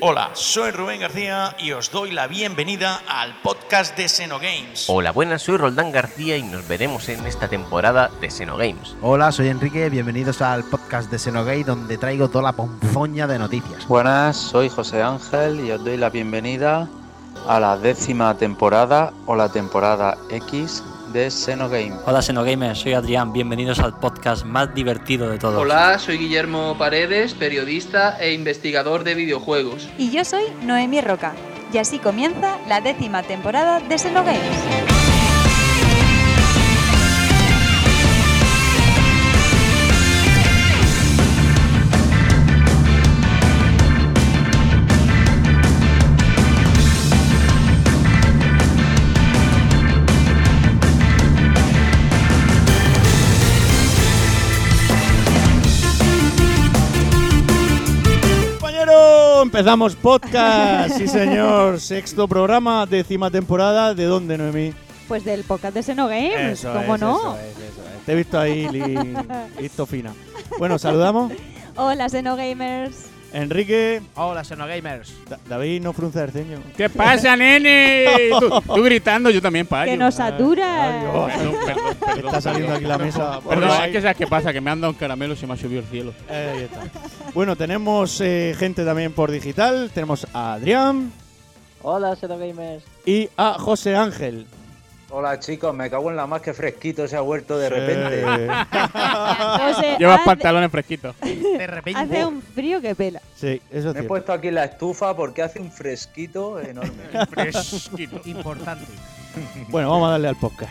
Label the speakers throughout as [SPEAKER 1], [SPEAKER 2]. [SPEAKER 1] Hola, soy Rubén García y os doy la bienvenida al podcast de Xenogames.
[SPEAKER 2] Hola, buenas, soy Roldán García y nos veremos en esta temporada de Xenogames.
[SPEAKER 3] Hola, soy Enrique, bienvenidos al podcast de Xenogay donde traigo toda la ponzoña de noticias.
[SPEAKER 4] Buenas, soy José Ángel y os doy la bienvenida a la décima temporada o la temporada X de Xenogame.
[SPEAKER 5] Hola Xenogamers, soy Adrián, bienvenidos al podcast más divertido de todos.
[SPEAKER 6] Hola, soy Guillermo Paredes, periodista e investigador de videojuegos.
[SPEAKER 7] Y yo soy Noemí Roca. Y así comienza la décima temporada de Xenogames.
[SPEAKER 8] Compañero, empezamos podcast. Sí, señor. Sexto programa, décima temporada. ¿De dónde, Noemí?
[SPEAKER 9] Pues del podcast de Senogames,
[SPEAKER 8] Eso
[SPEAKER 9] ¿cómo
[SPEAKER 8] es,
[SPEAKER 9] no?
[SPEAKER 8] eso es, eso es. Te he visto ahí, li- listo fina. Bueno, saludamos.
[SPEAKER 9] Hola Senogamers.
[SPEAKER 8] Enrique,
[SPEAKER 10] Hola, Xenogamers.
[SPEAKER 8] Da- David, no frunza el ceño.
[SPEAKER 10] ¿Qué pasa, nene? tú, tú gritando, yo también payo.
[SPEAKER 9] que nos satura.
[SPEAKER 10] Perdón, perdón, perdón,
[SPEAKER 8] Está saliendo
[SPEAKER 10] perdón.
[SPEAKER 8] aquí la mesa.
[SPEAKER 10] Perdón,
[SPEAKER 8] Pobre-
[SPEAKER 10] es que sabes qué pasa, que me han dado un caramelo y se me ha subido el cielo.
[SPEAKER 8] Eh, ahí está. Bueno, tenemos eh, gente también por digital. Tenemos a Adrián
[SPEAKER 11] Hola, Xenogamers.
[SPEAKER 8] y a José Ángel.
[SPEAKER 4] Hola chicos, me cago en la más que fresquito se ha vuelto de repente.
[SPEAKER 8] Eh,
[SPEAKER 9] José,
[SPEAKER 10] Eh,
[SPEAKER 9] Pues,
[SPEAKER 10] Llevas
[SPEAKER 9] eh, hace-
[SPEAKER 10] pantalones fresquitos.
[SPEAKER 2] De repente.
[SPEAKER 9] Hace un frío que pela.
[SPEAKER 8] sí, eso es
[SPEAKER 4] Me he
[SPEAKER 8] cierto.
[SPEAKER 4] puesto aquí la estufa porque hace un fresquito enorme.
[SPEAKER 10] Fresquito.
[SPEAKER 2] Importante.
[SPEAKER 8] Bueno, vamos a darle al podcast.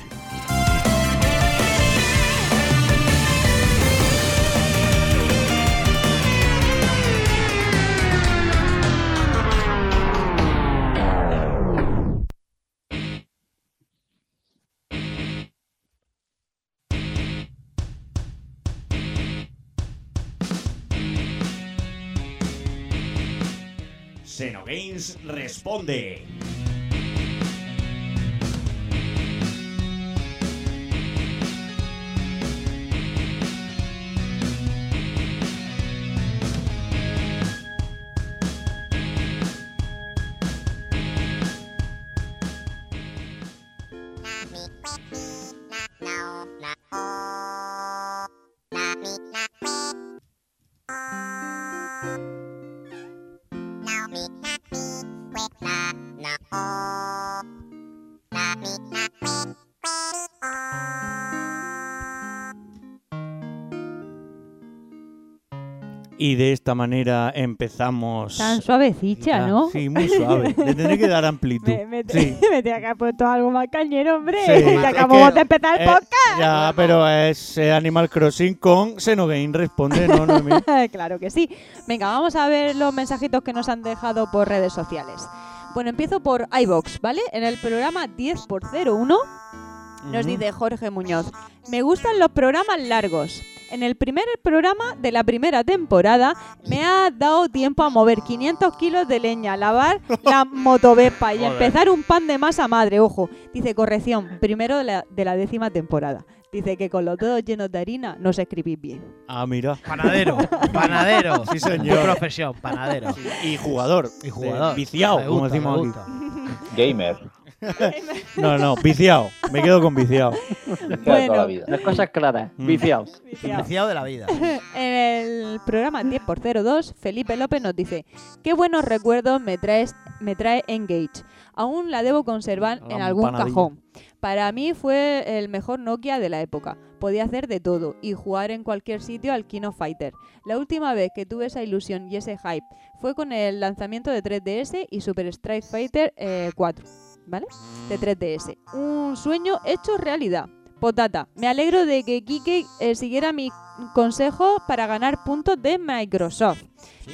[SPEAKER 1] Xenogames responde.
[SPEAKER 8] Y de esta manera empezamos.
[SPEAKER 9] Tan suavecicha,
[SPEAKER 8] Ah,
[SPEAKER 9] ¿no?
[SPEAKER 8] Sí, muy suave. Le tendré que dar amplitud.
[SPEAKER 9] Me, me,
[SPEAKER 8] Sí.
[SPEAKER 9] me tenía que haber puesto algo más cañero, hombre.
[SPEAKER 8] Sí.
[SPEAKER 9] que
[SPEAKER 8] Es
[SPEAKER 9] acabamos
[SPEAKER 8] que-
[SPEAKER 9] de empezar el
[SPEAKER 8] Eh,
[SPEAKER 9] podcast.
[SPEAKER 8] ya, pero es eh, Animal Crossing con Xenogain responde, no, no, mi-
[SPEAKER 9] claro que sí. Venga, vamos a ver los mensajitos que nos han dejado por redes sociales. Bueno, empiezo por iBox, ¿vale? En el programa 10x01 Nos
[SPEAKER 8] Ujú.
[SPEAKER 9] dice Jorge Muñoz, me gustan los programas largos. En el primer programa de la primera temporada me ha dado tiempo a mover 500 kilos de leña, lavar la motovepa y
[SPEAKER 10] Joder.
[SPEAKER 9] empezar un pan de masa madre, ojo. Dice, corrección, primero de la, de la décima temporada. Dice que con los dedos llenos de harina no se escribís bien.
[SPEAKER 8] Ah, mira.
[SPEAKER 12] Panadero, panadero.
[SPEAKER 8] Sí, señor.
[SPEAKER 12] Tu profesión, panadero.
[SPEAKER 8] Y jugador.
[SPEAKER 12] Y jugador.
[SPEAKER 8] De- Viciado,
[SPEAKER 12] Me
[SPEAKER 8] como
[SPEAKER 12] gusta,
[SPEAKER 8] decimos
[SPEAKER 12] me
[SPEAKER 8] aquí.
[SPEAKER 12] gusta.
[SPEAKER 4] Gamer.
[SPEAKER 8] No, no, viciado. Me quedo con viciado.
[SPEAKER 4] toda la
[SPEAKER 9] Bueno.
[SPEAKER 4] vida.
[SPEAKER 11] Las cosas claras,
[SPEAKER 8] Mm.
[SPEAKER 11] viciados.
[SPEAKER 12] Viciado de la vida.
[SPEAKER 9] En el programa 10x02, Felipe López nos dice, qué buenos recuerdos me, traes, me trae Engage. Aún la debo conservar
[SPEAKER 8] La
[SPEAKER 9] en algún
[SPEAKER 8] empanadilla.
[SPEAKER 9] cajón. Para mí fue el mejor Nokia de la época. Podía hacer de todo y jugar en cualquier sitio al Kino Fighter. La última vez que tuve esa ilusión y ese hype fue con el lanzamiento de 3DS y Super Strike Fighter eh, 4, ¿vale? De 3DS. Un sueño hecho realidad. Potata, me alegro de que Kike eh, siguiera mis consejos para ganar puntos de Microsoft.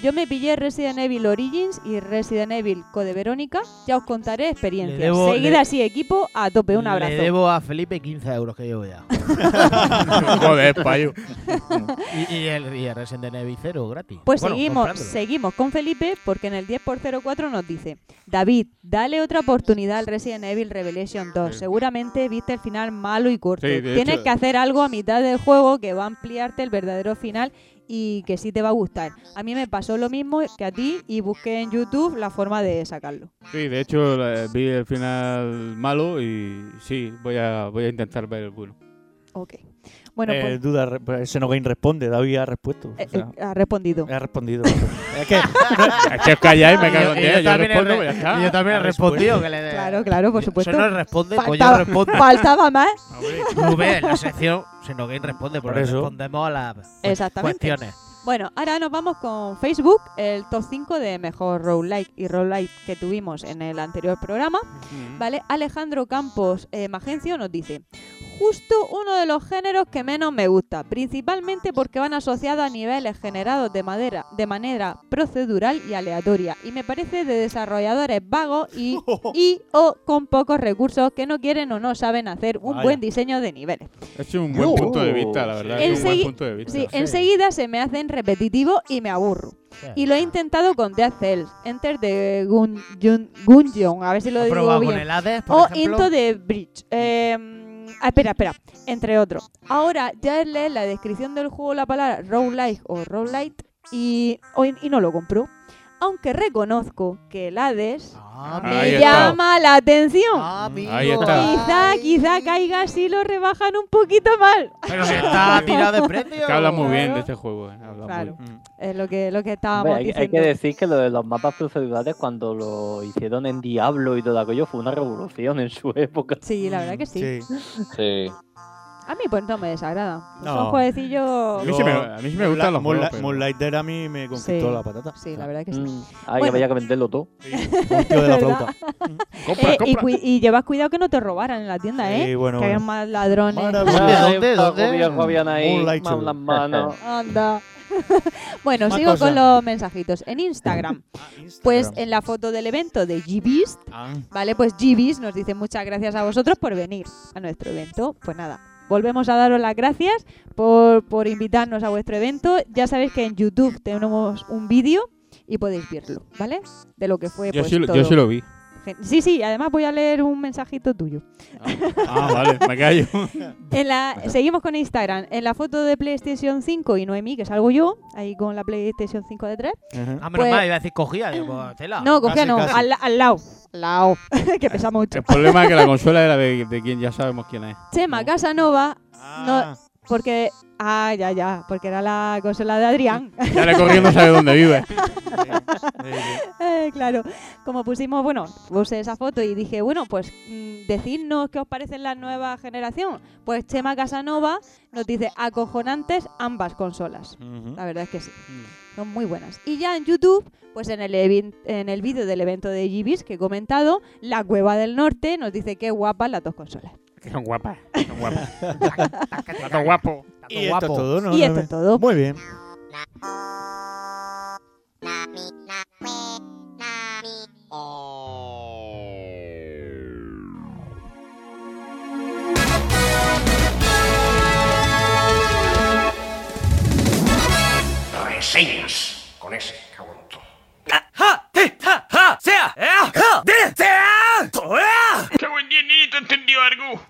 [SPEAKER 9] Yo me pillé Resident Evil Origins y Resident Evil Code Verónica. Ya os contaré experiencias.
[SPEAKER 12] Le debo-
[SPEAKER 9] Seguid
[SPEAKER 12] le-
[SPEAKER 9] así, equipo. A tope, un abrazo.
[SPEAKER 12] Le debo a Felipe 15 euros que llevo ya.
[SPEAKER 10] Joder, payo.
[SPEAKER 12] Y, y el, y el Resident Evil 0 gratis.
[SPEAKER 9] Pues
[SPEAKER 12] Bueno,
[SPEAKER 9] seguimos,
[SPEAKER 12] comprándolo.
[SPEAKER 9] seguimos con Felipe porque en el 10x04 nos dice, David, dale otra oportunidad al Resident Evil Revelation 2.
[SPEAKER 10] Sí.
[SPEAKER 9] Seguramente viste el final malo y corto.
[SPEAKER 10] Sí, de
[SPEAKER 9] Tienes
[SPEAKER 10] hecho-
[SPEAKER 9] que hacer algo a mitad del juego que va a ampliarte el verdadero final y que sí te va a gustar. A mí me pasó lo mismo que a ti y busqué en YouTube la forma de sacarlo.
[SPEAKER 10] Sí, de hecho la- vi el final malo y sí, voy a, voy a intentar ver el bueno.
[SPEAKER 9] Ok. Bueno,
[SPEAKER 8] Eh,
[SPEAKER 9] pues
[SPEAKER 8] duda, re- pues, Senogain responde, David ha respuesto. o
[SPEAKER 9] eh,
[SPEAKER 8] sea,
[SPEAKER 9] eh, ha respondido.
[SPEAKER 8] ha respondido. es que,
[SPEAKER 10] es que os calláis, me cago en
[SPEAKER 12] Y
[SPEAKER 10] diez,
[SPEAKER 12] yo
[SPEAKER 10] yo
[SPEAKER 12] también he
[SPEAKER 10] respondo,
[SPEAKER 12] re-
[SPEAKER 10] pues ya está.
[SPEAKER 12] y yo también he
[SPEAKER 10] Ha
[SPEAKER 12] respondido, que le-
[SPEAKER 9] Claro, claro, por supuesto.
[SPEAKER 12] Eso no responde, pues yo
[SPEAKER 9] Faltaba-
[SPEAKER 12] respondo.
[SPEAKER 9] Faltaba más.
[SPEAKER 12] Tú ves, la sección Senogain responde, porque
[SPEAKER 8] Por eso.
[SPEAKER 12] respondemos a las
[SPEAKER 9] Exactamente.
[SPEAKER 12] cuestiones.
[SPEAKER 9] Bueno, ahora nos vamos con Facebook, el top 5 de mejor roguelike y roguelike que tuvimos en el anterior programa. ¿Vale? Alejandro Campos eh, Magencio nos dice: Justo uno de los géneros que menos me gusta, principalmente porque van asociados a niveles generados de, madera, de manera procedural y aleatoria, y me parece de desarrolladores vagos y, y o con pocos recursos que no quieren o no saben hacer un
[SPEAKER 10] Vaya.
[SPEAKER 9] buen diseño de niveles.
[SPEAKER 10] Es un buen
[SPEAKER 9] Oh.
[SPEAKER 10] punto de vista, la verdad. Es un buen
[SPEAKER 9] Ensegui-
[SPEAKER 10] punto de vista.
[SPEAKER 9] sí, enseguida se me hacen repetitivos y me aburro. Y lo he intentado con Death Cells, Enter the Gun- Jun- Gungeon, a ver si lo
[SPEAKER 12] ¿Has
[SPEAKER 9] digo
[SPEAKER 12] probado con
[SPEAKER 9] bien.
[SPEAKER 12] el Hades, por
[SPEAKER 9] o
[SPEAKER 12] ejemplo?
[SPEAKER 9] Into the Bridge. Eh, ah, espera, espera, entre otros. Ahora ya lees la descripción del juego la palabra roguelike o roguelite y, o- y no lo compro. Aunque reconozco que el Hades
[SPEAKER 12] Ah, ahí
[SPEAKER 9] me
[SPEAKER 12] está. Ah.
[SPEAKER 9] llama la atención.
[SPEAKER 12] Ahí está.
[SPEAKER 9] Quizá, quizá caiga si lo rebajan un poquito mal.
[SPEAKER 12] Pero si está tirado de precio.
[SPEAKER 10] Que habla muy bien de este juego. eh, habla
[SPEAKER 9] Claro.
[SPEAKER 10] muy-
[SPEAKER 9] Es lo que, lo que
[SPEAKER 11] Hombre,
[SPEAKER 9] estábamos
[SPEAKER 11] hay, hay
[SPEAKER 9] diciendo.
[SPEAKER 11] que decir que lo de los mapas procedurales, cuando lo hicieron en Diablo y todo aquello, fue una revolución en su época.
[SPEAKER 9] Sí, la verdad que sí.
[SPEAKER 11] Sí.
[SPEAKER 9] A mí pues no me desagrada.
[SPEAKER 8] No.
[SPEAKER 9] Son jueguecillos...
[SPEAKER 8] Yo-
[SPEAKER 10] a mí sí me gustan
[SPEAKER 8] Moonlight-
[SPEAKER 10] los juegos, pero-
[SPEAKER 8] Moonlight Dead a mí me conquistó la patata.
[SPEAKER 9] Sí, la verdad que sí.
[SPEAKER 8] Mm,
[SPEAKER 11] Ahí
[SPEAKER 9] Bueno.
[SPEAKER 11] había que venderlo todo.
[SPEAKER 8] Un tío de la
[SPEAKER 9] ¿Verdad?
[SPEAKER 8] flauta.
[SPEAKER 10] Compra,
[SPEAKER 9] Eh, y,
[SPEAKER 10] compra.
[SPEAKER 9] cui- y llevas cuidado que no te robaran en la tienda, ¿eh?
[SPEAKER 8] Sí, bueno, bueno.
[SPEAKER 9] que habían más ladrones.
[SPEAKER 12] ¿Dónde? ¿Dónde?
[SPEAKER 11] Habían ahí,
[SPEAKER 8] Moonlight
[SPEAKER 11] man,
[SPEAKER 8] Two.
[SPEAKER 11] las manos.
[SPEAKER 9] Anda. bueno,
[SPEAKER 8] Más
[SPEAKER 9] sigo
[SPEAKER 8] cosas.
[SPEAKER 9] con los mensajitos. En Instagram, pues en la foto del evento de G-Beast,
[SPEAKER 10] Ah,
[SPEAKER 9] ¿vale? Pues G-Beast nos dice muchas gracias a vosotros por venir a nuestro evento. Pues nada, volvemos a daros las gracias por, por invitarnos a vuestro evento. Ya sabéis que en YouTube tenemos un vídeo y podéis verlo, ¿vale? De lo que fue
[SPEAKER 10] Yo
[SPEAKER 9] pues,
[SPEAKER 10] sí lo-
[SPEAKER 9] todo.
[SPEAKER 10] yo sí lo vi.
[SPEAKER 9] Gen- Sí, sí, además voy a leer un mensajito tuyo.
[SPEAKER 10] Ah, vale, me callo.
[SPEAKER 9] En la, seguimos con Instagram. En la foto de PlayStation 5 y Noemí, que salgo yo, ahí con la PlayStation 5 de 3.
[SPEAKER 12] Ah, menos
[SPEAKER 9] Pues-
[SPEAKER 12] mal, iba a decir cogía. Digo, pues, tela.
[SPEAKER 9] No, cogía no,
[SPEAKER 8] Ah, casi.
[SPEAKER 9] al, al lado. Al lado, que pesa mucho.
[SPEAKER 10] El problema es que la consola era de, de quien ya sabemos quién es.
[SPEAKER 9] Chema Casanova,
[SPEAKER 8] Ah,
[SPEAKER 9] porque. Ah, ya, ya, porque era la consola de Adrián.
[SPEAKER 10] Ya le corriendo sabe dónde vive.
[SPEAKER 9] Eh, claro, como pusimos, bueno, puse esa foto y dije, bueno, pues mm, decidnos qué os parecen la nueva generación. Pues Chema Casanova nos dice acojonantes ambas consolas.
[SPEAKER 8] ujú. Mm.
[SPEAKER 9] La verdad es que sí. Son muy buenas. Y ya en YouTube, pues en el, evin- en el vídeo del evento de Gibis que he comentado, la Cueva del Norte nos dice que guapas las dos consolas.
[SPEAKER 10] Que son guapas. Son guapas. Tanto guapo.
[SPEAKER 8] Y esto es todo, ¿no?
[SPEAKER 9] y esto es todo.
[SPEAKER 8] Muy bien.
[SPEAKER 13] Reseñas con ese cabrón.
[SPEAKER 14] Según Jenny, entendió algo?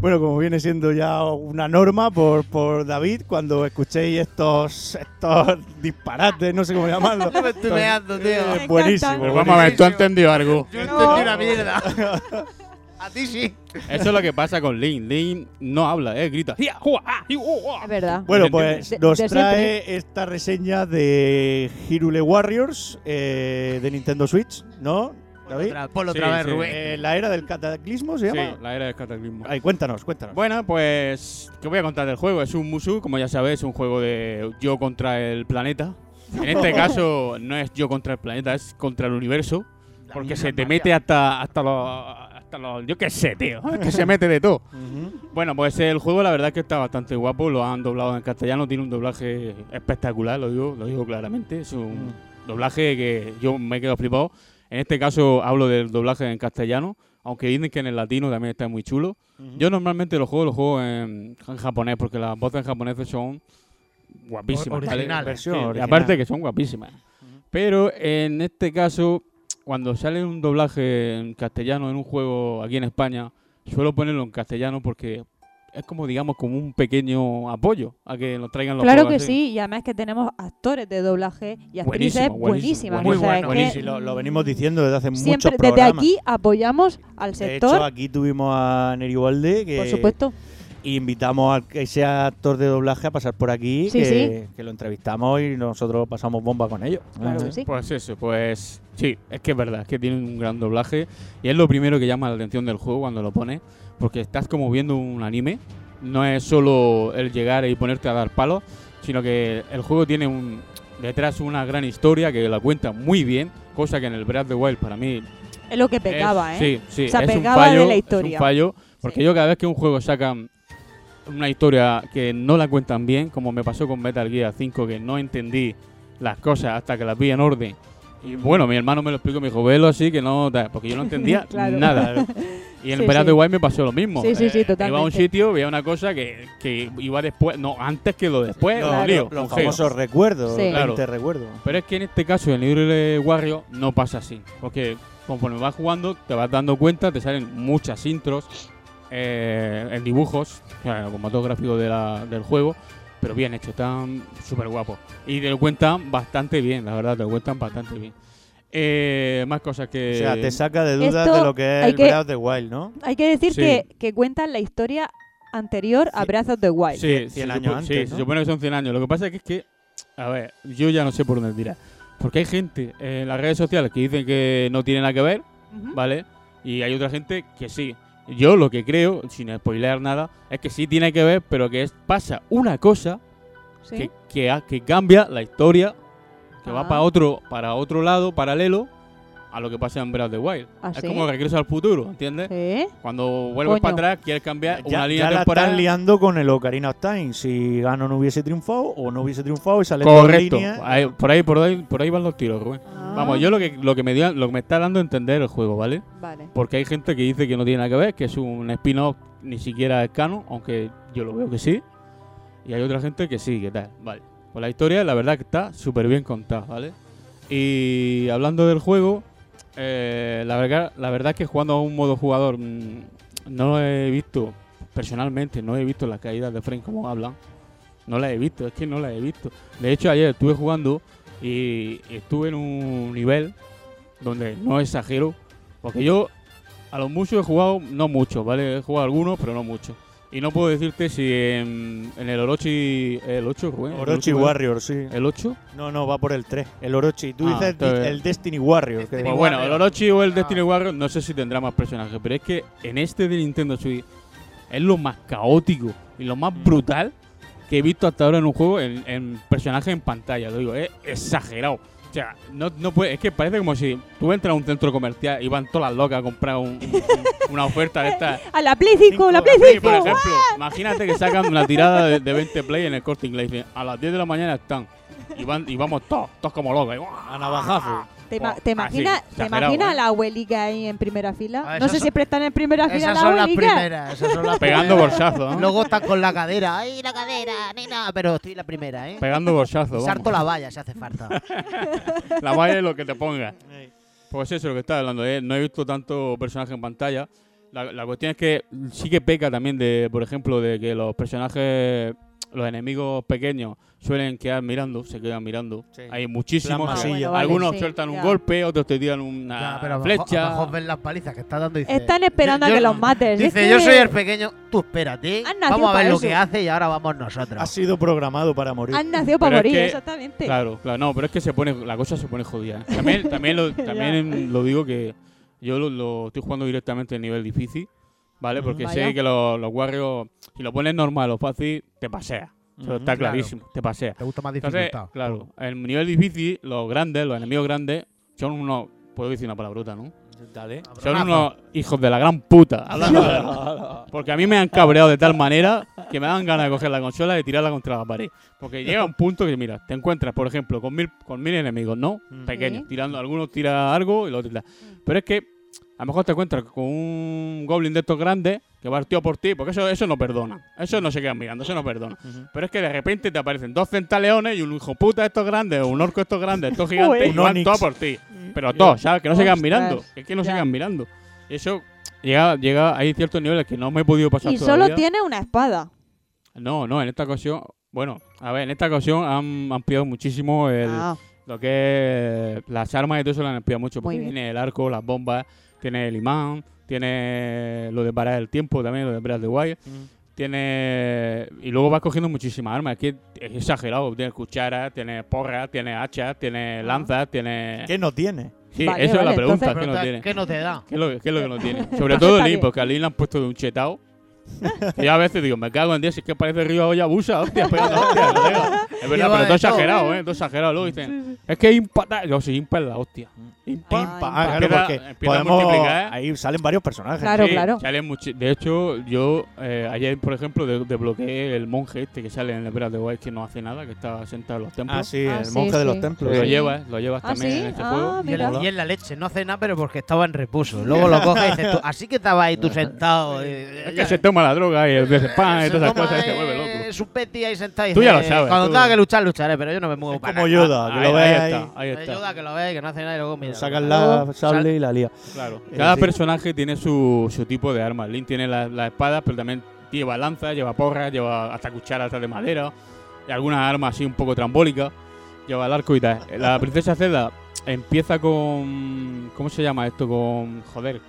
[SPEAKER 8] Bueno, como viene siendo ya una norma por, por David, cuando escuchéis estos, estos disparates, no sé cómo llamarlo.
[SPEAKER 12] Me estoy meando, tío.
[SPEAKER 8] Eh,
[SPEAKER 12] Me
[SPEAKER 8] buenísimo.
[SPEAKER 10] Pero vamos a ver, tú has entendido algo.
[SPEAKER 12] Yo entendí una mierda. a ti sí.
[SPEAKER 10] Eso es lo que pasa con Link. Link no habla, eh, grita. "Hia, jua, ah, hiu, uh, ah".
[SPEAKER 9] Es verdad.
[SPEAKER 8] Bueno,
[SPEAKER 10] De-
[SPEAKER 8] pues
[SPEAKER 9] de-
[SPEAKER 8] nos
[SPEAKER 9] de
[SPEAKER 8] trae esta reseña de Hirule Warriors eh, de Nintendo Switch, ¿no? David?
[SPEAKER 12] otra- ponlo
[SPEAKER 10] otra Sí, vez, sí. Rubén.
[SPEAKER 8] Eh, la era del cataclismo se
[SPEAKER 10] Sí,
[SPEAKER 8] llama.
[SPEAKER 10] la era del cataclismo.
[SPEAKER 8] Ay, cuéntanos, cuéntanos.
[SPEAKER 10] Bueno, pues, ¿qué voy a contar del juego? Es un Musu, como ya sabéis, un juego de yo contra el planeta. En este caso, no es yo contra el planeta, es contra el universo. Porque se te mete hasta, hasta los. Hasta los yo qué sé, tío. es que se mete de todo. Bueno, pues el juego, la verdad, es que está bastante guapo. Lo han doblado en castellano, tiene un doblaje espectacular, lo digo, lo digo claramente. Es un doblaje que yo me quedo flipado. En este caso, hablo del doblaje en castellano. Aunque dicen que en el latino también está muy chulo. Yo normalmente los juegos los juego en, en japonés, porque las voces en japonés son guapísimas.
[SPEAKER 12] Or-
[SPEAKER 10] ¿vale?
[SPEAKER 12] original.
[SPEAKER 8] Versión
[SPEAKER 10] Sí, y
[SPEAKER 8] original.
[SPEAKER 10] aparte que son guapísimas. Pero en este caso, cuando sale un doblaje en castellano en un juego aquí en España, Suelo ponerlo en castellano porque es como, digamos, como un pequeño apoyo a que lo traigan los
[SPEAKER 9] Claro que
[SPEAKER 10] podcasts, ¿eh?
[SPEAKER 9] sí, y además que tenemos actores de doblaje y actrices
[SPEAKER 10] Buenísimo,
[SPEAKER 9] buenísimas. o sea,
[SPEAKER 10] buenísimo, buenísimo.
[SPEAKER 9] es
[SPEAKER 10] Muy
[SPEAKER 9] que
[SPEAKER 10] bueno, buenísimo.
[SPEAKER 8] Sí, lo, lo venimos diciendo desde hace
[SPEAKER 9] siempre,
[SPEAKER 8] muchos
[SPEAKER 9] desde
[SPEAKER 8] programas.
[SPEAKER 9] aquí apoyamos al
[SPEAKER 8] De hecho,
[SPEAKER 9] sector.
[SPEAKER 8] aquí tuvimos a Neri Walde, que
[SPEAKER 9] Por supuesto.
[SPEAKER 8] y invitamos a que sea actor de doblaje a pasar por aquí,
[SPEAKER 9] Sí,
[SPEAKER 8] que, que lo entrevistamos y nosotros pasamos bomba con ellos.
[SPEAKER 9] Claro que sí.
[SPEAKER 10] Pues eso, pues sí, es que es verdad, es que tiene un gran doblaje y es lo primero que llama la atención del juego cuando lo pones, porque estás como viendo un anime, no es solo el llegar y ponerte a dar palos, sino que el juego tiene un detrás una gran historia que la cuenta muy bien, cosa que en el Breath of the Wild para mí
[SPEAKER 9] Es lo que pecaba,
[SPEAKER 10] es-
[SPEAKER 9] ¿eh?
[SPEAKER 10] Sí, sí,
[SPEAKER 9] O sea,
[SPEAKER 10] es un
[SPEAKER 9] pecaba
[SPEAKER 10] fallo,
[SPEAKER 9] de la
[SPEAKER 10] es un
[SPEAKER 9] historia.
[SPEAKER 10] fallo, porque yo cada vez que un juego saca una historia que no la cuentan bien, como me pasó con Metal Gear 5, que no entendí las cosas hasta que las vi en orden. Y bueno, mi hermano me lo explicó, me dijo, velo así, que no, tal", porque yo no entendía
[SPEAKER 9] Claro.
[SPEAKER 10] nada. Y en
[SPEAKER 9] Sí,
[SPEAKER 10] el Breath of the
[SPEAKER 9] sí.
[SPEAKER 10] Wild me pasó lo mismo. Eh,
[SPEAKER 9] Sí, sí, sí,
[SPEAKER 10] Iba a un
[SPEAKER 9] totalmente.
[SPEAKER 10] sitio, veía una cosa que, que iba después, no, antes que lo después,
[SPEAKER 8] Los-
[SPEAKER 10] un lío,
[SPEAKER 8] los- los
[SPEAKER 10] un geo.
[SPEAKER 8] famosos recuerdos, Sí. 20 recuerdos.
[SPEAKER 10] Pero es que en este caso, en Libre Warrior, no pasa así. Porque conforme vas jugando, te vas dando cuenta, te salen muchas intros, eh, en dibujos, claro, como todo gráfico de la- del juego, pero bien hecho, están súper guapos. Y te lo cuentan bastante bien, la verdad, te lo cuentan bastante bien. Eh, más cosas que.
[SPEAKER 8] O sea, te saca de dudas
[SPEAKER 9] Esto
[SPEAKER 8] de lo que es
[SPEAKER 9] hay
[SPEAKER 8] el
[SPEAKER 9] que-
[SPEAKER 8] Breath of the Wild, ¿no?
[SPEAKER 9] Hay que decir
[SPEAKER 10] Sí.
[SPEAKER 9] que, que cuentan la historia anterior a Breath of the Wild.
[SPEAKER 10] Sí,
[SPEAKER 8] 100
[SPEAKER 10] se
[SPEAKER 8] años
[SPEAKER 10] supo-
[SPEAKER 8] antes,
[SPEAKER 10] sí,
[SPEAKER 8] ¿no?
[SPEAKER 10] se supone que son 100 años. Lo que pasa es que, es que, a ver, yo ya no sé por dónde tirar. Porque hay gente en las redes sociales que dicen que no tiene nada que ver, ¿vale? Y hay otra gente que sí. Yo lo que creo, sin spoilear nada, es que sí tiene que ver, pero que es, pasa una cosa
[SPEAKER 9] Sí.
[SPEAKER 10] que, que, ha- que cambia la historia, que va
[SPEAKER 9] Ah.
[SPEAKER 10] para otro, para otro lado paralelo a lo que pasa en Breath of the Wild.
[SPEAKER 9] ¿Ah,
[SPEAKER 10] es
[SPEAKER 9] sí?
[SPEAKER 10] como regreso al futuro, ¿entiendes?
[SPEAKER 9] Sí.
[SPEAKER 10] Cuando vuelves
[SPEAKER 9] Coño.
[SPEAKER 10] para atrás, quieres cambiar
[SPEAKER 8] Ya,
[SPEAKER 10] una línea
[SPEAKER 8] ya la
[SPEAKER 10] temporal.
[SPEAKER 8] están liando con el Ocarina of Time. Si Gano no hubiese triunfado o no hubiese triunfado y sale
[SPEAKER 10] Correcto. Ah,
[SPEAKER 8] dos líneas.
[SPEAKER 10] Ahí- por ahí, por ahí, por ahí van los tiros, Rubén.
[SPEAKER 9] Ah.
[SPEAKER 10] Vamos, yo lo que lo que me dio- lo que me está dando a entender el juego, ¿vale?
[SPEAKER 9] Vale.
[SPEAKER 10] Porque hay gente que dice que no tiene nada que ver, que es un spin-off ni siquiera es canon, aunque yo lo veo que sí. Y hay otra gente que sí, que tal. Vale. Pues la historia, la verdad, que está súper bien contada, ¿vale? Y hablando del juego, eh, la, verdad, la verdad es que jugando a un modo jugador mm, no lo he visto personalmente, no he visto las caídas de frame como hablan. No las he visto, es que no las he visto. De hecho, ayer estuve jugando y estuve en un nivel donde no exagero, porque yo a los muchos he jugado, no muchos, ¿vale? He jugado algunos, pero no muchos. Y no puedo decirte si en, en el Orochi. ¿El 8, Rubén? ¿El
[SPEAKER 8] Orochi
[SPEAKER 10] último?
[SPEAKER 8] Warrior, sí.
[SPEAKER 10] ¿El 8?
[SPEAKER 8] No, no, va por el 3. El Orochi. Tú
[SPEAKER 10] Ah,
[SPEAKER 8] dices
[SPEAKER 10] está bien.
[SPEAKER 8] el Destiny Warrior. Ah. que-
[SPEAKER 10] Pues bueno, el Orochi o el Destiny Warrior no sé si tendrá más personajes, pero es que en este de Nintendo Switch es lo más caótico y lo más
[SPEAKER 8] Mm.
[SPEAKER 10] brutal que he visto hasta ahora en un juego en, en personaje en pantalla. Lo digo, es exagerado. O sea, no, no puede, es que parece como si tú entras a un centro comercial y van todas las locas a comprar un- un- una oferta de estas.
[SPEAKER 9] A la Play 5, la Play 5.
[SPEAKER 10] Sí, por ejemplo, imagínate que sacan una tirada de, de 20 play en el corte inglés. dicen, A las 10 de la mañana están. Y, van, y vamos todos, todos como locos. A navajazo.
[SPEAKER 9] ¿Te, ima- te
[SPEAKER 10] así,
[SPEAKER 9] imaginas, ¿te
[SPEAKER 10] Ah, exagerado,
[SPEAKER 9] imaginas
[SPEAKER 10] ¿eh?
[SPEAKER 9] a la abuelica ahí en primera fila?
[SPEAKER 12] Ah,
[SPEAKER 9] no
[SPEAKER 12] esas
[SPEAKER 9] sé
[SPEAKER 12] son-
[SPEAKER 9] siempre están en primera fila
[SPEAKER 12] Esas
[SPEAKER 9] la
[SPEAKER 12] son las
[SPEAKER 9] abuelica.
[SPEAKER 12] primeras, esas son las
[SPEAKER 10] Pegando
[SPEAKER 12] primeras.
[SPEAKER 10] bolsazo, ¿no?
[SPEAKER 12] Luego están con la cadera. ¡Ay, la cadera, nena! Pero estoy la primera, ¿eh?
[SPEAKER 10] Pegando bolsazo. vamos.
[SPEAKER 12] Sarto la valla si hace falta.
[SPEAKER 10] La valla es lo que te ponga. Pues eso es lo que estaba hablando. ¿eh? No he visto tanto personaje en pantalla. La, la cuestión es que sí que peca también de, por ejemplo, de que los personajes, los enemigos pequeños suelen quedar mirando, se quedan mirando. Hay
[SPEAKER 8] Plan
[SPEAKER 10] muchísimos. que
[SPEAKER 8] masillo. Ah, bueno, vale,
[SPEAKER 10] algunos
[SPEAKER 8] sí,
[SPEAKER 10] sueltan un
[SPEAKER 8] ya.
[SPEAKER 10] golpe, otros te tiran una
[SPEAKER 12] Ya, pero a lo mejor- a lo
[SPEAKER 10] flecha.
[SPEAKER 12] mejor ven las palizas que está dando y dice,
[SPEAKER 9] Están esperando a que los mates.
[SPEAKER 12] Dice,
[SPEAKER 9] Es
[SPEAKER 12] yo
[SPEAKER 9] que
[SPEAKER 12] soy el pequeño, tú espérate.
[SPEAKER 9] Han nacido
[SPEAKER 12] Vamos a ver
[SPEAKER 9] para
[SPEAKER 12] lo
[SPEAKER 9] eso.
[SPEAKER 12] que hace y ahora vamos nosotros.
[SPEAKER 8] Ha sido programado para morir.
[SPEAKER 9] Han nacido para
[SPEAKER 10] Pero es
[SPEAKER 9] morir,
[SPEAKER 10] que-
[SPEAKER 9] exactamente.
[SPEAKER 10] Claro, claro, no, pero es que se pone, la cosa se pone jodida. ¿eh? También, también, lo, también lo digo que yo lo, lo estoy jugando directamente en nivel difícil, ¿vale? Porque
[SPEAKER 2] Vaya.
[SPEAKER 10] sé que los, los Warriors, si lo pones normal o fácil, te pasea. Eso
[SPEAKER 2] Ujú.
[SPEAKER 10] está
[SPEAKER 2] Claro.
[SPEAKER 10] clarísimo, te pasea.
[SPEAKER 12] Te gusta más
[SPEAKER 10] Entonces,
[SPEAKER 12] dificultad,
[SPEAKER 10] claro, el nivel difícil, los grandes, los enemigos grandes, son unos. Puedo decir una palabrota, ¿no?
[SPEAKER 8] Dale.
[SPEAKER 10] Son unos hijos de la gran puta. hablando de- Porque a mí me han cabreado de tal manera que me dan ganas de coger la consola y tirarla contra la pared. Porque llega un punto que, mira, te encuentras, por ejemplo, con mil, con mil enemigos, ¿no? Pequeños,
[SPEAKER 2] Sí.
[SPEAKER 10] tirando, algunos tira algo y los otros tira. Pero es que a lo mejor te encuentras con un goblin de estos grandes que partió por ti, porque eso, eso no perdona. Eso no se quedan mirando, eso no perdona. Pero es que de repente te aparecen dos centaleones y un hijo puta de estos grandes, un orco de estos grandes, estos gigantes, y
[SPEAKER 2] Un
[SPEAKER 10] van
[SPEAKER 2] onix.
[SPEAKER 10] todos por ti. Pero todos, ¿sabes? Que no se quedan
[SPEAKER 2] Ostras.
[SPEAKER 10] mirando. Es que no se
[SPEAKER 2] Ya.
[SPEAKER 10] quedan mirando. Y eso llega, llega, hay ciertos niveles que no me he podido pasar
[SPEAKER 9] Y solo
[SPEAKER 10] todavía.
[SPEAKER 9] tiene una espada.
[SPEAKER 10] No, no, en esta ocasión, bueno, a ver, en esta ocasión han ampliado muchísimo el,
[SPEAKER 9] Ah.
[SPEAKER 10] lo que es las armas y todo eso lo han ampliado mucho. porque
[SPEAKER 9] bien.
[SPEAKER 10] Tiene el arco, las bombas, tiene el imán, tiene lo de parar el tiempo también, lo de Breath of the Wild.
[SPEAKER 9] Mm.
[SPEAKER 10] Tiene. Y luego vas cogiendo muchísimas armas. Es que es exagerado. Tienes cuchara, tienes porra, tienes hacha,
[SPEAKER 9] Ah.
[SPEAKER 10] tienes lanzas, tienes.
[SPEAKER 8] ¿Qué no tiene?
[SPEAKER 10] Sí,
[SPEAKER 8] Vale,
[SPEAKER 10] eso
[SPEAKER 8] vale,
[SPEAKER 10] es la pregunta.
[SPEAKER 8] entonces-
[SPEAKER 10] ¿Qué no tiene?
[SPEAKER 12] ¿Qué no te da?
[SPEAKER 10] ¿Qué es lo, qué es lo que no tiene? Sobre
[SPEAKER 12] Está
[SPEAKER 10] todo
[SPEAKER 12] bien.
[SPEAKER 10] Link, porque a Link le han puesto de un chetao. Y a veces digo, me cago en Dios, si es que parece Río Olla Busa, hostia, pero no, hostia, colega. Es verdad,
[SPEAKER 8] Lleva
[SPEAKER 10] pero
[SPEAKER 8] de
[SPEAKER 10] todo
[SPEAKER 8] todo.
[SPEAKER 10] exagerado, ¿eh? Todo exagerado. Luego dicen, es que impata. Yo, sí, impa es la hostia. Impa.
[SPEAKER 8] Ah, claro,
[SPEAKER 10] Empieza-
[SPEAKER 8] porque
[SPEAKER 10] empieza ¿eh? a
[SPEAKER 8] podemos.
[SPEAKER 10] multiplicar.
[SPEAKER 8] Ahí salen varios personajes.
[SPEAKER 10] Sí, salen muchi- de hecho, yo eh, ayer, por ejemplo, de- desbloqueé el monje este que sale en el Breath of the Wild que no hace nada, que está sentado en los templos.
[SPEAKER 8] Ah, sí, Ah, el sí, monje de los sí. templos.
[SPEAKER 10] Lo
[SPEAKER 8] Sí.
[SPEAKER 10] llevas, lo
[SPEAKER 12] Ah,
[SPEAKER 9] Ah,
[SPEAKER 10] llevas también en este juego.
[SPEAKER 12] Y en la- Y en la leche, no hace nada, pero porque estaba en reposo. Luego lo coges y dices tú, así que estaba ahí tú sentado. eh,
[SPEAKER 10] Es que se toma la droga y el pan y todas
[SPEAKER 12] toma
[SPEAKER 10] esas cosas y se
[SPEAKER 12] el-
[SPEAKER 10] vuelve loco.
[SPEAKER 12] Es un peti ahí sentado y
[SPEAKER 10] Tú ya
[SPEAKER 12] dices,
[SPEAKER 10] lo sabes,
[SPEAKER 12] Cuando
[SPEAKER 10] tú-
[SPEAKER 12] tenga que luchar, lucharé, pero yo no me muevo para
[SPEAKER 8] como
[SPEAKER 12] nada.
[SPEAKER 8] Yoda, que
[SPEAKER 12] Ahí-
[SPEAKER 8] lo ve
[SPEAKER 12] ahí
[SPEAKER 8] ahí.
[SPEAKER 12] está, ahí
[SPEAKER 8] El
[SPEAKER 12] está. Yoda que lo ve y que no hace nada y luego mira.
[SPEAKER 8] Sacan
[SPEAKER 12] Luego
[SPEAKER 8] la
[SPEAKER 12] sal-
[SPEAKER 8] sable y la lía.
[SPEAKER 10] Claro.
[SPEAKER 8] Eh,
[SPEAKER 10] Cada
[SPEAKER 8] sí.
[SPEAKER 10] personaje tiene su, su tipo de arma. Link tiene la, la espada, pero también lleva lanza, lleva porra, lleva hasta cucharas de madera. Y algunas armas así un poco trambólicas. Lleva el arco y tal. La princesa Zelda empieza con... ¿Cómo se llama esto? Con... Joder.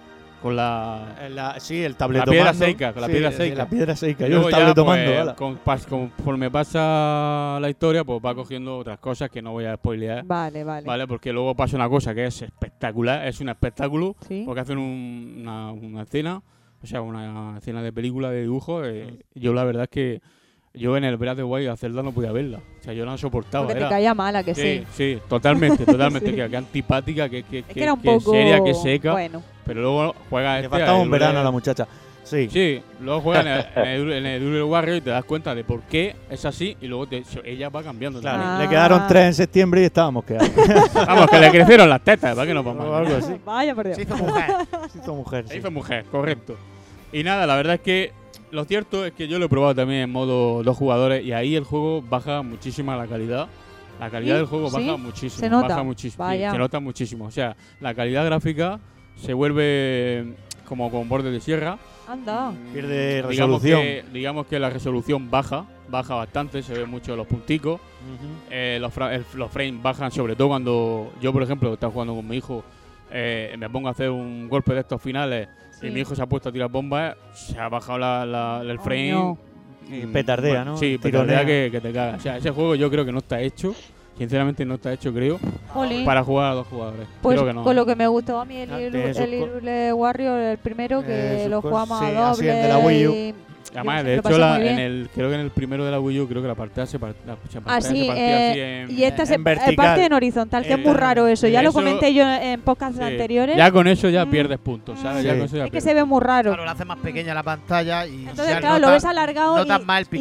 [SPEAKER 10] Con la...
[SPEAKER 8] Eh, la- sí, el
[SPEAKER 10] La
[SPEAKER 8] tabletomando.
[SPEAKER 10] piedra seca, con la
[SPEAKER 8] Sí,
[SPEAKER 10] piedra
[SPEAKER 8] sí,
[SPEAKER 10] seca.
[SPEAKER 8] La piedra seca,
[SPEAKER 10] Y
[SPEAKER 8] yo
[SPEAKER 10] luego
[SPEAKER 8] el
[SPEAKER 10] ya,
[SPEAKER 8] tabletomando.
[SPEAKER 10] pues,
[SPEAKER 8] ala.
[SPEAKER 10] con pas- conforme pasa la historia, pues va cogiendo otras cosas que no voy a spoilear.
[SPEAKER 9] Vale, vale.
[SPEAKER 10] Vale, porque luego pasa una cosa que es espectacular, es un espectáculo,
[SPEAKER 9] Sí.
[SPEAKER 10] porque hacen un- una, una escena, o sea, una escena de película, de dibujo. eh, Yo la verdad es que yo en el Breath of the Wild a Zelda no podía verla, o sea, yo no la soportaba.
[SPEAKER 9] Porque te
[SPEAKER 10] era-
[SPEAKER 9] caía mal, ¿a que sí?
[SPEAKER 10] sí. Sí, totalmente, totalmente,
[SPEAKER 9] Sí.
[SPEAKER 10] que, que antipática, que, que,
[SPEAKER 9] que era un poco-
[SPEAKER 10] seria, que seca.
[SPEAKER 9] bueno.
[SPEAKER 10] Pero luego juega este
[SPEAKER 8] Le faltaba un verano a la
[SPEAKER 10] muchacha.
[SPEAKER 8] muchacha. Sí.
[SPEAKER 10] Sí, luego juegan en el, en el Duel Warrior y te das cuenta de por qué es así y luego te- ella va cambiando.
[SPEAKER 8] Claro,
[SPEAKER 10] también.
[SPEAKER 12] Ah.
[SPEAKER 8] Le quedaron tres en septiembre y estábamos quedados.
[SPEAKER 10] Vamos, que le crecieron las tetas, ¿para qué no vamos?
[SPEAKER 8] O algo así.
[SPEAKER 9] Vaya, por Dios.
[SPEAKER 12] Se hizo mujer.
[SPEAKER 8] Se hizo mujer.
[SPEAKER 10] Se hizo mujer, correcto. Y nada, la verdad es que lo cierto es que yo lo he probado también en modo dos jugadores y ahí el juego baja muchísima la calidad. La calidad
[SPEAKER 9] ¿Sí?
[SPEAKER 10] del juego baja
[SPEAKER 9] ¿Sí?
[SPEAKER 10] muchísimo.
[SPEAKER 9] Se nota.
[SPEAKER 10] Baja muchísimo. sí,
[SPEAKER 9] Vaya.
[SPEAKER 10] se nota muchísimo. O sea, la calidad gráfica se vuelve como con bordes de sierra.
[SPEAKER 9] Anda.
[SPEAKER 12] Mm.
[SPEAKER 8] Pierde
[SPEAKER 10] Digamos
[SPEAKER 8] resolución.
[SPEAKER 10] que, digamos que la resolución baja, baja bastante, se ven mucho los punticos. Eh, los, fra- el- los frames bajan, sobre todo cuando yo, por ejemplo, estaba jugando con mi hijo, eh, me pongo a hacer un golpe de estos finales
[SPEAKER 8] Sí.
[SPEAKER 10] y mi hijo se ha puesto a tirar bombas, se ha bajado la- la- el frame.
[SPEAKER 8] no. Y petardea,
[SPEAKER 10] bueno,
[SPEAKER 8] ¿no?
[SPEAKER 10] Sí,
[SPEAKER 8] Tironea.
[SPEAKER 10] petardea que, que te caga. O sea, ese juego yo creo que no está hecho, sinceramente no está hecho, creo,
[SPEAKER 9] Jolín.
[SPEAKER 10] para jugar a dos jugadores.
[SPEAKER 9] Pues
[SPEAKER 10] creo que no.
[SPEAKER 9] con lo que me gustó a mí el,
[SPEAKER 10] Ah,
[SPEAKER 9] Iru-
[SPEAKER 10] tiene sus
[SPEAKER 9] el
[SPEAKER 10] co-
[SPEAKER 9] Irule Warrior, el primero,
[SPEAKER 10] Eh,
[SPEAKER 9] que
[SPEAKER 10] sus
[SPEAKER 9] lo
[SPEAKER 10] cosas.
[SPEAKER 9] jugamos a
[SPEAKER 10] Sí,
[SPEAKER 9] doble.
[SPEAKER 10] así, el de la Wii U.
[SPEAKER 9] y- yo
[SPEAKER 10] Además, de
[SPEAKER 9] lo
[SPEAKER 10] hecho,
[SPEAKER 9] pasé
[SPEAKER 10] la-
[SPEAKER 9] muy bien.
[SPEAKER 10] en el, creo que en el primero de la Wii U, creo que la partida se, par- la- se partía-
[SPEAKER 9] Así,
[SPEAKER 10] se partía
[SPEAKER 9] eh,
[SPEAKER 10] así en-
[SPEAKER 9] y esta se
[SPEAKER 10] en
[SPEAKER 9] eh, parte en horizontal, que es muy raro eso. Ya lo
[SPEAKER 10] eso-
[SPEAKER 9] comenté yo en podcasts
[SPEAKER 10] Sí.
[SPEAKER 9] anteriores. mm,
[SPEAKER 10] Ya con eso ya pierdes puntos, ¿sabes? Ya
[SPEAKER 12] Sí.
[SPEAKER 10] con eso ya
[SPEAKER 9] es que
[SPEAKER 10] pierdes.
[SPEAKER 9] se ve muy raro.
[SPEAKER 12] Claro, lo hace más pequeña la pantalla y.
[SPEAKER 9] Entonces, claro, lo ves alargado y,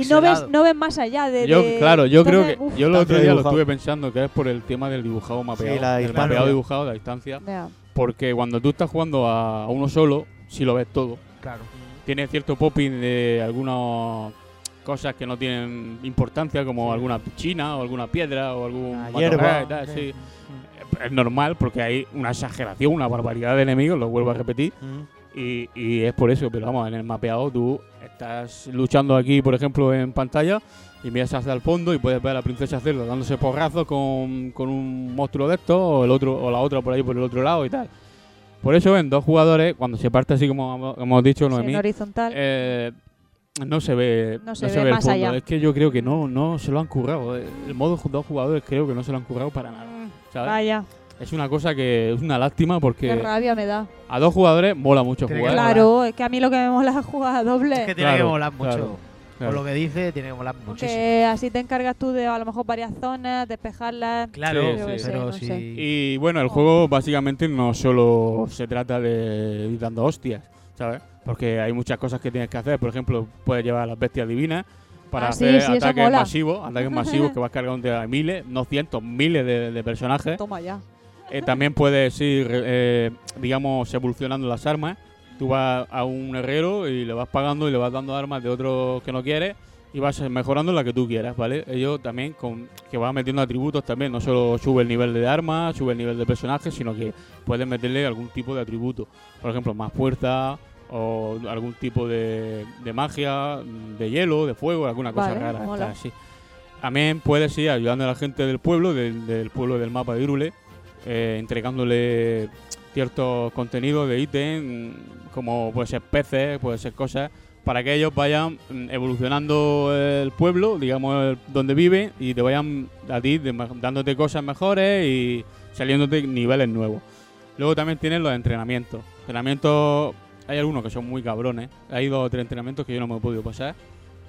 [SPEAKER 9] y no, ves, no ves más allá de.
[SPEAKER 10] Yo,
[SPEAKER 9] de-
[SPEAKER 10] claro, yo creo
[SPEAKER 9] entonces,
[SPEAKER 10] que
[SPEAKER 9] uf.
[SPEAKER 10] yo el otro
[SPEAKER 8] Tanto
[SPEAKER 10] día lo
[SPEAKER 8] dibujado.
[SPEAKER 10] estuve pensando que es por el tema del dibujado mapeado,
[SPEAKER 8] Sí, la
[SPEAKER 10] del
[SPEAKER 8] distancia.
[SPEAKER 10] mapeado dibujado, la distancia,
[SPEAKER 9] Ya.
[SPEAKER 10] porque cuando tú estás jugando a a uno solo, si lo ves todo,
[SPEAKER 12] Claro.
[SPEAKER 10] tiene cierto popping de algunas cosas que no tienen importancia, como alguna pichina o alguna piedra o algún matorral
[SPEAKER 8] hierba.
[SPEAKER 10] y tal, sí. Es normal porque hay una exageración, una barbaridad de enemigos, lo vuelvo a repetir. Y, y es por eso, pero vamos, en el mapeado tú estás luchando aquí, por ejemplo, en pantalla y miras hacia el fondo y puedes ver a la princesa Zelda dándose porrazos con, con un monstruo de estos o, el otro, o la otra por ahí por el otro lado y tal. Por eso en dos jugadores, cuando se parte así como hemos- hemos dicho,
[SPEAKER 9] Sí,
[SPEAKER 10] Noemí,
[SPEAKER 9] en horizontal.
[SPEAKER 10] eh, no se ve,
[SPEAKER 9] No se ve
[SPEAKER 10] el
[SPEAKER 9] más
[SPEAKER 10] fondo.
[SPEAKER 9] allá.
[SPEAKER 10] Es que yo creo que no, no se lo han currado. eh. El modo dos jugadores creo que no se lo han currado para nada. ¿sabes?
[SPEAKER 9] Vaya,
[SPEAKER 10] Es una cosa que es una lástima porque
[SPEAKER 9] qué rabia me da.
[SPEAKER 10] a dos jugadores mola mucho jugar.
[SPEAKER 9] Claro, es que a mí lo que me mola es jugar a doble.
[SPEAKER 12] Es que tiene
[SPEAKER 10] Claro,
[SPEAKER 12] que molar mucho.
[SPEAKER 10] claro, claro.
[SPEAKER 12] Por lo que dice, tiene que molar
[SPEAKER 9] Porque
[SPEAKER 12] muchísimo.
[SPEAKER 9] así te encargas tú de a lo mejor varias zonas, despejarlas.
[SPEAKER 10] Sí,
[SPEAKER 9] yo qué
[SPEAKER 10] sí.
[SPEAKER 9] sé, no sé.
[SPEAKER 10] Y bueno, el juego básicamente no solo se trata de ir dando hostias, ¿sabes? Porque hay muchas cosas que tienes que hacer. Por ejemplo, puedes llevar a las bestias divinas para
[SPEAKER 9] Ah, sí,
[SPEAKER 10] hacer
[SPEAKER 9] sí, eso
[SPEAKER 10] ataques
[SPEAKER 9] mola.
[SPEAKER 10] masivos, ataques masivos que vas cargando a miles, no cientos, miles de, de personajes.
[SPEAKER 9] Toma ya.
[SPEAKER 10] Eh, también puedes ir, eh, digamos, evolucionando las armas. Tú vas a un herrero y le vas pagando y le vas dando armas de otros que no quieres y vas mejorando la que tú quieras, ¿vale? Ellos también, con, que vas metiendo atributos también, no solo sube el nivel de armas, sube el nivel de personaje, sino que puedes meterle algún tipo de atributo. Por ejemplo, más fuerza, o algún tipo de, de magia, de hielo, de fuego, alguna cosa
[SPEAKER 9] Vale,
[SPEAKER 10] rara.
[SPEAKER 9] mola.
[SPEAKER 10] así. También puedes ir ayudando a la gente del pueblo, del, del pueblo del mapa de Irule, eh, entregándole ciertos contenidos de ítem, como puede ser peces, puede ser cosas, para que ellos vayan mm, evolucionando el pueblo, digamos, el- donde viven, y te vayan a ti de- dándote cosas mejores y saliéndote niveles nuevos. Luego también tienes los entrenamientos. Entrenamientos, hay algunos que son muy cabrones. Hay dos o tres entrenamientos que yo no me he podido pasar.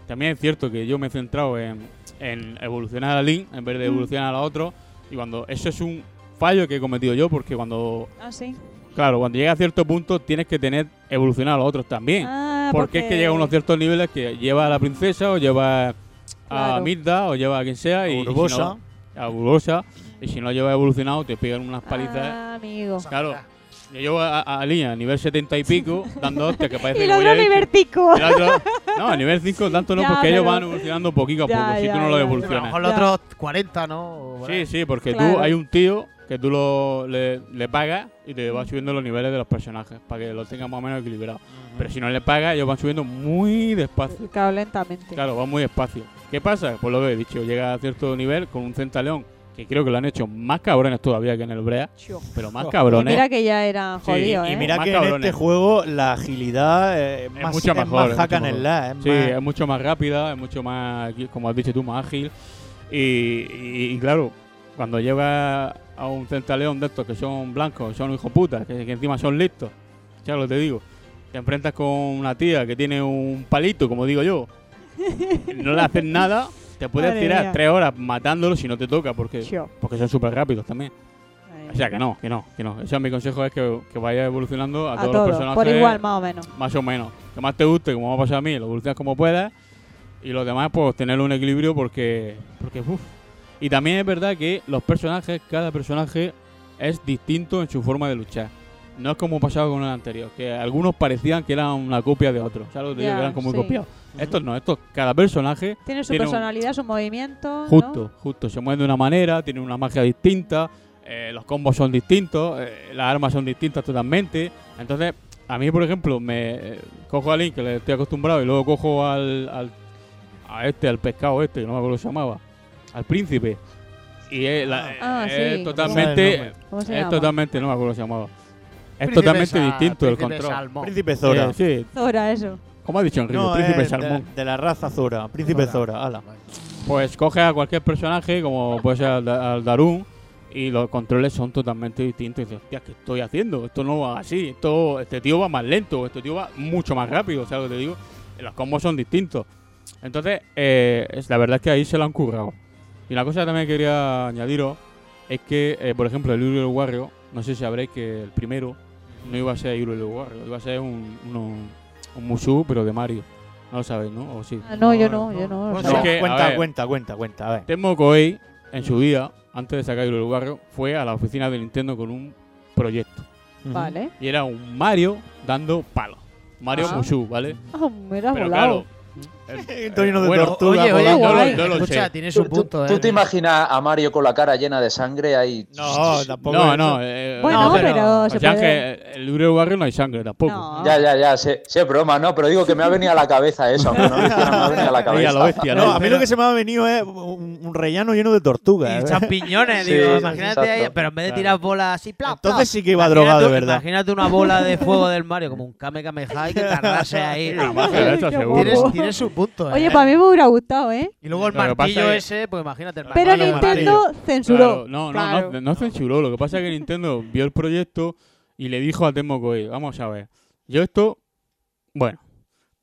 [SPEAKER 10] También es cierto que yo me he centrado en, en evolucionar a Link en vez de
[SPEAKER 9] Mm.
[SPEAKER 10] evolucionar a otro. Y cuando eso es un fallo que he cometido yo, porque cuando
[SPEAKER 9] Ah, sí.
[SPEAKER 10] Claro, cuando llega a cierto punto tienes que tener evolucionar a los otros también.
[SPEAKER 9] Ah,
[SPEAKER 10] porque, es que
[SPEAKER 9] porque-
[SPEAKER 10] llega a unos ciertos niveles que lleva a la princesa o lleva a
[SPEAKER 9] Claro.
[SPEAKER 10] Mirda o lleva a quien sea. y- y si no-
[SPEAKER 8] Urbosa.
[SPEAKER 10] a Urbosa. Y si no lleva evolucionado te pegan unas palizas.
[SPEAKER 9] Ah, amigo.
[SPEAKER 10] Claro. Yo llevo a, a, a Lía a nivel 70 y pico dando hostias que parece
[SPEAKER 9] Y el
[SPEAKER 10] que
[SPEAKER 9] otro
[SPEAKER 10] hubiera
[SPEAKER 9] nivel
[SPEAKER 10] hecho.
[SPEAKER 9] cinco.
[SPEAKER 10] Y el otro- No, a nivel 5 tanto no,
[SPEAKER 9] Ya,
[SPEAKER 10] porque ellos
[SPEAKER 9] pero-
[SPEAKER 10] van evolucionando poquito a
[SPEAKER 9] Ya,
[SPEAKER 10] poco. si
[SPEAKER 9] ya,
[SPEAKER 10] tú no los
[SPEAKER 9] ya.
[SPEAKER 10] evolucionas.
[SPEAKER 9] A lo
[SPEAKER 12] Con los otros 40, ¿no? O-
[SPEAKER 10] Sí, sí, porque tú
[SPEAKER 12] Claro.
[SPEAKER 10] hay un tío que tú lo, le, le pagas y te va subiendo los niveles de los personajes para que lo tengas más o menos equilibrado. Pero si no le pagas, ellos van subiendo muy despacio.
[SPEAKER 9] Claro, lentamente.
[SPEAKER 10] Claro, van muy despacio. ¿Qué pasa? Pues lo que he dicho, llega a cierto nivel con un centaleón que creo que lo han hecho más cabrones todavía que en el Brea, pero más cabrones.
[SPEAKER 9] Mira que ya era
[SPEAKER 10] Sí,
[SPEAKER 9] jodido,
[SPEAKER 10] y
[SPEAKER 9] ¿eh?
[SPEAKER 10] mira
[SPEAKER 8] Mira
[SPEAKER 10] Más
[SPEAKER 8] que en
[SPEAKER 10] cabrones.
[SPEAKER 8] este juego la agilidad eh, es,
[SPEAKER 10] es
[SPEAKER 8] más,
[SPEAKER 10] mucho
[SPEAKER 8] es
[SPEAKER 10] mejor.
[SPEAKER 8] más
[SPEAKER 10] es
[SPEAKER 8] hack
[SPEAKER 10] mucho
[SPEAKER 8] and
[SPEAKER 10] mejor.
[SPEAKER 8] slash, es
[SPEAKER 10] sí,
[SPEAKER 8] más-
[SPEAKER 10] es mucho más rápida, es mucho más, como has dicho tú, más ágil. Y, y- y claro, cuando llega a un centaleón de estos que son blancos, son hijos putas, que, que encima son listos, ya lo te digo, te enfrentas con una tía que tiene un palito, como digo yo, no le haces nada, te puedes
[SPEAKER 9] Madre
[SPEAKER 10] tirar
[SPEAKER 9] mía.
[SPEAKER 10] tres horas matándolo si no te toca, porque,
[SPEAKER 9] Chio.
[SPEAKER 10] porque son súper rápidos también. O sea que no, que no, que no. O sea, mi consejo es que, que vayas evolucionando a,
[SPEAKER 9] A
[SPEAKER 10] todos
[SPEAKER 9] todos,
[SPEAKER 10] los personajes.
[SPEAKER 9] por igual, más o menos.
[SPEAKER 10] Más o menos. Que más te guste, como me ha pasado a mí, lo evolucionas como puedas. Y los demás, pues tener un equilibrio porque. Porque, uff. Y también es verdad que los personajes, cada personaje es distinto en su forma de luchar. No es como pasaba con el anterior, que algunos parecían que eran una copia de otros. ¿Sabes lo que te digo?
[SPEAKER 9] Ya,
[SPEAKER 10] Que eran como muy
[SPEAKER 9] sí.
[SPEAKER 10] copiados. Estos no, estos, cada personaje
[SPEAKER 9] Tiene su
[SPEAKER 10] un-
[SPEAKER 9] personalidad, su movimiento. ¿no?
[SPEAKER 10] Justo, justo. Se mueven de una manera, tienen una magia distinta, eh, los combos son distintos, eh, las armas son distintas totalmente. Entonces, a mí, por ejemplo, me eh, cojo a Link, que le estoy acostumbrado, y luego cojo al, al- a este, al pescado este, que no me acuerdo cómo se llamaba, al príncipe. Y es, la-
[SPEAKER 9] Ah,
[SPEAKER 10] eh, es
[SPEAKER 9] sí.
[SPEAKER 10] totalmente,
[SPEAKER 9] ¿Cómo se
[SPEAKER 10] es
[SPEAKER 9] llama?
[SPEAKER 10] totalmente, no me acuerdo cómo se llamaba. Es
[SPEAKER 8] Príncipe
[SPEAKER 10] totalmente
[SPEAKER 8] Sa-
[SPEAKER 10] distinto el
[SPEAKER 8] Príncipe
[SPEAKER 10] control.
[SPEAKER 8] Salmón. Príncipe Zora.
[SPEAKER 10] Eh, sí.
[SPEAKER 9] Zora, eso.
[SPEAKER 10] ¿Cómo ha dicho Enrique?
[SPEAKER 8] No,
[SPEAKER 10] Príncipe
[SPEAKER 8] es de-
[SPEAKER 10] Salmón.
[SPEAKER 8] De, la raza Zora, Príncipe Zora, ala.
[SPEAKER 10] Pues coge a cualquier personaje, como puede ser al, Da- al Darun, y los controles son totalmente distintos. Y dices, hostia, ¿qué estoy haciendo? Esto no va así. Esto, este tío va más lento, este tío va mucho más rápido, ¿sabes lo que te digo? Los combos son distintos. Entonces, eh, es- la verdad es que ahí se lo han currado. Y una cosa que también quería añadiros es que, eh, por ejemplo, el Hyrule Warrior, no sé si sabréis que el primero no iba a ser Hyrule Warrior, iba a ser un, uno- un Mushu, pero de Mario. No lo sabéis, ¿no? ¿O sí?
[SPEAKER 9] Ah, no, yo no, yo no.
[SPEAKER 10] Es que, a
[SPEAKER 8] cuenta,
[SPEAKER 10] ver,
[SPEAKER 8] cuenta, cuenta, cuenta, a ver.
[SPEAKER 10] Temo Koei, en su día, antes de sacar el barrio, fue a la oficina de Nintendo con un proyecto.
[SPEAKER 9] Vale.
[SPEAKER 10] Y era un Mario dando palos. Mario
[SPEAKER 9] Ah.
[SPEAKER 10] Mushu, ¿vale?
[SPEAKER 9] Ah, me hubiera
[SPEAKER 10] Pero
[SPEAKER 9] volado.
[SPEAKER 10] claro. eh,
[SPEAKER 8] Torino de
[SPEAKER 10] bueno,
[SPEAKER 8] tortuga
[SPEAKER 10] yo lo-
[SPEAKER 8] volando.
[SPEAKER 10] yo lo-
[SPEAKER 8] Guay.
[SPEAKER 10] yo lo
[SPEAKER 12] Escucha,
[SPEAKER 10] sé.
[SPEAKER 12] tiene su punto,
[SPEAKER 4] ¿Tú
[SPEAKER 12] ¿eh?
[SPEAKER 4] te imaginas a Mario con la cara llena de sangre ahí?
[SPEAKER 8] No, tampoco.
[SPEAKER 10] No,
[SPEAKER 8] es-
[SPEAKER 10] no. eh,
[SPEAKER 9] Bueno,
[SPEAKER 10] no,
[SPEAKER 9] pero
[SPEAKER 10] o
[SPEAKER 9] se
[SPEAKER 10] sea,
[SPEAKER 9] puede-
[SPEAKER 10] que el Hyrule Warrior no hay sangre tampoco.
[SPEAKER 12] Ah.
[SPEAKER 4] Ya, ya, ya, sé, sé broma, no, pero digo que me ha venido a la cabeza eso, aunque no lo hiciera, me ha venido a la
[SPEAKER 10] Ahí
[SPEAKER 4] cabeza.
[SPEAKER 10] a lo bestia,
[SPEAKER 8] No, a mí lo que se me ha venido es un, un rellano lleno de tortugas. ¿eh?
[SPEAKER 12] champiñones,
[SPEAKER 8] Sí,
[SPEAKER 12] digo,
[SPEAKER 8] sí,
[SPEAKER 12] imagínate
[SPEAKER 8] exacto.
[SPEAKER 12] ahí, pero en vez de tirar bolas así, plap,
[SPEAKER 8] Entonces sí que iba
[SPEAKER 12] Imagínate-
[SPEAKER 8] drogado, de verdad.
[SPEAKER 12] Imagínate una bola de fuego del Mario, como un Kame Kamehai que tardase ahí.
[SPEAKER 10] Una magia de estas, Qué seguro.
[SPEAKER 12] Tienes-
[SPEAKER 10] guapo.
[SPEAKER 12] Tienes su punto, ¿eh?
[SPEAKER 9] Oye, para mí me hubiera gustado, ¿eh?
[SPEAKER 12] Y luego el
[SPEAKER 10] Lo que pasa
[SPEAKER 12] martillo
[SPEAKER 10] es-
[SPEAKER 12] ese, pues imagínate el
[SPEAKER 9] Pero
[SPEAKER 12] martillo.
[SPEAKER 9] Nintendo censuró.
[SPEAKER 10] Claro, no, no,
[SPEAKER 9] Claro.
[SPEAKER 10] no, no, censuró. Lo que pasa es que Nintendo vio el proyecto y le dijo a Temo Koei, vamos a ver, yo esto, bueno,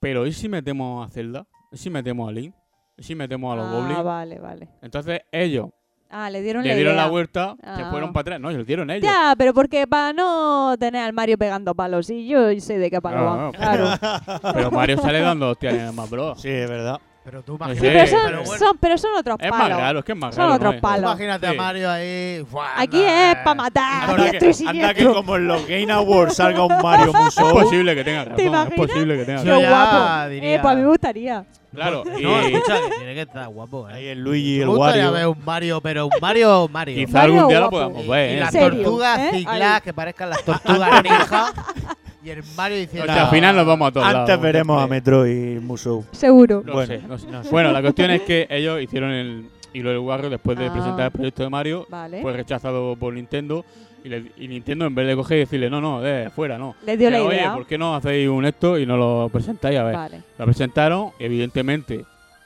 [SPEAKER 10] pero ¿y si metemos a Zelda? ¿Y si metemos a Link? ¿Y si metemos a los
[SPEAKER 9] Ah,
[SPEAKER 10] Goblins?
[SPEAKER 9] vale, vale.
[SPEAKER 10] Entonces ellos
[SPEAKER 9] Ah, le dieron
[SPEAKER 10] le
[SPEAKER 9] la
[SPEAKER 10] dieron
[SPEAKER 9] idea.
[SPEAKER 10] la vuelta, se
[SPEAKER 9] Ah.
[SPEAKER 10] fueron para atrás. No, se lo dieron ellos. Ah,
[SPEAKER 9] Ya, pero porque para no tener al Mario pegando palos. Y yo sé de qué palo
[SPEAKER 10] No,
[SPEAKER 9] va.
[SPEAKER 10] no,
[SPEAKER 9] claro.
[SPEAKER 10] pero- Pero Mario sale dando hostias en el más bro.
[SPEAKER 8] Sí, es verdad.
[SPEAKER 12] Pero tú
[SPEAKER 9] Sí, pero, son, son- pero son otros
[SPEAKER 10] Es más
[SPEAKER 9] palos.
[SPEAKER 10] raro, es que es más
[SPEAKER 9] Son
[SPEAKER 10] raro,
[SPEAKER 9] otros
[SPEAKER 10] ¿no?
[SPEAKER 9] palos.
[SPEAKER 12] Imagínate a
[SPEAKER 10] Sí.
[SPEAKER 12] Mario ahí. ¡buah!
[SPEAKER 9] Aquí es para matar. a diestro y
[SPEAKER 8] Anda que
[SPEAKER 9] siniestro.
[SPEAKER 8] como en los Game Awards salga un Mario
[SPEAKER 10] Es
[SPEAKER 8] Musou.
[SPEAKER 10] posible que tenga
[SPEAKER 9] ¿Te
[SPEAKER 10] razón, es
[SPEAKER 9] imaginas?
[SPEAKER 10] posible que tenga
[SPEAKER 9] Qué
[SPEAKER 10] razón.
[SPEAKER 9] guapo. Eh, pues a mí me gustaría.
[SPEAKER 10] Claro, y-
[SPEAKER 12] No, escucha, que tiene que estar guapo, ¿eh? Ahí
[SPEAKER 8] el Luigi,
[SPEAKER 12] Me
[SPEAKER 8] el
[SPEAKER 12] gustaría
[SPEAKER 8] Wario.
[SPEAKER 12] ver un Mario, pero un Mario, Mario.
[SPEAKER 10] Quizá algún día lo podamos ver,
[SPEAKER 12] Y
[SPEAKER 10] ¿eh?
[SPEAKER 12] las
[SPEAKER 10] ¿En serio?
[SPEAKER 12] tortugas
[SPEAKER 9] ¿Eh?
[SPEAKER 12] cicladas,
[SPEAKER 9] Ahí.
[SPEAKER 12] que parezcan las tortugas ninja. Y el Mario diciendo.
[SPEAKER 10] Hostia, al final nos vamos a todos
[SPEAKER 8] Antes
[SPEAKER 10] lados.
[SPEAKER 8] veremos a Metroid Musou.
[SPEAKER 9] Seguro.
[SPEAKER 10] No
[SPEAKER 8] Bueno.
[SPEAKER 10] sé, no sé, no sé. Bueno, la cuestión es que ellos hicieron el hilo del guarro después de
[SPEAKER 9] Ah,
[SPEAKER 10] presentar el proyecto de Mario.
[SPEAKER 9] vale.
[SPEAKER 10] Fue rechazado por Nintendo. Y, le- y Nintendo, en vez de coger y decirle, no, no, de fuera, no.
[SPEAKER 9] Les dio la
[SPEAKER 10] Pero,
[SPEAKER 9] idea.
[SPEAKER 10] Oye, ¿por qué no hacéis un esto y no lo presentáis? A ver.
[SPEAKER 9] Vale.
[SPEAKER 10] Lo presentaron, evidentemente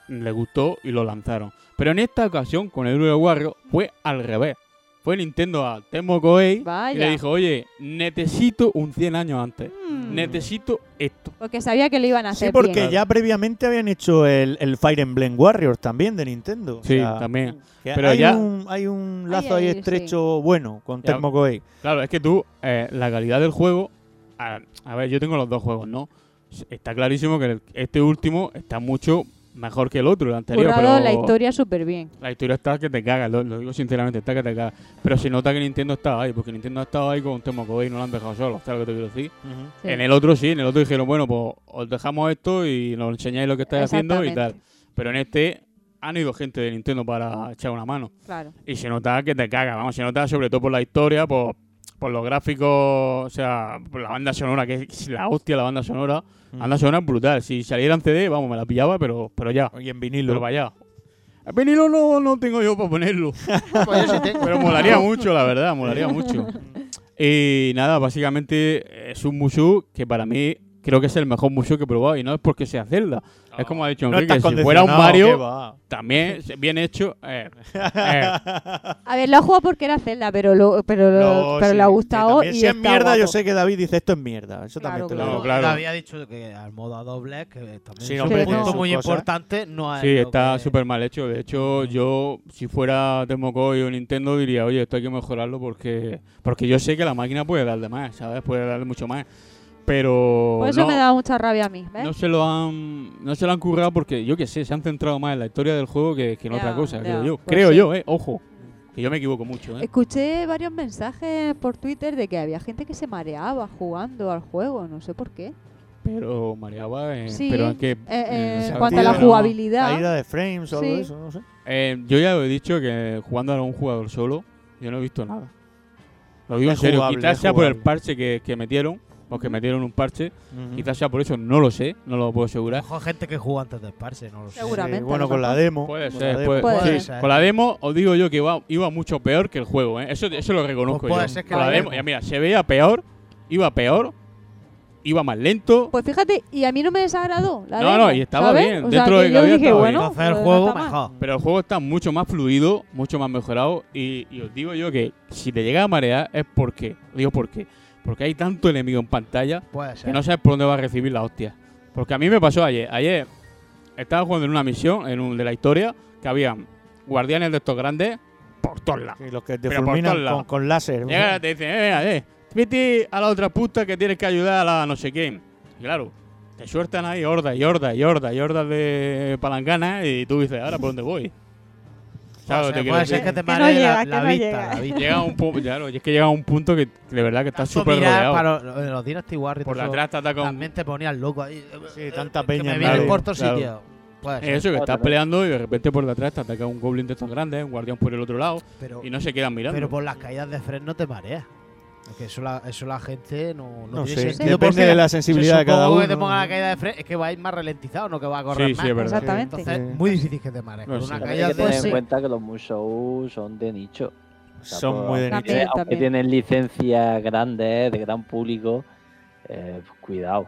[SPEAKER 10] le gustó y lo lanzaron. Pero en esta ocasión, con el hilo del guarro, fue al revés. Fue Nintendo a Temo Koei y
[SPEAKER 9] Vaya.
[SPEAKER 10] le dijo, oye, necesito un 100 años antes.
[SPEAKER 9] Mm.
[SPEAKER 10] Necesito esto.
[SPEAKER 9] Hmm, Porque sabía que lo iban a hacer.
[SPEAKER 8] Sí, porque
[SPEAKER 9] bien.
[SPEAKER 8] ya previamente habían hecho el, el Fire Emblem Warriors también de Nintendo. O
[SPEAKER 10] Sí,
[SPEAKER 8] sea,
[SPEAKER 10] también.
[SPEAKER 8] que
[SPEAKER 10] Pero
[SPEAKER 8] hay,
[SPEAKER 10] ya-
[SPEAKER 8] un, hay un lazo
[SPEAKER 9] Ahí,
[SPEAKER 8] ahí,
[SPEAKER 9] ahí, sí.
[SPEAKER 8] estrecho bueno con
[SPEAKER 10] Ya,
[SPEAKER 8] Tecmo Koei.
[SPEAKER 10] Claro, es que tú, eh, la calidad del juego. A, a ver, yo tengo los dos juegos, ¿no? S- Está clarísimo que el- este último está mucho mejor que el otro, el anterior.
[SPEAKER 9] Currado
[SPEAKER 10] pero
[SPEAKER 9] la historia súper bien.
[SPEAKER 10] La historia está que te cagas, lo, lo digo sinceramente, está que te cagas. Pero se nota que Nintendo estaba ahí, porque Nintendo ha estado ahí con un tema COVID y no lo han dejado solo, ¿sabes lo que te quiero decir?
[SPEAKER 8] Ujú.
[SPEAKER 9] Sí.
[SPEAKER 10] En el otro sí, en el otro dijeron, bueno, pues os dejamos esto y nos enseñáis lo que estáis haciendo y tal. Pero en este han ido gente de Nintendo para echar una mano.
[SPEAKER 9] Claro.
[SPEAKER 10] Y se nota que te caga, vamos, se nota sobre todo por la historia, por, por los gráficos, o sea, por la banda sonora, que es la hostia la banda sonora. La banda sonora es brutal. Si saliera en CD, vamos, me la pillaba, pero, pero ya.
[SPEAKER 8] Y en vinilo.
[SPEAKER 10] Pero vaya. En vinilo no, no tengo yo para ponerlo.
[SPEAKER 12] "Pues
[SPEAKER 10] pero molaría mucho, la verdad, molaría mucho. Y nada, básicamente es un Mushu que para mí creo que es el mejor Mushu que he probado y no es porque sea Zelda. Es como ha dicho
[SPEAKER 8] Ah. No
[SPEAKER 10] Enrique,
[SPEAKER 8] estás
[SPEAKER 10] si fuera un
[SPEAKER 8] condicionado, ¿qué
[SPEAKER 10] Mario,
[SPEAKER 8] va?
[SPEAKER 10] también bien hecho. eh, eh,
[SPEAKER 9] A ver, lo ha jugado porque era Zelda, pero, lo, pero, lo-
[SPEAKER 8] No,
[SPEAKER 9] pero
[SPEAKER 8] sí,
[SPEAKER 9] le ha
[SPEAKER 8] que
[SPEAKER 9] gustado.
[SPEAKER 8] también
[SPEAKER 9] Y
[SPEAKER 8] si es
[SPEAKER 9] está
[SPEAKER 8] mierda, yo
[SPEAKER 9] guapo.
[SPEAKER 8] sé que David dice esto es mierda. Eso
[SPEAKER 9] Claro,
[SPEAKER 8] también te lo
[SPEAKER 10] claro.
[SPEAKER 8] digo.
[SPEAKER 10] Claro.
[SPEAKER 12] Había dicho que al modo a doble, que también
[SPEAKER 8] Sí,
[SPEAKER 12] es
[SPEAKER 8] no,
[SPEAKER 12] un
[SPEAKER 8] hombre,
[SPEAKER 12] punto
[SPEAKER 8] tiene
[SPEAKER 12] muy
[SPEAKER 8] sus cosas.
[SPEAKER 12] importante, no ha
[SPEAKER 10] Sí,
[SPEAKER 9] pues.
[SPEAKER 10] está súper mal hecho. De hecho, yo, si fuera Temocoy o Nintendo, diría, oye, esto hay que mejorarlo porque porque yo sé que la máquina puede darle más, ¿sabes? Puede darle mucho más. Pero
[SPEAKER 9] Por eso
[SPEAKER 10] no,
[SPEAKER 9] me da mucha rabia a mí. ¿ves?
[SPEAKER 10] no se lo han no se lo han currado porque, yo qué sé, se han centrado más en la historia del juego que, que en
[SPEAKER 9] Ya,
[SPEAKER 10] otra cosa,
[SPEAKER 9] ya,
[SPEAKER 10] creo yo.
[SPEAKER 9] pues
[SPEAKER 10] Creo
[SPEAKER 9] sí.
[SPEAKER 10] yo, ¿eh? Ojo, que yo me equivoco mucho, ¿eh?
[SPEAKER 9] Escuché varios mensajes por Twitter de que había gente que se mareaba jugando al juego, no sé por qué.
[SPEAKER 10] Pero mareaba, eh,
[SPEAKER 9] Sí,
[SPEAKER 10] pero es que...
[SPEAKER 9] eh, eh,
[SPEAKER 10] en
[SPEAKER 9] en cuanto a la
[SPEAKER 10] sentido, ¿no?
[SPEAKER 9] jugabilidad.
[SPEAKER 8] Caída de frames o algo
[SPEAKER 9] Sí.
[SPEAKER 8] de eso, no sé.
[SPEAKER 10] Eh, yo ya lo he dicho que jugando a un jugador solo, yo no he visto nada. Lo digo
[SPEAKER 8] Es
[SPEAKER 10] en serio,
[SPEAKER 8] jugable,
[SPEAKER 10] quizás
[SPEAKER 8] es
[SPEAKER 10] sea por el
[SPEAKER 8] jugable. Mm.
[SPEAKER 10] parche que, que metieron, porque metieron un parche,
[SPEAKER 8] Ujú.
[SPEAKER 10] quizás sea por eso, no lo sé, no lo puedo asegurar.
[SPEAKER 12] Ojo, gente que juega antes de esparce, no lo sé.
[SPEAKER 9] Seguramente,
[SPEAKER 8] Sí, bueno, con la demo.
[SPEAKER 10] Puede
[SPEAKER 8] con
[SPEAKER 10] ser,
[SPEAKER 8] la demo.
[SPEAKER 10] puede-
[SPEAKER 12] Puede
[SPEAKER 10] sí,
[SPEAKER 12] ser.
[SPEAKER 10] Con la demo os digo yo que iba, iba mucho peor que el juego, ¿eh? eso, eso lo reconozco
[SPEAKER 12] Pues puede
[SPEAKER 10] yo.
[SPEAKER 12] ser que
[SPEAKER 10] Con la
[SPEAKER 12] la
[SPEAKER 10] demo,
[SPEAKER 12] demo.
[SPEAKER 10] ya mira, se veía peor, iba peor, iba más lento.
[SPEAKER 9] Pues fíjate, y a mí no me desagradó. La
[SPEAKER 10] No,
[SPEAKER 9] demo,
[SPEAKER 10] no, y estaba
[SPEAKER 9] ¿sabes?
[SPEAKER 10] bien,
[SPEAKER 9] O sea,
[SPEAKER 10] dentro
[SPEAKER 9] que
[SPEAKER 10] de que
[SPEAKER 9] yo
[SPEAKER 10] había
[SPEAKER 9] dije,
[SPEAKER 10] estado
[SPEAKER 9] bueno,
[SPEAKER 12] Entonces el
[SPEAKER 9] pues no
[SPEAKER 12] juego
[SPEAKER 9] está mal.
[SPEAKER 12] mejor.
[SPEAKER 10] Pero el juego está mucho más fluido, mucho más mejorado. Y, y os digo yo que si te llega a marear es porque. Digo por qué. Porque hay tanto enemigo en pantalla
[SPEAKER 12] Puede
[SPEAKER 10] que
[SPEAKER 12] ser.
[SPEAKER 10] no sabes por dónde vas a recibir la hostia. Porque a mí me pasó ayer. Ayer estaba jugando en una misión, en un de la historia, que habían guardianes de estos grandes por todos lados.
[SPEAKER 8] Sí, los que te
[SPEAKER 10] Pero por todos
[SPEAKER 8] fulminan
[SPEAKER 10] lados.
[SPEAKER 8] con, con láser.
[SPEAKER 10] Llegan y te dicen, eh, venga, eh, vete a la otra puta que tienes que ayudar a la no sé quién. Y claro, te sueltan ahí hordas y hordas y hordas y hordas de palancanas y tú dices, ¿ahora por dónde voy? ¿Sabes lo que te quiero
[SPEAKER 12] puede ser
[SPEAKER 10] decir?
[SPEAKER 12] que te
[SPEAKER 9] Que no
[SPEAKER 12] maree la-
[SPEAKER 9] llega, que
[SPEAKER 12] la,
[SPEAKER 9] no
[SPEAKER 12] vista,
[SPEAKER 9] llega.
[SPEAKER 12] la vista.
[SPEAKER 10] Llega un punto, claro, y es que llega a un punto que que de verdad que está
[SPEAKER 12] Tanto
[SPEAKER 10] súper
[SPEAKER 12] mirar
[SPEAKER 10] rodeado.
[SPEAKER 12] para lo- en los Dynasty Warriors.
[SPEAKER 10] Por
[SPEAKER 12] eso
[SPEAKER 10] detrás te ataca un-
[SPEAKER 12] También te ponías loco ahí. eh,
[SPEAKER 8] Sí, tanta
[SPEAKER 12] Que
[SPEAKER 8] peña.
[SPEAKER 12] me
[SPEAKER 8] en
[SPEAKER 12] viene
[SPEAKER 8] medio.
[SPEAKER 12] en corto
[SPEAKER 10] claro.
[SPEAKER 12] sitio. Puede ser.
[SPEAKER 10] Eso, que estás
[SPEAKER 11] Otra vez.
[SPEAKER 10] peleando y de repente por detrás te ataca un goblin de estos grandes, un guardián por el otro lado,
[SPEAKER 12] Pero,
[SPEAKER 10] y no se quedan mirando.
[SPEAKER 12] pero por las caídas de Fred no te mareas. Es que eso la, eso la gente no, no,
[SPEAKER 8] No
[SPEAKER 12] tiene
[SPEAKER 8] sé,
[SPEAKER 12] sentido.
[SPEAKER 8] depende
[SPEAKER 12] porque
[SPEAKER 8] de la
[SPEAKER 12] se
[SPEAKER 8] sensibilidad de
[SPEAKER 12] supongo
[SPEAKER 8] cada
[SPEAKER 12] que te
[SPEAKER 8] uno.
[SPEAKER 12] ponga la caída de Fred es que va a ir más ralentizado, no que va a correr
[SPEAKER 10] Sí,
[SPEAKER 12] más.
[SPEAKER 10] sí, es verdad.
[SPEAKER 9] Exactamente.
[SPEAKER 12] Entonces
[SPEAKER 8] Sí.
[SPEAKER 12] es muy difícil que te marees.
[SPEAKER 10] No
[SPEAKER 12] con
[SPEAKER 10] sé.
[SPEAKER 12] una
[SPEAKER 11] También hay
[SPEAKER 12] caída
[SPEAKER 11] que tener
[SPEAKER 12] de
[SPEAKER 11] en cuenta que los museos son de nicho. O sea,
[SPEAKER 8] Son
[SPEAKER 11] pues,
[SPEAKER 8] muy de
[SPEAKER 11] aunque-
[SPEAKER 9] nicho. También,
[SPEAKER 11] Aunque
[SPEAKER 9] también.
[SPEAKER 11] tienen licencias grandes, de gran público, eh, pues, cuidado.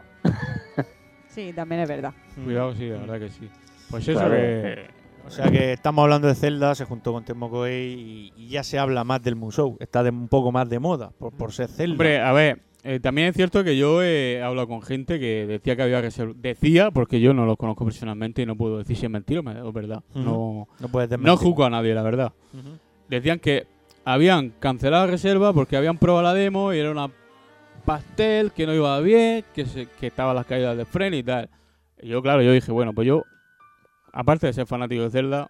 [SPEAKER 9] Sí, también es verdad.
[SPEAKER 10] Cuidado, sí, la verdad que sí. Pues eso
[SPEAKER 11] Claro.
[SPEAKER 10] que-
[SPEAKER 8] O sea que estamos hablando de Zelda, se juntó con Tecmo Koei y, y ya se habla más del Musou. Está de- un poco más de moda por, por ser Zelda.
[SPEAKER 10] Hombre, a ver, eh, también es cierto que yo he hablado con gente que decía que había reservado. Decía, porque yo no los conozco personalmente y no puedo decir si es mentira o me- o verdad.
[SPEAKER 8] Ujú.
[SPEAKER 10] No,
[SPEAKER 8] no puedes
[SPEAKER 10] no
[SPEAKER 8] desmentir.
[SPEAKER 10] juzgo a nadie, la verdad.
[SPEAKER 8] Ujú.
[SPEAKER 10] Decían que habían cancelado la reserva porque habían probado la demo y era una pastel que no iba bien, que, se- que estaban las caídas de freno y tal. Y yo, claro, yo dije, bueno, pues yo, aparte de ser fanático de Zelda,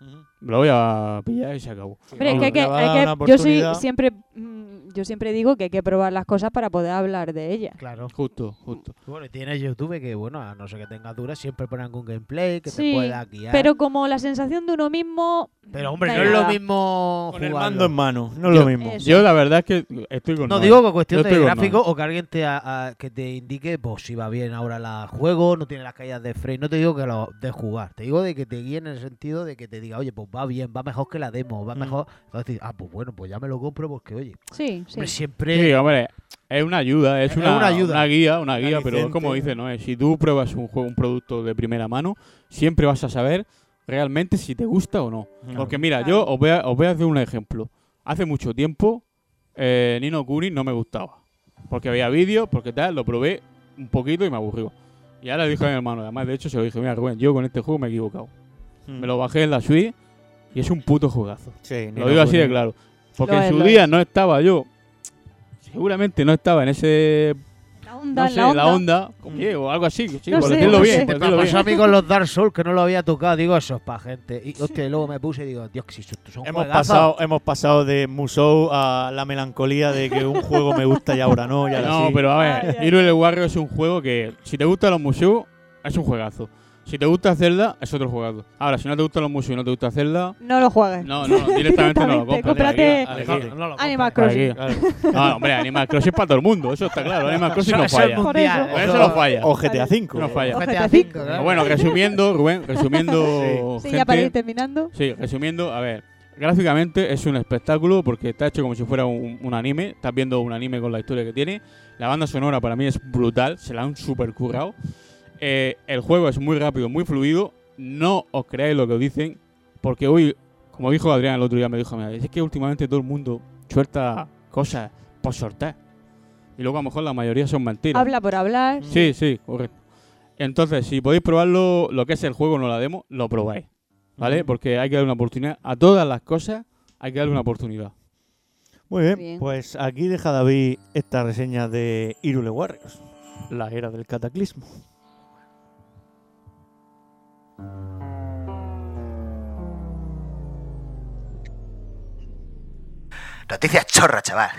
[SPEAKER 8] Ujú.
[SPEAKER 10] me lo voy a pillar y se acabó.
[SPEAKER 9] Hombre, es
[SPEAKER 10] Vamos.
[SPEAKER 9] que, hay que-
[SPEAKER 8] Le va a
[SPEAKER 9] hay
[SPEAKER 8] dar
[SPEAKER 9] que-
[SPEAKER 8] una
[SPEAKER 9] yo soy
[SPEAKER 8] oportunidad.
[SPEAKER 9] siempre mm, Yo siempre digo que hay que probar las cosas para poder hablar de ellas.
[SPEAKER 12] Claro.
[SPEAKER 10] Justo, justo.
[SPEAKER 12] Bueno, y tienes YouTube que, bueno, a no ser que tengas duras, siempre ponen algún gameplay que te
[SPEAKER 9] Sí,
[SPEAKER 12] pueda guiar.
[SPEAKER 9] Pero como la sensación de uno mismo.
[SPEAKER 12] Pero, hombre,
[SPEAKER 9] da
[SPEAKER 12] no es lo
[SPEAKER 9] igual.
[SPEAKER 12] mismo
[SPEAKER 8] Con el
[SPEAKER 12] jugarlo.
[SPEAKER 8] mando en mano, no es lo
[SPEAKER 10] Yo-
[SPEAKER 8] mismo.
[SPEAKER 9] Eso.
[SPEAKER 10] Yo la verdad es que estoy con
[SPEAKER 12] No,
[SPEAKER 10] Noel.
[SPEAKER 12] digo que cuestión
[SPEAKER 10] Yo
[SPEAKER 12] de
[SPEAKER 10] estoy con
[SPEAKER 12] gráfico o que alguien te, a- a- que te indique pues, si va bien ahora la juego, no tiene las caídas de frame. No te digo que lo de jugar, te digo de que te guíe en el sentido de que te diga, oye, pues va bien, va mejor que la demo,
[SPEAKER 10] Mm.
[SPEAKER 12] va mejor. Entonces dices, ah, pues bueno, pues ya me lo compro porque, oye,
[SPEAKER 9] Sí,
[SPEAKER 12] hombre,
[SPEAKER 9] sí.
[SPEAKER 12] siempre.
[SPEAKER 10] Sí, hombre, es una ayuda, Eh, es,
[SPEAKER 12] Es
[SPEAKER 10] una,
[SPEAKER 12] una ayuda.
[SPEAKER 10] una guía, una guía,
[SPEAKER 12] Aliciente.
[SPEAKER 10] pero es como dice, ¿no? Si tú pruebas un juego, un producto de primera mano, siempre vas a saber realmente si te gusta o no.
[SPEAKER 8] Claro.
[SPEAKER 10] Porque mira, yo os voy, a, os voy a hacer un ejemplo. Hace mucho tiempo, eh, Nino Kuni no me gustaba. Porque veía vídeos, porque tal, lo probé un poquito y me aburrió. Y ahora le dije a mi hermano, además de hecho se lo dije, mira Rubén, yo con este juego me he equivocado.
[SPEAKER 8] Mm.
[SPEAKER 10] Me lo bajé en la Switch y es un puto juegazo.
[SPEAKER 8] Sí, Nino
[SPEAKER 10] lo digo así de
[SPEAKER 8] Kuni.
[SPEAKER 10] claro. Porque
[SPEAKER 9] Lo
[SPEAKER 10] en
[SPEAKER 9] es,
[SPEAKER 10] su
[SPEAKER 9] lo
[SPEAKER 10] día
[SPEAKER 9] es.
[SPEAKER 10] no estaba yo. Seguramente no estaba en ese.
[SPEAKER 9] La onda,
[SPEAKER 10] no sé,
[SPEAKER 9] la onda.
[SPEAKER 10] oye, o algo así. Sí,
[SPEAKER 9] No
[SPEAKER 10] por
[SPEAKER 9] sé,
[SPEAKER 10] decirlo
[SPEAKER 9] no
[SPEAKER 10] bien.
[SPEAKER 9] sé.
[SPEAKER 10] por
[SPEAKER 12] Me
[SPEAKER 10] decirlo bien.
[SPEAKER 12] pasó a mí con los Dark Souls que no lo había tocado, digo, eso es para gente. Y hostia, y luego me puse y digo, Dios, que si son
[SPEAKER 8] Hemos
[SPEAKER 12] juegazos.
[SPEAKER 8] pasado, hemos pasado de Musou a la melancolía de que un juego me gusta y ahora no. Y ahora
[SPEAKER 10] No,
[SPEAKER 8] sí.
[SPEAKER 10] pero a ver, Hyrule Warrior es un juego que, si te gustan los Mushu, es un juegazo. Si te gusta Zelda, es otro juegazo. Ahora, si no te gustan los Mushu y no te gusta Zelda,
[SPEAKER 9] No lo juegues.
[SPEAKER 10] No, no, directamente no lo compras.
[SPEAKER 9] Cómprate
[SPEAKER 10] Alejandro, no lo
[SPEAKER 9] Animal
[SPEAKER 10] compras.
[SPEAKER 9] Crossing.
[SPEAKER 10] Aquí, claro. Ah, No, hombre, Animal Crossing es para todo el mundo, eso está claro. Animal Crossing
[SPEAKER 12] Eso-
[SPEAKER 10] no
[SPEAKER 12] eso es
[SPEAKER 10] falla.
[SPEAKER 12] mundial,
[SPEAKER 10] Con
[SPEAKER 12] eso-
[SPEAKER 10] eso no falla.
[SPEAKER 8] O GTA V.
[SPEAKER 10] No falla.
[SPEAKER 12] GTA V, claro.
[SPEAKER 10] Pero bueno, resumiendo, Rubén, resumiendo.
[SPEAKER 9] Sí,
[SPEAKER 10] gente,
[SPEAKER 9] ya para ir terminando.
[SPEAKER 10] Sí, resumiendo, a ver. Gráficamente es un espectáculo porque está hecho como si fuera un, un anime. Estás viendo un anime con la historia que tiene. La banda sonora para mí es brutal, se la han super currado. eh, el juego es muy rápido, muy fluido. No os creáis lo que os dicen, porque hoy, como dijo Adrián el otro día, me dijo: "Mira, Es que últimamente todo el mundo suelta cosas por sortear. Y luego a lo mejor la mayoría son mentiras.
[SPEAKER 9] Habla por hablar.
[SPEAKER 10] Sí, sí, correcto. Entonces, si podéis probarlo, lo que es el juego, no la demo, lo probáis. ¿Vale? Porque hay que dar una oportunidad. A todas las cosas hay que darle una oportunidad.
[SPEAKER 8] Muy bien,
[SPEAKER 9] Bien.
[SPEAKER 8] pues aquí deja David esta reseña de Irule Warriors, la era del cataclismo.
[SPEAKER 15] Noticias chorra, chaval.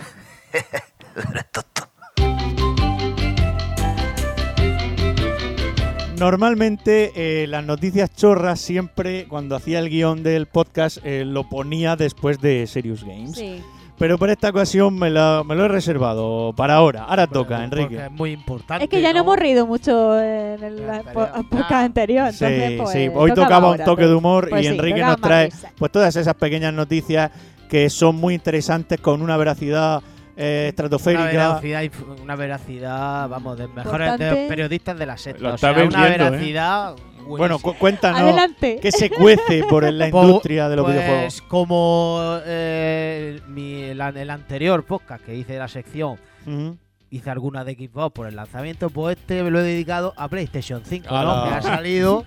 [SPEAKER 8] Normalmente eh, las noticias chorras siempre, cuando hacía el guión del podcast, eh, lo ponía después de Serious Games.
[SPEAKER 9] Sí.
[SPEAKER 8] Pero para esta ocasión me, la- me lo he reservado para ahora. Ahora toca,
[SPEAKER 12] pues, Porque
[SPEAKER 8] Enrique.
[SPEAKER 12] es muy importante.
[SPEAKER 9] Es que ya no hemos reído mucho en el la- po- podcast anterior.
[SPEAKER 8] Sí,
[SPEAKER 9] Entonces, pues,
[SPEAKER 8] sí. Hoy tocaba un
[SPEAKER 9] ahora,
[SPEAKER 8] toque
[SPEAKER 9] pues.
[SPEAKER 8] de humor
[SPEAKER 9] Pues
[SPEAKER 8] y
[SPEAKER 9] sí,
[SPEAKER 8] Enrique
[SPEAKER 9] tocaba
[SPEAKER 8] nos
[SPEAKER 9] más
[SPEAKER 8] trae
[SPEAKER 9] risa.
[SPEAKER 8] pues todas esas pequeñas noticias que son muy interesantes con una veracidad eh,
[SPEAKER 12] Una
[SPEAKER 8] estratosférica.
[SPEAKER 12] veracidad, inf- una veracidad, vamos, de mejores de
[SPEAKER 9] Importante.
[SPEAKER 12] periodistas de la secta.
[SPEAKER 10] Lo
[SPEAKER 12] o
[SPEAKER 10] está
[SPEAKER 12] sea, una
[SPEAKER 10] vendiendo, ¿eh?
[SPEAKER 12] veracidad.
[SPEAKER 8] Bueno, cu- cuéntanos
[SPEAKER 9] Adelante.
[SPEAKER 8] qué se cuece por la
[SPEAKER 12] Pues-
[SPEAKER 8] industria de los
[SPEAKER 12] pues,
[SPEAKER 8] videojuegos.
[SPEAKER 12] Como eh, mi- el, an- el anterior podcast que hice de la sección,
[SPEAKER 8] Ujú.
[SPEAKER 12] hice alguna de Xbox por el lanzamiento, pues este me lo he dedicado a PlayStation 5,
[SPEAKER 8] Ala.
[SPEAKER 12] ¿no? Que ha salido.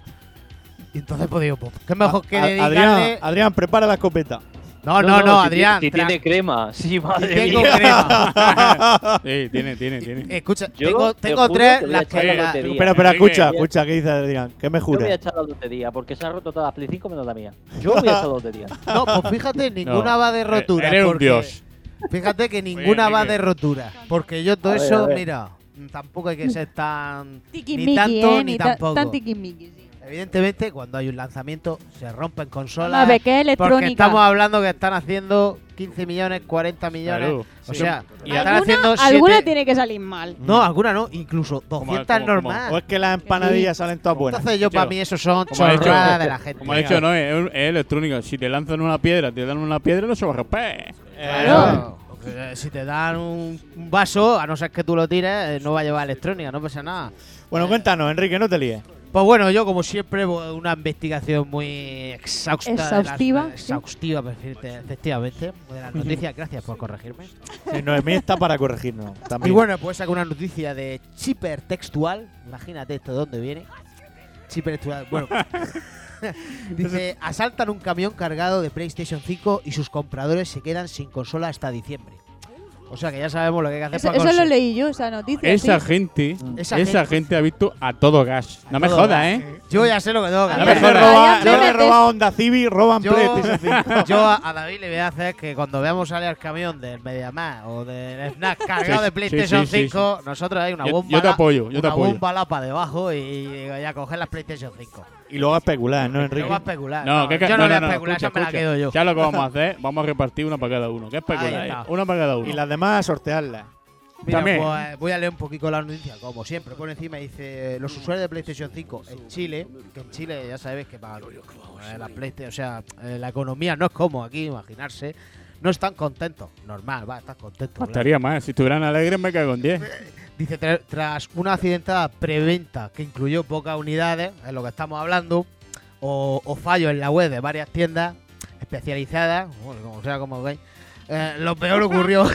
[SPEAKER 12] Y entonces, pues digo, pues, qué mejor que
[SPEAKER 8] A-
[SPEAKER 12] dedicarle...
[SPEAKER 8] Adrián, Adrián, prepara la escopeta.
[SPEAKER 12] No, no, no,
[SPEAKER 11] si
[SPEAKER 12] Adrián.
[SPEAKER 11] tiene- Si tiene crema. Sí, madre
[SPEAKER 12] tengo
[SPEAKER 11] mía.
[SPEAKER 12] crema.
[SPEAKER 10] Sí, tiene, tiene, tiene.
[SPEAKER 12] Escucha,
[SPEAKER 11] Yo
[SPEAKER 12] tengo,
[SPEAKER 11] te
[SPEAKER 12] tengo
[SPEAKER 11] juro
[SPEAKER 12] tres
[SPEAKER 11] que voy a
[SPEAKER 12] las
[SPEAKER 11] echar
[SPEAKER 12] que...
[SPEAKER 11] la
[SPEAKER 12] la-
[SPEAKER 11] lotería.
[SPEAKER 8] Espera, espera,
[SPEAKER 11] Enrique.
[SPEAKER 8] escucha, escucha, ¿qué dice Adrián? ¿Qué me
[SPEAKER 11] Yo voy a
[SPEAKER 8] jura?
[SPEAKER 11] echar la lotería porque se han roto todas las Play 5 menos la mía. Yo voy a echar la lotería.
[SPEAKER 12] No, pues fíjate, ninguna va de
[SPEAKER 10] Eh,
[SPEAKER 12] rotura.
[SPEAKER 10] eres un
[SPEAKER 12] porque-
[SPEAKER 10] dios.
[SPEAKER 12] Fíjate que ninguna va
[SPEAKER 10] Enrique.
[SPEAKER 12] de rotura. Porque yo todo
[SPEAKER 11] A ver, a
[SPEAKER 12] eso,
[SPEAKER 11] ver.
[SPEAKER 12] mira, tampoco hay que ser tan. Ni
[SPEAKER 9] Tiquismiqui,
[SPEAKER 12] tanto
[SPEAKER 9] eh,
[SPEAKER 12] ni
[SPEAKER 9] ta-
[SPEAKER 12] tampoco.
[SPEAKER 9] Tan tiquismiqui, sí.
[SPEAKER 12] Evidentemente, cuando hay un lanzamiento, se rompen consolas.
[SPEAKER 9] Vamos a ver, que es
[SPEAKER 12] Porque
[SPEAKER 9] electrónica.
[SPEAKER 12] estamos hablando que están haciendo 15 millones, 40 millones.
[SPEAKER 10] Claro.
[SPEAKER 12] O sea,
[SPEAKER 10] Y
[SPEAKER 12] están
[SPEAKER 9] alguna,
[SPEAKER 12] haciendo.
[SPEAKER 9] alguna
[SPEAKER 12] siete-
[SPEAKER 9] tiene que salir mal.
[SPEAKER 12] No, alguna no, incluso 200
[SPEAKER 10] como- como-
[SPEAKER 12] normal.
[SPEAKER 8] O es que las empanadillas salen todas buenas.
[SPEAKER 12] Entonces, yo para mí, eso son
[SPEAKER 10] Como ha dicho-
[SPEAKER 12] chorradas de la gente.
[SPEAKER 10] Como ha dicho, no, es, es electrónica. Si te lanzan una piedra, te dan una piedra, no se va a romper.
[SPEAKER 12] Claro. Eh, Si te dan un un vaso, a no ser que tú lo tires, eh, no va a llevar electrónica, no pasa nada.
[SPEAKER 8] Bueno, cuéntanos, Enrique, no te líes.
[SPEAKER 12] Pues bueno, yo como siempre, bo- una investigación muy exhausta. de las-
[SPEAKER 9] Exhaustiva, sí.
[SPEAKER 12] exhaustiva, perfecte- efectivamente. De las noticias, gracias por corregirme.
[SPEAKER 8] Sí, Noemí está para corregirnos.
[SPEAKER 12] Y
[SPEAKER 8] También.
[SPEAKER 12] bueno, pues saco una noticia de Chipper Textual. Imagínate esto de dónde viene. Chipper Textual, bueno. Dice, asaltan un camión cargado de PlayStation 5 y sus compradores se quedan sin consola hasta diciembre. O sea que ya sabemos lo que hay que hacer
[SPEAKER 9] Eso,
[SPEAKER 12] para
[SPEAKER 9] eso lo
[SPEAKER 12] conseguir-
[SPEAKER 9] leí yo, esa noticia.
[SPEAKER 10] Esa
[SPEAKER 9] sí.
[SPEAKER 10] gente,
[SPEAKER 12] Mm. Esa
[SPEAKER 10] esa,
[SPEAKER 12] gente.
[SPEAKER 10] gente. ha visto a todo gas. No me
[SPEAKER 12] todo
[SPEAKER 10] jodas,
[SPEAKER 12] gas.
[SPEAKER 10] ¿eh?
[SPEAKER 12] Yo ya sé lo que tengo que
[SPEAKER 10] No
[SPEAKER 12] hacer.
[SPEAKER 10] me jodas.
[SPEAKER 8] Roba-
[SPEAKER 12] Yo-
[SPEAKER 8] yo le roba Onda Civi, roban
[SPEAKER 12] Yo,
[SPEAKER 8] pletes. así.
[SPEAKER 12] yo a, a David le voy a hacer que cuando veamos salir al camión del Mediamar o del Snack cargado
[SPEAKER 10] Sí,
[SPEAKER 12] de
[SPEAKER 10] sí,
[SPEAKER 12] PlayStation
[SPEAKER 10] sí, sí,
[SPEAKER 12] 5,
[SPEAKER 10] sí.
[SPEAKER 12] nosotros hay una
[SPEAKER 10] Yo-
[SPEAKER 12] bomba.
[SPEAKER 10] yo te apoyo, yo te
[SPEAKER 12] una
[SPEAKER 10] apoyo.
[SPEAKER 12] bomba la para debajo y, y ya coger las PlayStation 5.
[SPEAKER 8] Y luego a especular, ¿no, Enrique?
[SPEAKER 12] No va a especular.
[SPEAKER 10] No, que, que-
[SPEAKER 12] yo no,
[SPEAKER 10] no,
[SPEAKER 12] voy a
[SPEAKER 10] no, no,
[SPEAKER 12] especular,
[SPEAKER 10] escucha,
[SPEAKER 12] esa me la
[SPEAKER 10] escucha.
[SPEAKER 12] quedo yo.
[SPEAKER 10] Ya lo que vamos a hacer, vamos a repartir una para cada uno. ¿Qué especula?
[SPEAKER 12] Ahí está.
[SPEAKER 10] Una para cada uno.
[SPEAKER 8] Y las demás, sortearlas.
[SPEAKER 12] Mira,
[SPEAKER 10] También.
[SPEAKER 12] pues, voy a leer un poquito la noticia, como siempre. Por encima dice, los usuarios de PlayStation 5 en Chile, que en Chile ya sabes que para eh, la PlayStation, o sea, eh, la economía no es como aquí, imaginarse, no están contentos. Normal, va, están contentos. claro.
[SPEAKER 10] Bastaría más. ¿eh? Si estuvieran alegres, me cago en 10.
[SPEAKER 12] Dice, "Tra- tras una accidentada preventa que incluyó pocas unidades, es lo que estamos hablando, o, o fallos en la web de varias tiendas especializadas, bueno, como sea como veis, eh, lo peor ocurrió.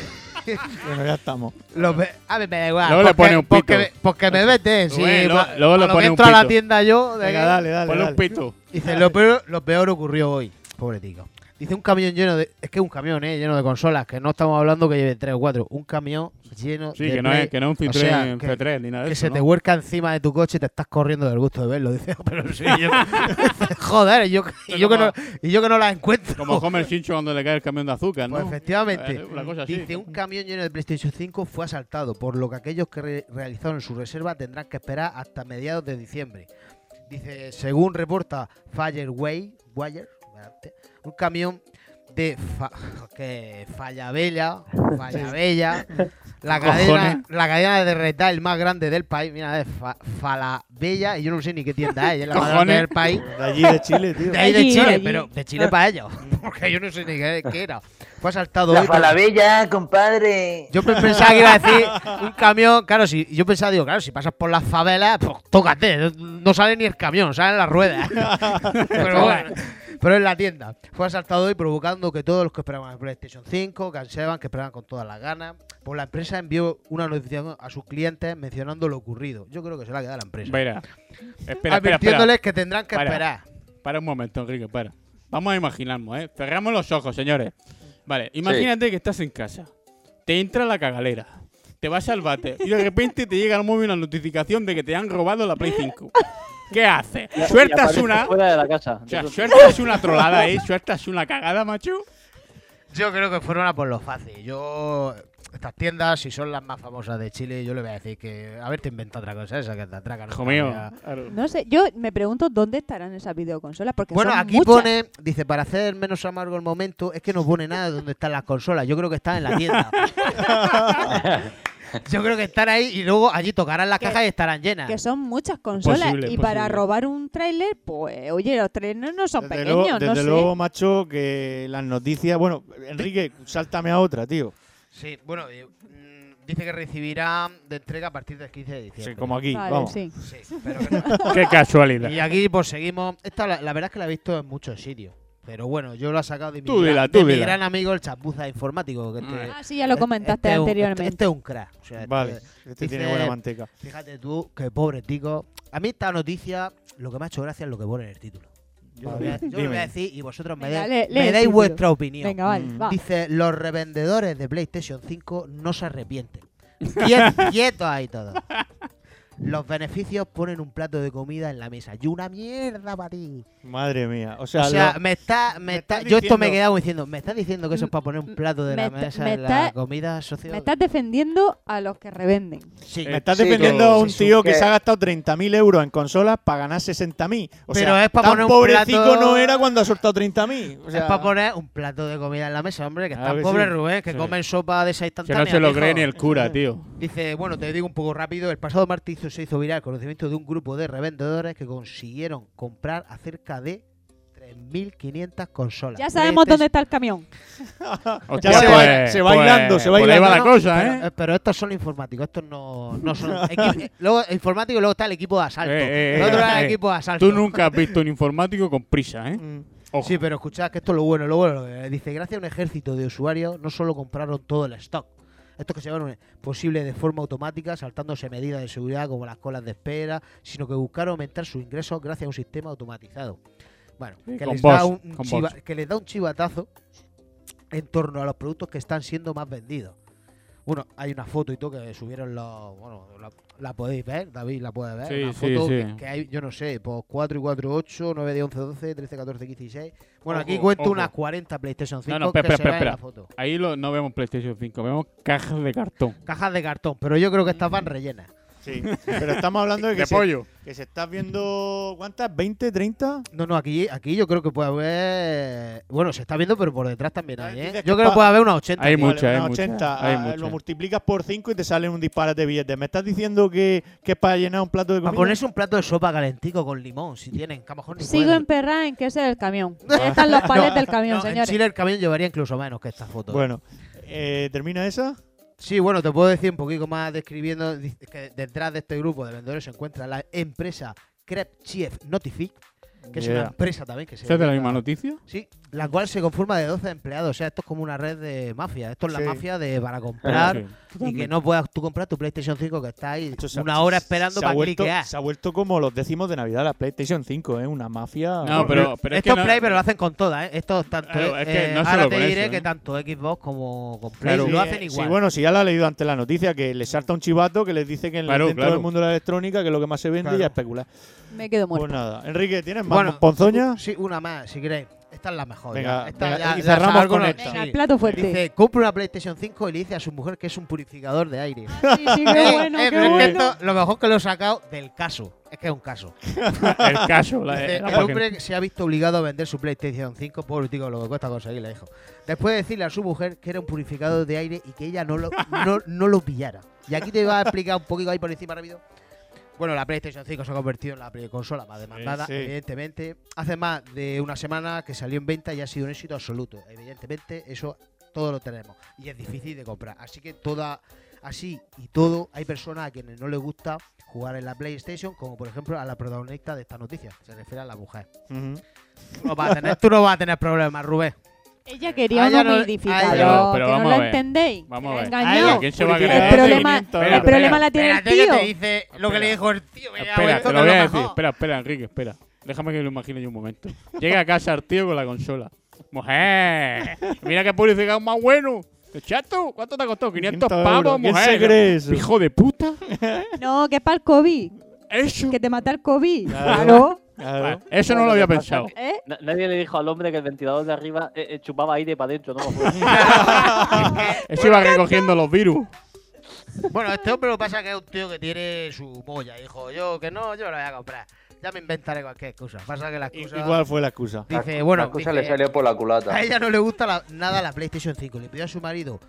[SPEAKER 8] Bueno, ya estamos.
[SPEAKER 12] Lo pe- a mí me da igual.
[SPEAKER 10] Luego le
[SPEAKER 12] porque-
[SPEAKER 10] pone un
[SPEAKER 12] porque
[SPEAKER 10] pito.
[SPEAKER 12] me- Porque me vete. Sí,
[SPEAKER 10] Bueno, luego-
[SPEAKER 12] pa-
[SPEAKER 10] luego
[SPEAKER 12] pa
[SPEAKER 10] le
[SPEAKER 12] lo que
[SPEAKER 10] pone un
[SPEAKER 12] entro a la
[SPEAKER 10] pito.
[SPEAKER 12] tienda yo. eh, de
[SPEAKER 10] Venga,
[SPEAKER 12] que-
[SPEAKER 10] dale, dale, Ponle un dale. pito.
[SPEAKER 12] Dice, lo peor, lo peor ocurrió hoy. Pobre tico. Dice, un camión lleno de... Es que es un camión, ¿eh? Lleno de consolas. Que no estamos hablando que lleve tres o cuatro. Un camión lleno
[SPEAKER 10] Sí,
[SPEAKER 12] de...
[SPEAKER 10] que no,
[SPEAKER 12] Play.
[SPEAKER 10] es, que no es un
[SPEAKER 12] O
[SPEAKER 10] C3,
[SPEAKER 12] sea,
[SPEAKER 10] un
[SPEAKER 12] que-
[SPEAKER 10] C3 ni nada de
[SPEAKER 12] que
[SPEAKER 10] eso,
[SPEAKER 12] se
[SPEAKER 10] ¿no?
[SPEAKER 12] te vuelca encima de tu coche y te estás corriendo del gusto de verlo. Dice, pero sí, yo... Joder, y yo, y yo que no, y yo que no la encuentro.
[SPEAKER 10] Como Homer Simpson cuando le cae el camión de azúcar, ¿no?
[SPEAKER 12] Pues efectivamente,
[SPEAKER 10] Eh, Una cosa así.
[SPEAKER 12] dice un camión lleno de PlayStation 5 fue asaltado, por lo que aquellos que re- realizaron su reserva tendrán que esperar hasta mediados de diciembre. Dice, según reporta Fireway, Wire, espérate, un camión de fa- que Fallavella, Fallavella, la cadena,
[SPEAKER 10] Cojones.
[SPEAKER 12] la cadena de retail más grande del país, mira, es fa, Falabella, y yo no sé ni qué tienda es, es la más grande
[SPEAKER 10] Cojones.
[SPEAKER 12] del país.
[SPEAKER 8] De allí, de Chile, tío.
[SPEAKER 12] De ahí de
[SPEAKER 8] Allí,
[SPEAKER 12] Chile,
[SPEAKER 8] allí.
[SPEAKER 12] pero de Chile para ellos. Porque yo no sé ni qué, qué era. Fue asaltado
[SPEAKER 16] La
[SPEAKER 12] hoy por-
[SPEAKER 16] falabella, compadre.
[SPEAKER 12] yo pe- pensaba que iba a decir un camión. Claro, si yo pensaba, digo, claro, si pasas por las favelas, pues tócate. no- No sale ni el camión, salen las ruedas. pero bueno, pero en la tienda. Fue asaltado hoy provocando que todos los que esperaban el PlayStation 5, canseaban, que esperaban con todas las ganas. Pues la empresa envió una notificación a sus clientes mencionando lo ocurrido. Yo creo que se la ha quedado la empresa.
[SPEAKER 10] Espera. Espera, espera,
[SPEAKER 12] Advirtiéndoles
[SPEAKER 10] espera.
[SPEAKER 12] que tendrán que
[SPEAKER 10] Para.
[SPEAKER 12] esperar.
[SPEAKER 10] Para un momento, Enrique, para. Vamos a imaginarnos, ¿eh? Cerramos los ojos, señores. Vale, imagínate que estás en casa. Te entra la cagalera. Te vas al bate. Y de repente te llega al móvil una notificación de que te han robado la Play 5. ¿Qué haces?
[SPEAKER 11] Y- y
[SPEAKER 10] Sueltas
[SPEAKER 11] aparece
[SPEAKER 10] una.
[SPEAKER 11] fuera de la casa.
[SPEAKER 10] O sea, sueltas una trolada, ¿eh? Sueltas una cagada, macho.
[SPEAKER 12] Yo creo que fueron a por lo fácil. Yo. Estas tiendas, si son las más famosas de Chile, yo le voy a decir que haberte inventado otra cosa, esa que te atracan.
[SPEAKER 10] Hijo
[SPEAKER 12] otra
[SPEAKER 10] mío.
[SPEAKER 12] vez.
[SPEAKER 9] No sé, yo me pregunto dónde estarán esas videoconsolas. Porque
[SPEAKER 12] Bueno,
[SPEAKER 9] son
[SPEAKER 12] aquí
[SPEAKER 9] muchas.
[SPEAKER 12] pone, dice, para hacer menos amargo el momento, es que no pone nada de dónde están las consolas. Yo creo que están en la tienda. yo creo que están ahí y luego allí tocarán las
[SPEAKER 9] Que-
[SPEAKER 12] cajas y estarán llenas.
[SPEAKER 9] Que son muchas consolas.
[SPEAKER 12] posible,
[SPEAKER 9] y
[SPEAKER 12] es
[SPEAKER 9] para
[SPEAKER 12] posible.
[SPEAKER 9] robar un tráiler, pues, oye, los trailers no son
[SPEAKER 8] Desde
[SPEAKER 9] pequeños,
[SPEAKER 8] luego,
[SPEAKER 9] no
[SPEAKER 8] desde
[SPEAKER 9] sé.
[SPEAKER 8] luego, macho, que las noticias. Bueno, Enrique, sáltame a otra, tío.
[SPEAKER 12] Sí, bueno, eh, mm, dice que recibirá de entrega a partir del 15 de diciembre.
[SPEAKER 8] Sí, como aquí, Vale, vamos. sí.
[SPEAKER 12] pero que no.
[SPEAKER 10] Qué casualidad.
[SPEAKER 12] Y aquí pues seguimos. Esta la, la verdad es que la he visto en muchos sitios. Pero bueno, yo lo he sacado de mi,
[SPEAKER 10] Tú
[SPEAKER 12] gran,
[SPEAKER 10] dila, tú
[SPEAKER 12] de mi
[SPEAKER 10] dila.
[SPEAKER 12] gran amigo el chapuza informático. que este-
[SPEAKER 9] Ah, sí, ya lo comentaste
[SPEAKER 12] este es un-
[SPEAKER 9] anteriormente.
[SPEAKER 12] este es un crack. o sea,
[SPEAKER 8] Vale, este tiene buena
[SPEAKER 12] dice,
[SPEAKER 8] manteca.
[SPEAKER 12] Fíjate tú, que pobre tico. A mí esta noticia, lo que me ha hecho gracia es lo que pone en el título. Yo, lo voy a- yo lo
[SPEAKER 8] Dime.
[SPEAKER 12] voy a decir y vosotros me, dais-
[SPEAKER 9] Venga, lee-
[SPEAKER 12] me
[SPEAKER 9] lee el
[SPEAKER 12] dais
[SPEAKER 9] título.
[SPEAKER 12] vuestra opinión.
[SPEAKER 9] Venga, vale, Mm. va.
[SPEAKER 12] Dice, los revendedores de PlayStation 5 no se arrepienten. Quie- Quietos ahí todos. Los beneficios ponen un plato de comida en la mesa. Y una mierda para ti.
[SPEAKER 8] Madre mía. O
[SPEAKER 12] O
[SPEAKER 8] sea,
[SPEAKER 12] sea,
[SPEAKER 8] lo-
[SPEAKER 12] me está, me
[SPEAKER 8] me
[SPEAKER 12] está,
[SPEAKER 8] estás
[SPEAKER 12] yo esto me he
[SPEAKER 8] diciendo-
[SPEAKER 12] quedado diciendo, me estás diciendo que eso es para poner un plato de
[SPEAKER 9] Mm, me
[SPEAKER 12] la
[SPEAKER 9] está-
[SPEAKER 12] mesa
[SPEAKER 9] me
[SPEAKER 12] en la
[SPEAKER 9] está-
[SPEAKER 12] comida social.
[SPEAKER 9] Me estás defendiendo a los que revenden.
[SPEAKER 10] Eh,
[SPEAKER 12] Sí.
[SPEAKER 8] me estás
[SPEAKER 12] Sí,
[SPEAKER 8] defendiendo
[SPEAKER 12] pero-
[SPEAKER 8] a un
[SPEAKER 12] Sí, sí,
[SPEAKER 8] tío que
[SPEAKER 12] que-
[SPEAKER 8] se ha gastado 30.000 euros en consolas para ganar 60.000. O
[SPEAKER 12] Pero
[SPEAKER 8] sea,
[SPEAKER 12] es pa'
[SPEAKER 8] tan
[SPEAKER 12] poner un
[SPEAKER 8] pobrecico
[SPEAKER 12] plato-
[SPEAKER 8] no era cuando ha soltado 30.000. O sea,
[SPEAKER 12] es para poner un plato de comida en la mesa, hombre, que
[SPEAKER 8] Claro
[SPEAKER 12] están
[SPEAKER 8] que
[SPEAKER 12] pobres
[SPEAKER 8] sí.
[SPEAKER 12] Rubén, que
[SPEAKER 8] Sí.
[SPEAKER 12] comen sopa de esa
[SPEAKER 10] Que
[SPEAKER 12] instantánea.
[SPEAKER 10] no se lo
[SPEAKER 12] mijo.
[SPEAKER 10] cree ni el cura, tío.
[SPEAKER 12] Dice, bueno, te digo un poco rápido, el pasado martes hizo- se hizo viral el conocimiento de un grupo de revendedores que consiguieron comprar a cerca de 3.500 consolas. Este
[SPEAKER 9] Ya sabemos dónde está el camión.
[SPEAKER 10] Hostia, se pues- va- se va pues- hilando, se va por ahí va hilando. la cosa,
[SPEAKER 12] pero,
[SPEAKER 10] ¿eh?
[SPEAKER 12] eh, Pero estos son informáticos, estos no, no son... equi- eh, luego informático y luego está el equipo de asalto.
[SPEAKER 10] Eh, eh,
[SPEAKER 12] el otro
[SPEAKER 10] eh,
[SPEAKER 12] era el
[SPEAKER 10] eh.
[SPEAKER 12] equipo de asalto.
[SPEAKER 10] Tú nunca has visto un informático con prisa, ¿eh?
[SPEAKER 12] Mm, Sí, pero escuchad que esto es lo bueno, lo bueno. eh, Dice, gracias a un ejército de usuarios, no solo compraron todo el stock. Estos que se llevaron eh, posible de forma automática, saltándose medidas de seguridad como las colas de espera, sino que buscaron aumentar sus ingresos gracias a un sistema automatizado. Bueno,
[SPEAKER 10] Sí,
[SPEAKER 12] que
[SPEAKER 10] con
[SPEAKER 12] les, da
[SPEAKER 10] bots,
[SPEAKER 12] un
[SPEAKER 10] con
[SPEAKER 12] chiva-
[SPEAKER 10] bots.
[SPEAKER 12] que les da un chivatazo en torno a los productos que están siendo más vendidos. Bueno, hay una foto y todo que subieron los. Bueno, la, la podéis ver, David la puede ver.
[SPEAKER 10] Sí,
[SPEAKER 12] una
[SPEAKER 10] sí,
[SPEAKER 12] foto
[SPEAKER 10] sí.
[SPEAKER 12] Que, que hay, yo no sé, pues 4 y 4, 8, 9, 10, 11, 12, 13, 14, 15 y 6. Bueno,
[SPEAKER 10] Ojo,
[SPEAKER 12] aquí cuento
[SPEAKER 10] ojo.
[SPEAKER 12] unas 40 PlayStation 5.
[SPEAKER 10] No, no,
[SPEAKER 12] que
[SPEAKER 10] espera,
[SPEAKER 12] se
[SPEAKER 10] espera,
[SPEAKER 12] ven en la
[SPEAKER 10] espera.
[SPEAKER 12] foto.
[SPEAKER 10] Ahí lo- no vemos PlayStation 5, vemos cajas de cartón.
[SPEAKER 12] Cajas de cartón, pero yo creo que estas van rellenas.
[SPEAKER 8] Sí, pero estamos hablando de que,
[SPEAKER 10] De
[SPEAKER 8] se,
[SPEAKER 10] pollo.
[SPEAKER 8] que se está viendo. ¿Cuántas? ¿20, 30?
[SPEAKER 12] No, no, aquí, aquí yo creo que puede haber. Bueno, se está viendo, pero por detrás también hay, ¿eh?
[SPEAKER 8] Dices
[SPEAKER 12] Yo creo
[SPEAKER 8] pa-
[SPEAKER 12] que puede haber unas 80.
[SPEAKER 10] Hay
[SPEAKER 12] tío.
[SPEAKER 10] muchas,
[SPEAKER 8] Vale,
[SPEAKER 10] hay
[SPEAKER 8] unas
[SPEAKER 10] muchas,
[SPEAKER 8] 80.
[SPEAKER 10] hay
[SPEAKER 8] Ah,
[SPEAKER 10] muchas.
[SPEAKER 8] Lo multiplicas por 5 y te salen un disparate de billetes. ¿Me estás diciendo que, que es para llenar un plato de comida?
[SPEAKER 12] Para ponerse un plato de sopa calentico con limón, si tienen, que a lo mejor ni
[SPEAKER 9] Sigo
[SPEAKER 12] pueden.
[SPEAKER 9] emperrada en que ese es el camión.
[SPEAKER 10] Ah.
[SPEAKER 9] Ahí están los palets del
[SPEAKER 12] Ah.
[SPEAKER 9] camión,
[SPEAKER 12] No,
[SPEAKER 9] señores.
[SPEAKER 12] En Chile el camión llevaría incluso menos que esta foto.
[SPEAKER 8] Bueno, eh, ¿termina esa?
[SPEAKER 12] Sí, bueno, te puedo decir un poquito más describiendo dice que detrás de este grupo de vendedores se encuentra la empresa Krepchiev Notific, que es una
[SPEAKER 10] Yeah.
[SPEAKER 12] empresa también que se
[SPEAKER 10] ¿Esta es de la
[SPEAKER 12] dedica-
[SPEAKER 10] misma noticia?
[SPEAKER 12] Sí, la cual se conforma de 12 empleados. O sea, esto es como una red de mafia. Esto es la
[SPEAKER 10] Sí.
[SPEAKER 12] mafia de para comprar
[SPEAKER 10] Sí,
[SPEAKER 8] Ah,
[SPEAKER 12] y
[SPEAKER 10] totalmente.
[SPEAKER 12] que no puedas tú comprar tu PlayStation 5 que está ahí
[SPEAKER 8] Esto se ha-
[SPEAKER 12] una hora
[SPEAKER 8] se-
[SPEAKER 12] esperando
[SPEAKER 8] se ha
[SPEAKER 12] para
[SPEAKER 8] vuelto-
[SPEAKER 12] cliquear.
[SPEAKER 8] Se ha vuelto como los décimos de Navidad la PlayStation 5, ¿eh? Una mafia.
[SPEAKER 10] No, pero- pero
[SPEAKER 12] Ah,
[SPEAKER 10] es
[SPEAKER 12] Esto
[SPEAKER 10] que no-
[SPEAKER 12] Play, pero lo hacen con todas, ¿eh? Esto es tanto.
[SPEAKER 10] Claro, es que
[SPEAKER 12] eh,
[SPEAKER 10] no
[SPEAKER 12] ahora
[SPEAKER 10] solo
[SPEAKER 12] te
[SPEAKER 10] con
[SPEAKER 12] diré
[SPEAKER 10] eso, ¿eh?
[SPEAKER 12] que tanto Xbox como con Play
[SPEAKER 8] Sí,
[SPEAKER 12] lo
[SPEAKER 8] eh,
[SPEAKER 12] hacen igual.
[SPEAKER 8] Sí, bueno, si ya la ha leído antes la noticia, que le salta un chivato que les dice que en la-
[SPEAKER 10] Claro,
[SPEAKER 8] dentro
[SPEAKER 10] claro.
[SPEAKER 8] del mundo de la electrónica, que es lo que más se vende,
[SPEAKER 12] Claro.
[SPEAKER 8] y a especular.
[SPEAKER 9] Me quedo muerto.
[SPEAKER 8] Pues nada, Enrique, ¿tienes más
[SPEAKER 12] Bueno,
[SPEAKER 8] ponzoña?
[SPEAKER 12] Sí, una más, si queréis. Esta es la mejor.
[SPEAKER 8] Venga,
[SPEAKER 12] ya. Esta
[SPEAKER 8] venga,
[SPEAKER 12] ya-
[SPEAKER 8] y
[SPEAKER 12] la
[SPEAKER 8] cerramos
[SPEAKER 12] sabe
[SPEAKER 8] con
[SPEAKER 12] alguna-
[SPEAKER 8] esta. Venga,
[SPEAKER 12] Sí.
[SPEAKER 9] el plato fuerte.
[SPEAKER 12] Dice, compra una PlayStation 5 y le dice a su mujer que es un purificador de aire.
[SPEAKER 9] sí, sí, qué
[SPEAKER 12] Eh,
[SPEAKER 9] bueno,
[SPEAKER 12] eh,
[SPEAKER 9] qué
[SPEAKER 12] pero es que
[SPEAKER 9] bueno.
[SPEAKER 12] esto, lo mejor que lo he sacado del caso. Es que es un caso.
[SPEAKER 10] El caso, la-
[SPEAKER 12] Dice,
[SPEAKER 10] la
[SPEAKER 12] el
[SPEAKER 10] página".
[SPEAKER 12] hombre que se ha visto obligado a vender su PlayStation 5 por digo, lo que cuesta conseguirla, hijo. Después de decirle a su mujer que era un purificador de aire y que ella no lo, no, no lo pillara. Y aquí te va a explicar un poquito ahí por encima rápido. Bueno, la PlayStation 5 se ha convertido en la pre- consola más demandada,
[SPEAKER 8] sí.
[SPEAKER 12] evidentemente. Hace más de una semana que salió en venta y ha sido un éxito absoluto. Evidentemente, eso todo lo tenemos. Y es difícil de comprar. Así que toda. Así y todo, hay personas a quienes no les gusta jugar en la PlayStation, como por ejemplo a la protagonista de esta noticia. Se refiere a la mujer.
[SPEAKER 8] Ujú.
[SPEAKER 12] Tú no vas a tener, tú no vas a tener problemas, Rubén.
[SPEAKER 9] Ella quería
[SPEAKER 12] Ah, ya
[SPEAKER 9] un
[SPEAKER 12] no-
[SPEAKER 9] humidificador,
[SPEAKER 12] ah, ya. Pero-
[SPEAKER 10] pero
[SPEAKER 9] que
[SPEAKER 10] vamos
[SPEAKER 9] no
[SPEAKER 10] a
[SPEAKER 9] lo
[SPEAKER 10] ver.
[SPEAKER 9] entendéis.
[SPEAKER 10] Vamos
[SPEAKER 9] que
[SPEAKER 10] a ver.
[SPEAKER 9] la engañó.
[SPEAKER 10] ¿A quién se va a
[SPEAKER 9] el
[SPEAKER 10] creer?
[SPEAKER 9] problema,
[SPEAKER 10] Espera,
[SPEAKER 9] el problema la tiene el
[SPEAKER 12] Espérate que
[SPEAKER 9] tío.
[SPEAKER 12] te dice lo que le dijo el tío. eh, que ya,
[SPEAKER 10] Espera,
[SPEAKER 12] esto
[SPEAKER 10] te
[SPEAKER 12] no
[SPEAKER 10] lo voy
[SPEAKER 12] es
[SPEAKER 10] a
[SPEAKER 12] lo
[SPEAKER 10] decir.
[SPEAKER 12] mejor.
[SPEAKER 10] Espera, espera, Enrique, espera. Déjame que lo imagine yo un momento. Llega a casa el tío con la consola. ¡Mujer! ¡Mira qué purificado más bueno! ¡Chato! ¿Cuánto te ha costado? 500
[SPEAKER 8] 500
[SPEAKER 10] pavos,
[SPEAKER 8] euros. ¿Quién
[SPEAKER 10] mujer.
[SPEAKER 8] se cree eso?
[SPEAKER 10] ¡Hijo de puta!
[SPEAKER 9] No, que es para el COVID.
[SPEAKER 10] Eso.
[SPEAKER 9] Que te mata el COVID.
[SPEAKER 8] Claro.
[SPEAKER 9] Claro.
[SPEAKER 8] Claro.
[SPEAKER 10] Eso no lo había pensado.
[SPEAKER 9] ¿Eh?
[SPEAKER 11] Na- Nadie le dijo al hombre que el ventilador de arriba eh, eh, chupaba aire para adentro, ¿no?
[SPEAKER 10] Eso iba recogiendo los virus.
[SPEAKER 12] Bueno, este hombre lo que pasa es que es un tío que tiene su polla. Dijo yo que no, yo lo voy a comprar. Ya me inventaré cualquier excusa. Pasa que la
[SPEAKER 8] ¿Y
[SPEAKER 12] excusa.
[SPEAKER 8] y cuál fue la excusa?
[SPEAKER 12] Dice, bueno,
[SPEAKER 4] La cosa le
[SPEAKER 12] dice,
[SPEAKER 4] salió por la culata.
[SPEAKER 12] a ella no le gusta la- nada la PlayStation 5. Le pidió a su marido,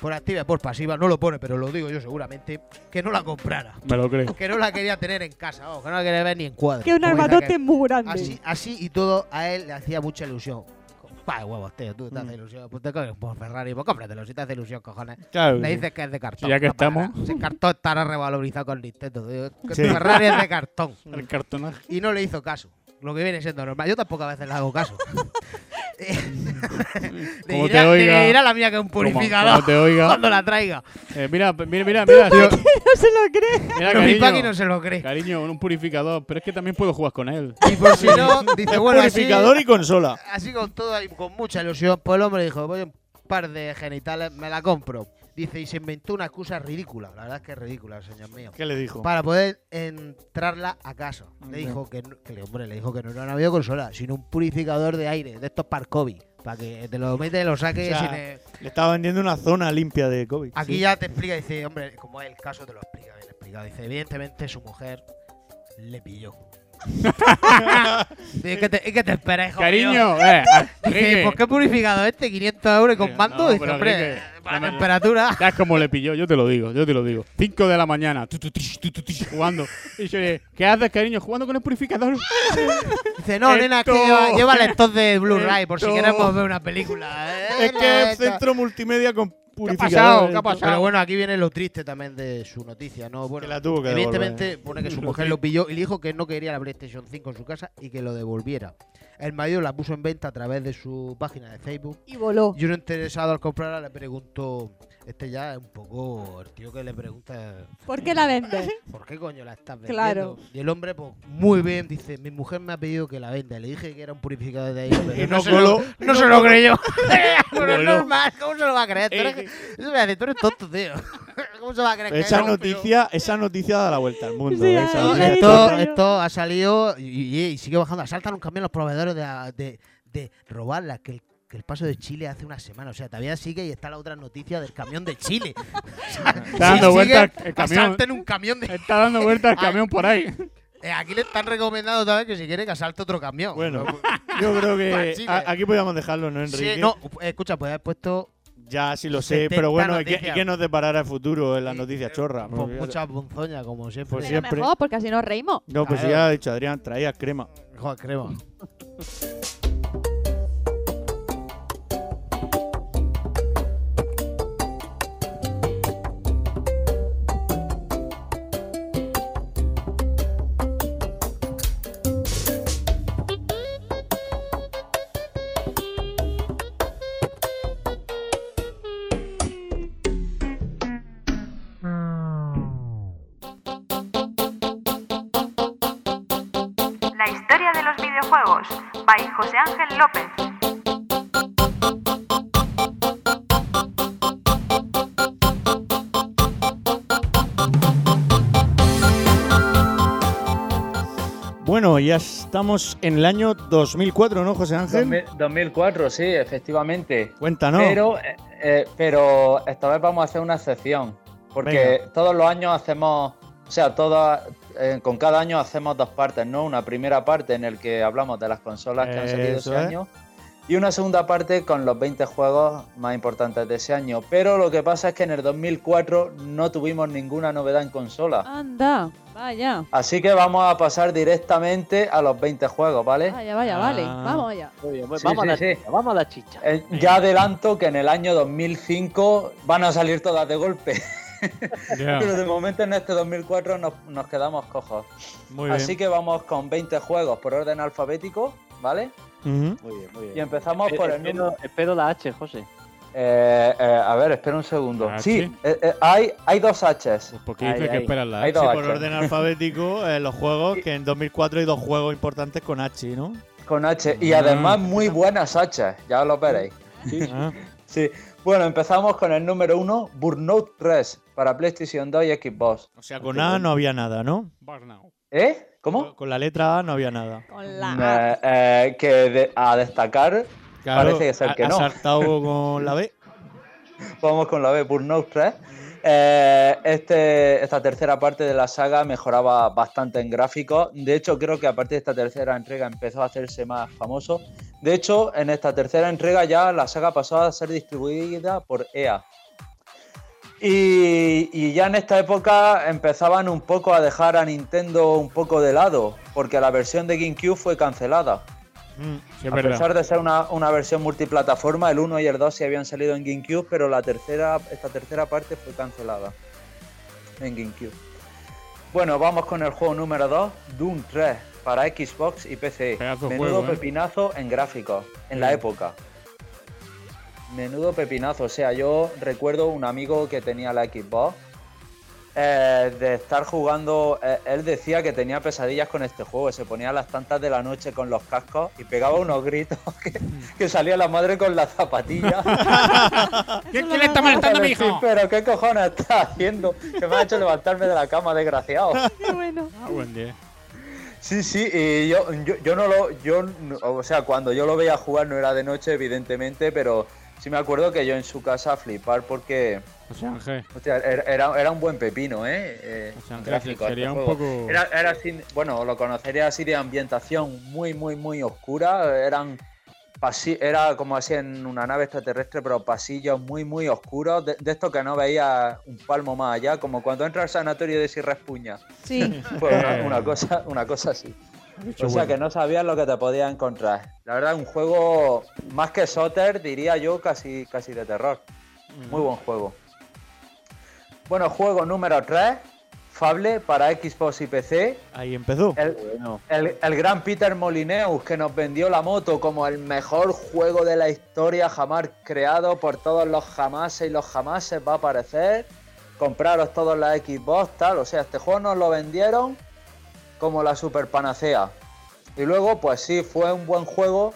[SPEAKER 12] por activa y por pasiva, no lo pone, pero lo digo yo seguramente, que no la comprara.
[SPEAKER 10] Me lo creo.
[SPEAKER 12] Que no la quería tener en casa, vamos, que no la quería ver ni en cuadro.
[SPEAKER 9] Que un
[SPEAKER 12] Como dice
[SPEAKER 9] albatote
[SPEAKER 12] aquel.
[SPEAKER 9] es muy grande.
[SPEAKER 12] Así, así y todo, a él le hacía mucha ilusión. Pa, de huevos, tío, tú te haces ilusión. Pues te coges por Ferrari, pues cómpratelo, si te hace ilusión, cojones.
[SPEAKER 8] Claro.
[SPEAKER 12] Le dices que es de cartón.
[SPEAKER 10] Ah, Sí, ya que
[SPEAKER 12] no pasa nada.
[SPEAKER 10] estamos.
[SPEAKER 12] Si el cartón estará revalorizado con Nintendo. tío, que
[SPEAKER 8] Sí.
[SPEAKER 12] tu Ferrari es de cartón.
[SPEAKER 10] El cartonaje.
[SPEAKER 12] Y no le hizo caso. Lo que viene siendo normal. Yo tampoco a veces le hago caso.
[SPEAKER 10] Como
[SPEAKER 12] dirá-
[SPEAKER 10] te oiga.
[SPEAKER 12] le dirá la mía que es un
[SPEAKER 10] Como-
[SPEAKER 12] purificador
[SPEAKER 10] como te oiga.
[SPEAKER 12] cuando la traiga.
[SPEAKER 10] Eh, mira, mira, mira, mira. tío.
[SPEAKER 9] No se lo cree.
[SPEAKER 10] Mira,
[SPEAKER 12] Pero mi
[SPEAKER 10] cariño.
[SPEAKER 12] Paqui no se lo cree.
[SPEAKER 10] Cariño, un purificador. Pero es que también puedo jugar con él.
[SPEAKER 12] Y por si no, dice, bueno, así,
[SPEAKER 8] Purificador y consola.
[SPEAKER 12] así con todo y con mucha ilusión, pues el hombre dijo, voy a un par de genitales, me la compro. Dice, y se inventó una excusa ridícula. La verdad es que es ridícula, señor mío.
[SPEAKER 8] ¿Qué le dijo?
[SPEAKER 12] Para poder entrarla a casa. Le
[SPEAKER 8] Ya.
[SPEAKER 12] dijo que, no- que el hombre le dijo que no era una videoconsola, sino un purificador de aire, de estos para COVID. Para que te lo metes, lo saques
[SPEAKER 8] O sea,
[SPEAKER 12] sin, eh,
[SPEAKER 8] Le estaba vendiendo una zona limpia de COVID.
[SPEAKER 12] Aquí
[SPEAKER 8] Sí.
[SPEAKER 12] ya te explica, dice, hombre, como es el caso, te lo explica bien explicado. Dice, evidentemente su mujer le pilló. Dice, ¿qué te, ¿Qué te esperas, hijo mío?
[SPEAKER 10] Cariño, eh.
[SPEAKER 12] Dice,
[SPEAKER 10] Enrique.
[SPEAKER 12] ¿por qué he purificado este? 500 euros y con
[SPEAKER 10] No,
[SPEAKER 12] mando. Dice,
[SPEAKER 10] pero
[SPEAKER 12] hombre,
[SPEAKER 10] Enrique,
[SPEAKER 12] para
[SPEAKER 10] no
[SPEAKER 12] la
[SPEAKER 10] me-
[SPEAKER 12] temperatura.
[SPEAKER 10] ¿Sabes cómo le pilló? Yo te lo digo, yo te lo digo. 5 de la mañana, tu, tu, tish, tu, tu, tish, jugando. Y yo le ¿qué haces, cariño? Jugando con el purificador.
[SPEAKER 12] Dice, no, nena, es que
[SPEAKER 10] Esto-
[SPEAKER 12] lleva, lleva lector de Blu-ray por si
[SPEAKER 10] Esto-
[SPEAKER 12] queremos ver una película. Eh,
[SPEAKER 8] Es que es
[SPEAKER 12] esto.
[SPEAKER 8] centro multimedia con purificador.
[SPEAKER 10] pasado? ¿Qué ha pasado?
[SPEAKER 12] Pero bueno, aquí viene lo triste también de su noticia, ¿no? Bueno,
[SPEAKER 8] Que la tuvo que
[SPEAKER 12] evidentemente
[SPEAKER 8] devolver.
[SPEAKER 12] pone que su mujer lo pilló y le dijo que no quería la PlayStation 5 en su casa y que lo devolviera. El marido la puso en venta a través de su página de Facebook
[SPEAKER 9] Y voló.
[SPEAKER 12] y un interesado al comprarla le preguntó Este ya es un poco el tío que le pregunta.
[SPEAKER 9] ¿Por qué la vendes?
[SPEAKER 12] ¿Por qué coño la estás vendiendo?
[SPEAKER 9] Claro.
[SPEAKER 12] Y el hombre, pues, muy bien, dice: Mi mujer me ha pedido que la venda. Le dije que era un purificador de aire. pero
[SPEAKER 10] Y no
[SPEAKER 12] se lo-
[SPEAKER 10] coló.
[SPEAKER 12] no se lo creyó. Pero es
[SPEAKER 10] Coló.
[SPEAKER 12] normal, ¿cómo se lo va a creer? Tú eres, eso me hace, tú eres tonto, tío. ¿Cómo se va a creer que
[SPEAKER 8] Esa
[SPEAKER 12] era un-
[SPEAKER 8] noticia, esa noticia da la vuelta al mundo.
[SPEAKER 12] Sí,
[SPEAKER 8] esa
[SPEAKER 12] esto,
[SPEAKER 8] noticia.
[SPEAKER 12] esto, esto ha salido y, y- y sigue bajando. Asaltan un camión los proveedores de, de, de robarla, que el, que el paso de Chile hace una semana. O sea, todavía sigue y está la otra noticia del camión de Chile. O sea,
[SPEAKER 10] Está dando vuelta
[SPEAKER 12] sigue,
[SPEAKER 10] el camión.
[SPEAKER 12] Asalten un camión de...
[SPEAKER 10] Está dando vuelta el camión por ahí.
[SPEAKER 12] Eh, Aquí le están recomendando también que si quiere que asalte otro camión.
[SPEAKER 8] Bueno, yo creo
[SPEAKER 12] Pa'
[SPEAKER 8] que
[SPEAKER 12] Chile.
[SPEAKER 8] a- aquí podíamos dejarlo, ¿no,
[SPEAKER 12] Sí,
[SPEAKER 8] Enrique?
[SPEAKER 12] no, escucha, pues has puesto
[SPEAKER 8] Ya sí lo sé,
[SPEAKER 12] 70
[SPEAKER 8] pero bueno, ¿y qué,
[SPEAKER 12] noticias.
[SPEAKER 8] y qué nos deparará el futuro en las noticias chorras?
[SPEAKER 12] pues, muchas bonzoñas, como siempre.
[SPEAKER 8] Pues
[SPEAKER 9] Pero
[SPEAKER 8] siempre.
[SPEAKER 9] mejor, porque así nos reímos.
[SPEAKER 8] No, pues
[SPEAKER 12] Claro.
[SPEAKER 8] ya ha dicho Adrián, traía crema.
[SPEAKER 12] Joder, crema.
[SPEAKER 7] La historia de los videojuegos, by José Ángel López.
[SPEAKER 8] Bueno, ya estamos en el año 2004, ¿no, José Ángel?
[SPEAKER 4] 2000 2004, sí, efectivamente.
[SPEAKER 8] Cuéntanos.
[SPEAKER 4] Pero, eh, eh, pero esta vez vamos a hacer una excepción. Porque
[SPEAKER 8] Venga.
[SPEAKER 4] todos los años hacemos, o sea, toda, eh, con cada año hacemos dos partes, ¿no? Una primera parte en el que hablamos de las consolas que han salido
[SPEAKER 8] Eso
[SPEAKER 4] ese
[SPEAKER 8] es.
[SPEAKER 4] año. Y una segunda parte con los 20 juegos más importantes de ese año. Pero lo que pasa es que en el 2004 no tuvimos ninguna novedad en consola.
[SPEAKER 9] Anda, vaya.
[SPEAKER 4] Así que vamos a pasar directamente a los 20 juegos, ¿vale?
[SPEAKER 9] Vaya,
[SPEAKER 8] Ah.
[SPEAKER 9] vaya, vale. Vamos allá.
[SPEAKER 4] Sí,
[SPEAKER 11] pues vamos,
[SPEAKER 4] sí,
[SPEAKER 11] a la
[SPEAKER 4] sí.
[SPEAKER 11] chicha, vamos a la chicha.
[SPEAKER 4] Eh, ya adelanto que en el año 2005 van a salir todas de golpe. Pero de momento en este 2004 nos, nos quedamos cojos.
[SPEAKER 8] Muy
[SPEAKER 4] Así
[SPEAKER 8] bien.
[SPEAKER 4] que vamos con 20 juegos por orden alfabético, ¿vale?
[SPEAKER 8] Ujú.
[SPEAKER 11] Muy bien, muy bien.
[SPEAKER 4] Y empezamos
[SPEAKER 11] Espe-
[SPEAKER 4] por el
[SPEAKER 11] Eh, espero,
[SPEAKER 4] número-
[SPEAKER 11] espero la H, José.
[SPEAKER 4] Eh, eh, a ver, espera un segundo.
[SPEAKER 8] Ah,
[SPEAKER 11] ¿La
[SPEAKER 4] Sí,
[SPEAKER 11] H?
[SPEAKER 4] eh, eh, hay, hay dos Hs.
[SPEAKER 8] Pues
[SPEAKER 10] ¿por qué dices que esperas la
[SPEAKER 4] Hay
[SPEAKER 8] ¿eh? Sí,
[SPEAKER 4] dos
[SPEAKER 8] por
[SPEAKER 4] Hs.
[SPEAKER 8] orden alfabético, eh, los juegos, que en 2004 hay dos juegos importantes con H, ¿no?
[SPEAKER 4] Con H. Y además muy buenas Hs, ya lo veréis.
[SPEAKER 8] Ah.
[SPEAKER 4] Sí. Bueno, empezamos con el número uno, Burnout 3, para PlayStation 2 y Xbox.
[SPEAKER 8] O sea, Con A no había nada, ¿no?
[SPEAKER 4] ¿Eh? ¿Cómo?
[SPEAKER 8] Con la letra A no había nada.
[SPEAKER 4] Eh, eh, que de- a destacar
[SPEAKER 8] Claro,
[SPEAKER 4] parece ser que
[SPEAKER 8] ha- ha
[SPEAKER 4] no.
[SPEAKER 8] saltado con la B.
[SPEAKER 4] Vamos con la B, Burnout 3. Eh, este, esta tercera parte de la saga mejoraba bastante en gráficos. De hecho, creo que a partir de esta tercera entrega empezó a hacerse más famoso. De hecho, en esta tercera entrega ya la saga pasó a ser distribuida por EA. Y, y ya en esta época empezaban un poco a dejar a Nintendo un poco de lado, porque la versión de GameCube fue cancelada.
[SPEAKER 10] Sí, es
[SPEAKER 4] a
[SPEAKER 10] verdad.
[SPEAKER 4] pesar de ser una, una versión multiplataforma, el 1 y el 2 sí habían salido en GameCube, pero la tercera, esta tercera parte fue cancelada en GameCube. Bueno, vamos con el juego número 2, Doom 3, para Xbox y PC.
[SPEAKER 10] de
[SPEAKER 4] Menudo
[SPEAKER 10] juego, ¿eh?
[SPEAKER 4] pepinazo en gráficos, en la época. Menudo pepinazo, o sea, yo recuerdo un amigo que tenía la Xbox eh, de estar jugando, eh, él decía que tenía pesadillas con este juego, se ponía a las tantas de la noche con los cascos y pegaba unos gritos que, que salía la madre con las zapatillas.
[SPEAKER 10] ¿Qué, qué le está molestando a mi
[SPEAKER 4] Sí,
[SPEAKER 10] hijo?
[SPEAKER 4] pero qué cojones estás haciendo que me ha hecho levantarme de la cama, desgraciado.
[SPEAKER 9] bueno.
[SPEAKER 10] Ah, buen día.
[SPEAKER 4] Sí, sí, y yo, yo, yo no lo. Yo, no- o sea, cuando yo lo veía jugar no era de noche, evidentemente, pero sí me acuerdo que yo en su casa flipar porque.
[SPEAKER 10] Ángel.
[SPEAKER 4] Hostia, era, era- era un buen pepino, ¿eh? eh,
[SPEAKER 10] Ángel,
[SPEAKER 4] gráfico
[SPEAKER 10] sería
[SPEAKER 4] este
[SPEAKER 10] Pues un
[SPEAKER 4] juego.
[SPEAKER 10] poco-
[SPEAKER 4] Era, era así- bueno, lo conocería así de ambientación muy, muy, muy oscura. Eran pasi- era como así en una nave extraterrestre, pero pasillos muy, muy oscuros. De, de esto que no veía un palmo más allá, como cuando entra al sanatorio de Sierra Espuña.
[SPEAKER 9] Sí.
[SPEAKER 4] Pues una, una cosa, una cosa así. O sea
[SPEAKER 10] bueno.
[SPEAKER 4] que no sabías lo que te podías encontrar. La verdad, un juego más que Soter, diría yo, casi, casi de terror. Muy buen juego. Bueno, juego número 3, Fable para Xbox y PC.
[SPEAKER 8] Ahí empezó.
[SPEAKER 4] El, el- el gran Peter Molineus que nos vendió la moto como el mejor juego de la historia jamás creado por todos los jamases y los jamases va a aparecer. Compraros todos la Xbox, tal. O sea, este juego nos lo vendieron como la super panacea. Y luego, pues sí, fue un buen juego,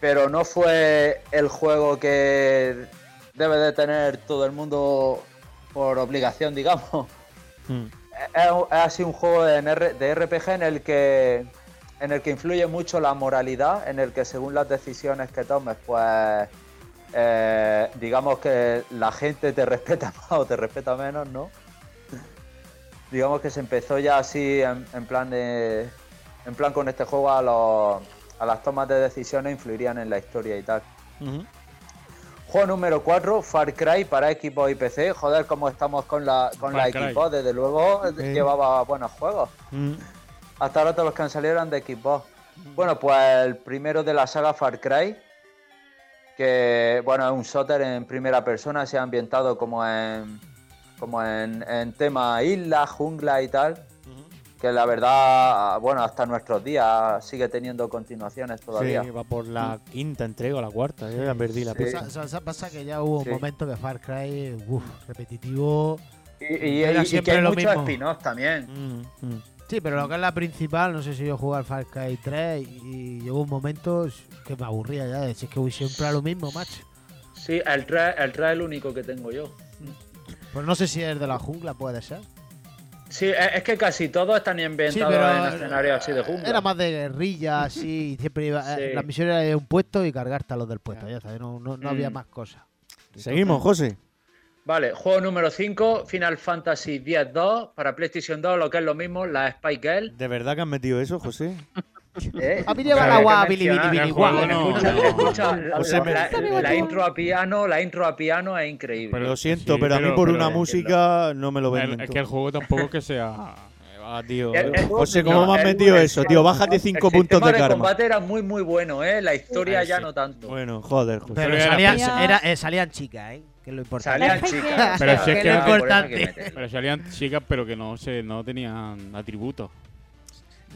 [SPEAKER 4] pero no fue el juego que debe de tener todo el mundo por obligación, digamos. Es, es así un juego en R- de RPG en el que en el que influye mucho la moralidad, en el que según las decisiones que tomes, pues eh, digamos que la gente te respeta más o te respeta menos, ¿no? digamos que se empezó ya así en, en plan de en plan con este juego a los a las tomas de decisiones influirían en la historia y tal. Juego número 4, Far Cry para Xbox y PC. Joder, cómo estamos con la con
[SPEAKER 17] Far
[SPEAKER 4] la
[SPEAKER 17] Cry.
[SPEAKER 4] Xbox, desde luego eh, llevaba buenos juegos.
[SPEAKER 8] Mm.
[SPEAKER 4] Hasta ahora todos los que salieron de Xbox. Bueno, pues el primero de la saga Far Cry, que bueno, es un shooter en primera persona, se ha ambientado como en como en, en tema isla, jungla y tal, que la verdad, bueno, hasta nuestros días sigue teniendo continuaciones todavía.
[SPEAKER 8] Sí, va por la quinta entrega o la cuarta. Yo ya perdí la
[SPEAKER 4] Sí.
[SPEAKER 8] pista.
[SPEAKER 12] O sea, pasa que ya hubo
[SPEAKER 4] Sí.
[SPEAKER 12] un momento que Far Cry, uff, repetitivo.
[SPEAKER 4] Y, y- y- y que hay muchos spin-offs también.
[SPEAKER 12] Sí, pero lo que es la principal, no sé si yo jugué al Far Cry 3 y, y llegó un momento que me aburría ya. de decir, Es que voy siempre a lo mismo, macho.
[SPEAKER 4] Sí, el 3 el tres es el único que tengo yo.
[SPEAKER 12] Pues no sé si es de la jungla, puede ser.
[SPEAKER 4] Sí, e, es es que casi todos están inventados
[SPEAKER 12] pero-
[SPEAKER 4] en escenarios así de jungla.
[SPEAKER 12] Era más de guerrilla, así, y siempre iba.
[SPEAKER 4] Sí.
[SPEAKER 12] eh, La misión era ir a un puesto y cargarte a los del puesto, ya está, no, no, no había
[SPEAKER 4] Mm.
[SPEAKER 12] más cosas.
[SPEAKER 8] Seguimos, José.
[SPEAKER 4] Vale, juego número 5, Final Fantasy X-2 para PlayStation 2, lo que es lo mismo, la Spy Girl.
[SPEAKER 8] ¿De verdad que han metido eso, José?
[SPEAKER 4] ¿Eh?
[SPEAKER 12] A mí lleva la guá, bili, bili, bili, guá.
[SPEAKER 4] Escucha,
[SPEAKER 12] No.
[SPEAKER 4] escucha, la-
[SPEAKER 8] José, me-
[SPEAKER 4] la- La intro a piano, la intro a piano es increíble. Eh,
[SPEAKER 8] Pero lo siento,
[SPEAKER 10] Sí,
[SPEAKER 8] pero a mí
[SPEAKER 10] pero-
[SPEAKER 8] por
[SPEAKER 10] pero
[SPEAKER 8] una
[SPEAKER 10] entiendo.
[SPEAKER 8] música no me lo
[SPEAKER 10] El-
[SPEAKER 8] venden. Ah,
[SPEAKER 10] es que el juego tampoco es que sea. eh, va, tío.
[SPEAKER 4] El- el juego-
[SPEAKER 8] José, ¿cómo
[SPEAKER 4] no,
[SPEAKER 8] me has
[SPEAKER 4] el-
[SPEAKER 8] metido
[SPEAKER 4] el-
[SPEAKER 8] eso, tío? Bájate
[SPEAKER 4] el
[SPEAKER 8] 5 puntos
[SPEAKER 4] sistema
[SPEAKER 8] de karma.
[SPEAKER 4] combate era muy, muy bueno, ¿eh? La historia ya no tanto.
[SPEAKER 8] Bueno, joder, José.
[SPEAKER 12] Pero salía- era- eh, salían chicas, ¿eh? Que es lo importante.
[SPEAKER 4] Salían chicas.
[SPEAKER 10] Pero si es que
[SPEAKER 12] lo
[SPEAKER 10] era-
[SPEAKER 12] importante.
[SPEAKER 10] Pero salían chicas, pero que no se, no tenían atributos.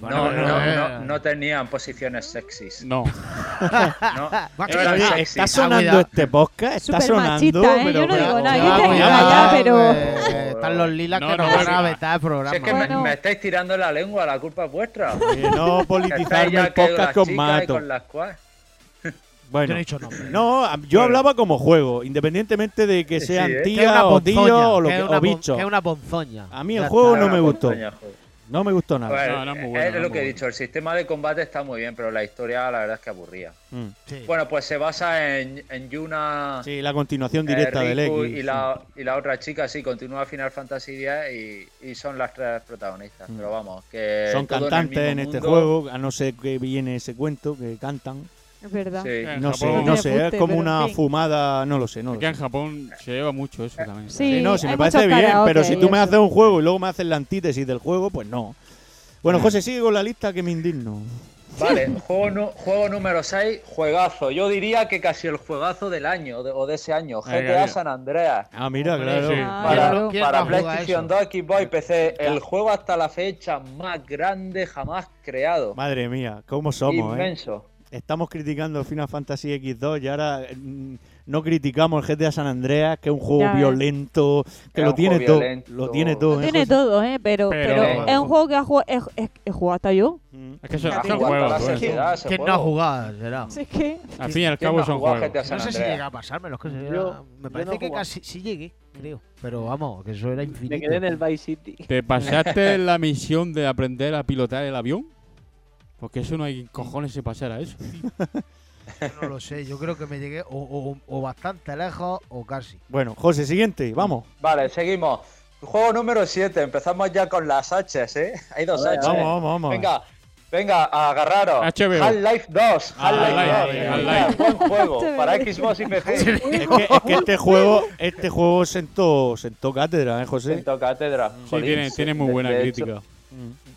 [SPEAKER 4] No, no,
[SPEAKER 8] eh.
[SPEAKER 4] no, no tenían posiciones sexys.
[SPEAKER 10] No.
[SPEAKER 4] no,
[SPEAKER 8] Macho,
[SPEAKER 4] eran
[SPEAKER 8] oye,
[SPEAKER 4] sexys.
[SPEAKER 8] está sonando este podcast, está
[SPEAKER 12] Súper
[SPEAKER 8] sonando,
[SPEAKER 12] machista, ¿eh?
[SPEAKER 8] pero
[SPEAKER 12] Yo no digo nada,
[SPEAKER 8] pero-
[SPEAKER 12] yo te-
[SPEAKER 8] cuidado,
[SPEAKER 12] ya, pero-
[SPEAKER 8] eh,
[SPEAKER 12] Están los lilas
[SPEAKER 8] No,
[SPEAKER 12] que
[SPEAKER 8] no,
[SPEAKER 12] nos van
[SPEAKER 8] bueno.
[SPEAKER 12] a vetar el programa.
[SPEAKER 4] Si es que me, me estáis tirando la lengua, la culpa es vuestra.
[SPEAKER 8] Oye, no politizarme
[SPEAKER 4] Estáis ya
[SPEAKER 8] el
[SPEAKER 4] que
[SPEAKER 8] podcast
[SPEAKER 4] las
[SPEAKER 8] con
[SPEAKER 4] chicas y
[SPEAKER 8] Mato.
[SPEAKER 4] con las cuas.
[SPEAKER 8] Bueno,
[SPEAKER 12] Yo no he dicho nombre.
[SPEAKER 8] No, a- yo hablaba como juego, independientemente de que
[SPEAKER 12] Sí,
[SPEAKER 8] sean
[SPEAKER 12] sí, ¿eh? Que es
[SPEAKER 8] tías
[SPEAKER 12] una
[SPEAKER 8] o tíos
[SPEAKER 12] ponzoña,
[SPEAKER 8] o, lo
[SPEAKER 12] que
[SPEAKER 8] que,
[SPEAKER 12] es una
[SPEAKER 8] o
[SPEAKER 12] pon-
[SPEAKER 8] bichos.
[SPEAKER 12] que es una ponzoña.
[SPEAKER 8] A mí el
[SPEAKER 12] Ya
[SPEAKER 8] juego
[SPEAKER 12] está.
[SPEAKER 8] no me
[SPEAKER 12] Una
[SPEAKER 8] gustó.
[SPEAKER 12] ponzoña,
[SPEAKER 8] No me gustó
[SPEAKER 4] A ver,
[SPEAKER 8] nada.
[SPEAKER 4] eh, es lo que he dicho, el sistema de combate está muy bien, pero la historia la verdad es que aburría.
[SPEAKER 8] Mm.
[SPEAKER 4] Bueno, pues se basa en, en Yuna
[SPEAKER 8] Sí, la continuación
[SPEAKER 4] eh,
[SPEAKER 8] directa del
[SPEAKER 4] Riku
[SPEAKER 8] X.
[SPEAKER 4] y la, y la otra chica, sí, continúa Final Fantasy X y, y son las tres protagonistas.
[SPEAKER 8] Mm.
[SPEAKER 4] Pero vamos, que
[SPEAKER 8] Son
[SPEAKER 4] todo el
[SPEAKER 8] cantantes
[SPEAKER 4] mismo
[SPEAKER 8] en este
[SPEAKER 4] mundo.
[SPEAKER 8] juego, a no ser que viene ese cuento, que cantan.
[SPEAKER 9] Es verdad.
[SPEAKER 4] Sí.
[SPEAKER 8] No
[SPEAKER 10] En
[SPEAKER 8] sé,
[SPEAKER 10] Japón-
[SPEAKER 8] no sé, ¿eh? es
[SPEAKER 9] Repunte,
[SPEAKER 8] como
[SPEAKER 9] pero
[SPEAKER 8] una
[SPEAKER 9] en fin.
[SPEAKER 8] fumada, no lo sé, no lo
[SPEAKER 10] Porque
[SPEAKER 8] sé.
[SPEAKER 10] en Japón se lleva mucho eso también.
[SPEAKER 9] Sí,
[SPEAKER 8] Sí, no, si
[SPEAKER 9] hay
[SPEAKER 8] me parece
[SPEAKER 9] mucho
[SPEAKER 8] bien,
[SPEAKER 9] karaoke
[SPEAKER 8] pero si
[SPEAKER 9] y
[SPEAKER 8] tú me
[SPEAKER 9] eso.
[SPEAKER 8] haces un juego y luego me haces la antítesis del juego, pues no. Bueno, José, sigue con la lista que me indigno.
[SPEAKER 4] Vale, juego, nu- juego número 6, juegazo. Yo diría que casi el juegazo del año de- o de ese año,
[SPEAKER 8] Venga,
[SPEAKER 4] GTA
[SPEAKER 8] mira.
[SPEAKER 4] San Andreas.
[SPEAKER 8] Ah, mira, claro. ¿Quién
[SPEAKER 4] Para,
[SPEAKER 8] no-
[SPEAKER 4] para
[SPEAKER 8] quién no juega
[SPEAKER 4] PlayStation 2, Xbox y PC, el juego hasta la fecha más grande jamás creado.
[SPEAKER 8] Madre mía, cómo somos,
[SPEAKER 4] Inmenso.
[SPEAKER 8] ¿eh? Estamos criticando Final Fantasy X2 y ahora mm, no criticamos el GTA San Andreas, que es un juego
[SPEAKER 9] Ya ves.
[SPEAKER 8] violento, ¿eh? que
[SPEAKER 4] Es
[SPEAKER 8] lo
[SPEAKER 4] un
[SPEAKER 8] tiene
[SPEAKER 4] juego
[SPEAKER 8] todo.
[SPEAKER 4] violento.
[SPEAKER 8] Lo tiene todo, ¿eh,
[SPEAKER 9] Tiene
[SPEAKER 8] José?
[SPEAKER 9] todo, ¿eh? Pero,
[SPEAKER 8] Pero-
[SPEAKER 9] pero, es un juego que ha jugado, es, es- he jugado hasta yo.
[SPEAKER 8] Mm.
[SPEAKER 10] Es que son,
[SPEAKER 4] Ha
[SPEAKER 10] son
[SPEAKER 4] jugado a la
[SPEAKER 10] juegos.
[SPEAKER 4] sociedad,
[SPEAKER 10] bueno.
[SPEAKER 4] ese ¿Quién no ha juego.
[SPEAKER 12] jugado? Será.
[SPEAKER 9] Es que...
[SPEAKER 10] Al fin y al
[SPEAKER 4] ¿Quién no
[SPEAKER 10] cabo
[SPEAKER 4] ha
[SPEAKER 10] son
[SPEAKER 4] jugado a
[SPEAKER 10] juegos.
[SPEAKER 4] GTA San
[SPEAKER 12] No sé si
[SPEAKER 4] Andreas?
[SPEAKER 12] llega a pasarme, los que se-
[SPEAKER 11] Yo-
[SPEAKER 12] me
[SPEAKER 11] yo
[SPEAKER 12] parece
[SPEAKER 11] no
[SPEAKER 12] que
[SPEAKER 11] jugaba.
[SPEAKER 12] casi sí llegué, creo. Pero vamos, que eso era infinito.
[SPEAKER 11] Me quedé en el Vice City.
[SPEAKER 10] ¿Te pasaste la misión de aprender a pilotar el avión? Porque eso no hay cojones se pasara eso.
[SPEAKER 12] No lo sé, yo creo que me llegué o, o- o bastante lejos o casi.
[SPEAKER 8] Bueno, José, siguiente, vamos.
[SPEAKER 4] Vale, seguimos. Juego número 7, empezamos ya con las H, ¿eh? Hay dos
[SPEAKER 8] A ver,
[SPEAKER 4] H.
[SPEAKER 8] vamos, vamos, vamos.
[SPEAKER 4] Venga, venga, agarraros.
[SPEAKER 8] HBO.
[SPEAKER 4] Half-Life 2,
[SPEAKER 10] Ah,
[SPEAKER 4] Half-Life 2.
[SPEAKER 8] Half-Life.
[SPEAKER 4] Buen juego, para
[SPEAKER 8] HBO.
[SPEAKER 4] Xbox y PC.
[SPEAKER 8] Es que, es que este juego, este juego sentó, sentó cátedra, ¿eh, José?
[SPEAKER 4] Sentó cátedra.
[SPEAKER 10] Sí, tiene, tiene muy buena crítica.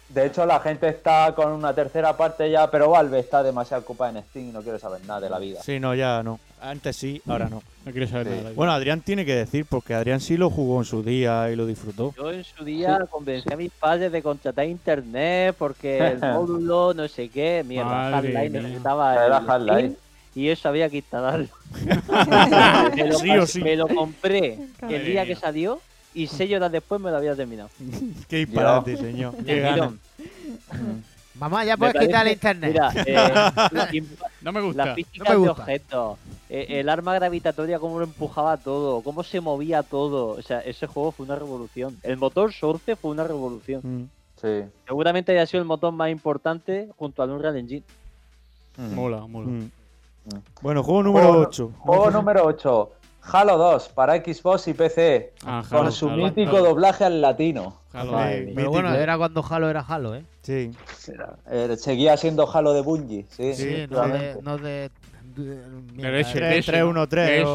[SPEAKER 4] De hecho, la gente está con una tercera parte ya, pero Valve está demasiado ocupada en Steam y no quiere saber nada de la vida.
[SPEAKER 8] Sí, no, ya no. Antes sí, ahora no.
[SPEAKER 10] No quiero saber nada.
[SPEAKER 8] Bueno, Adrián tiene que decir, porque Adrián sí lo jugó en su día y lo disfrutó.
[SPEAKER 11] Yo en su día convencí a mis padres de contratar internet porque el módulo, no sé qué, mierda,
[SPEAKER 4] Madre
[SPEAKER 11] Half-Life
[SPEAKER 4] mía.
[SPEAKER 11] necesitaba
[SPEAKER 4] Era
[SPEAKER 11] el
[SPEAKER 4] Half-Life.
[SPEAKER 11] Steam Y eso había que instalarlo. me, lo,
[SPEAKER 8] Sí o
[SPEAKER 11] pas-
[SPEAKER 8] sí.
[SPEAKER 11] me lo compré
[SPEAKER 8] Madre
[SPEAKER 11] el
[SPEAKER 8] mía.
[SPEAKER 11] día que salió y seis horas después me lo había terminado.
[SPEAKER 8] Qué disparate, señor.
[SPEAKER 11] De
[SPEAKER 8] Qué
[SPEAKER 11] tirón.
[SPEAKER 12] Mamá, ya
[SPEAKER 11] Me
[SPEAKER 12] puedes
[SPEAKER 11] parece-
[SPEAKER 12] quitar el internet.
[SPEAKER 11] Mira, eh,
[SPEAKER 10] no me gusta.
[SPEAKER 11] La
[SPEAKER 12] No
[SPEAKER 11] física
[SPEAKER 12] me
[SPEAKER 11] de
[SPEAKER 12] gusta.
[SPEAKER 11] objetos, eh, el arma gravitatoria, cómo lo empujaba todo, cómo se movía todo. O sea, ese juego fue una revolución. El motor Source fue una revolución.
[SPEAKER 4] Sí.
[SPEAKER 11] Seguramente haya sido el motor más importante junto al Unreal Engine.
[SPEAKER 10] Mola, mola.
[SPEAKER 8] Mm. Bueno, juego número
[SPEAKER 4] Juego-
[SPEAKER 8] 8.
[SPEAKER 4] Juego número 8. Halo 2 para Xbox y PC.
[SPEAKER 10] Ah,
[SPEAKER 4] con
[SPEAKER 10] Halo,
[SPEAKER 4] su
[SPEAKER 10] Halo,
[SPEAKER 4] mítico
[SPEAKER 10] Halo.
[SPEAKER 4] doblaje al latino.
[SPEAKER 12] Pero bueno,
[SPEAKER 11] ¿eh?
[SPEAKER 12] era cuando Halo era Halo, ¿eh?
[SPEAKER 8] Sí.
[SPEAKER 4] Eh, seguía siendo Halo de Bungie. Sí,
[SPEAKER 12] Sí, no eh.
[SPEAKER 4] claramente.
[SPEAKER 12] de. No de, de- mierda,
[SPEAKER 8] ese,
[SPEAKER 12] eh.
[SPEAKER 8] 3-1-3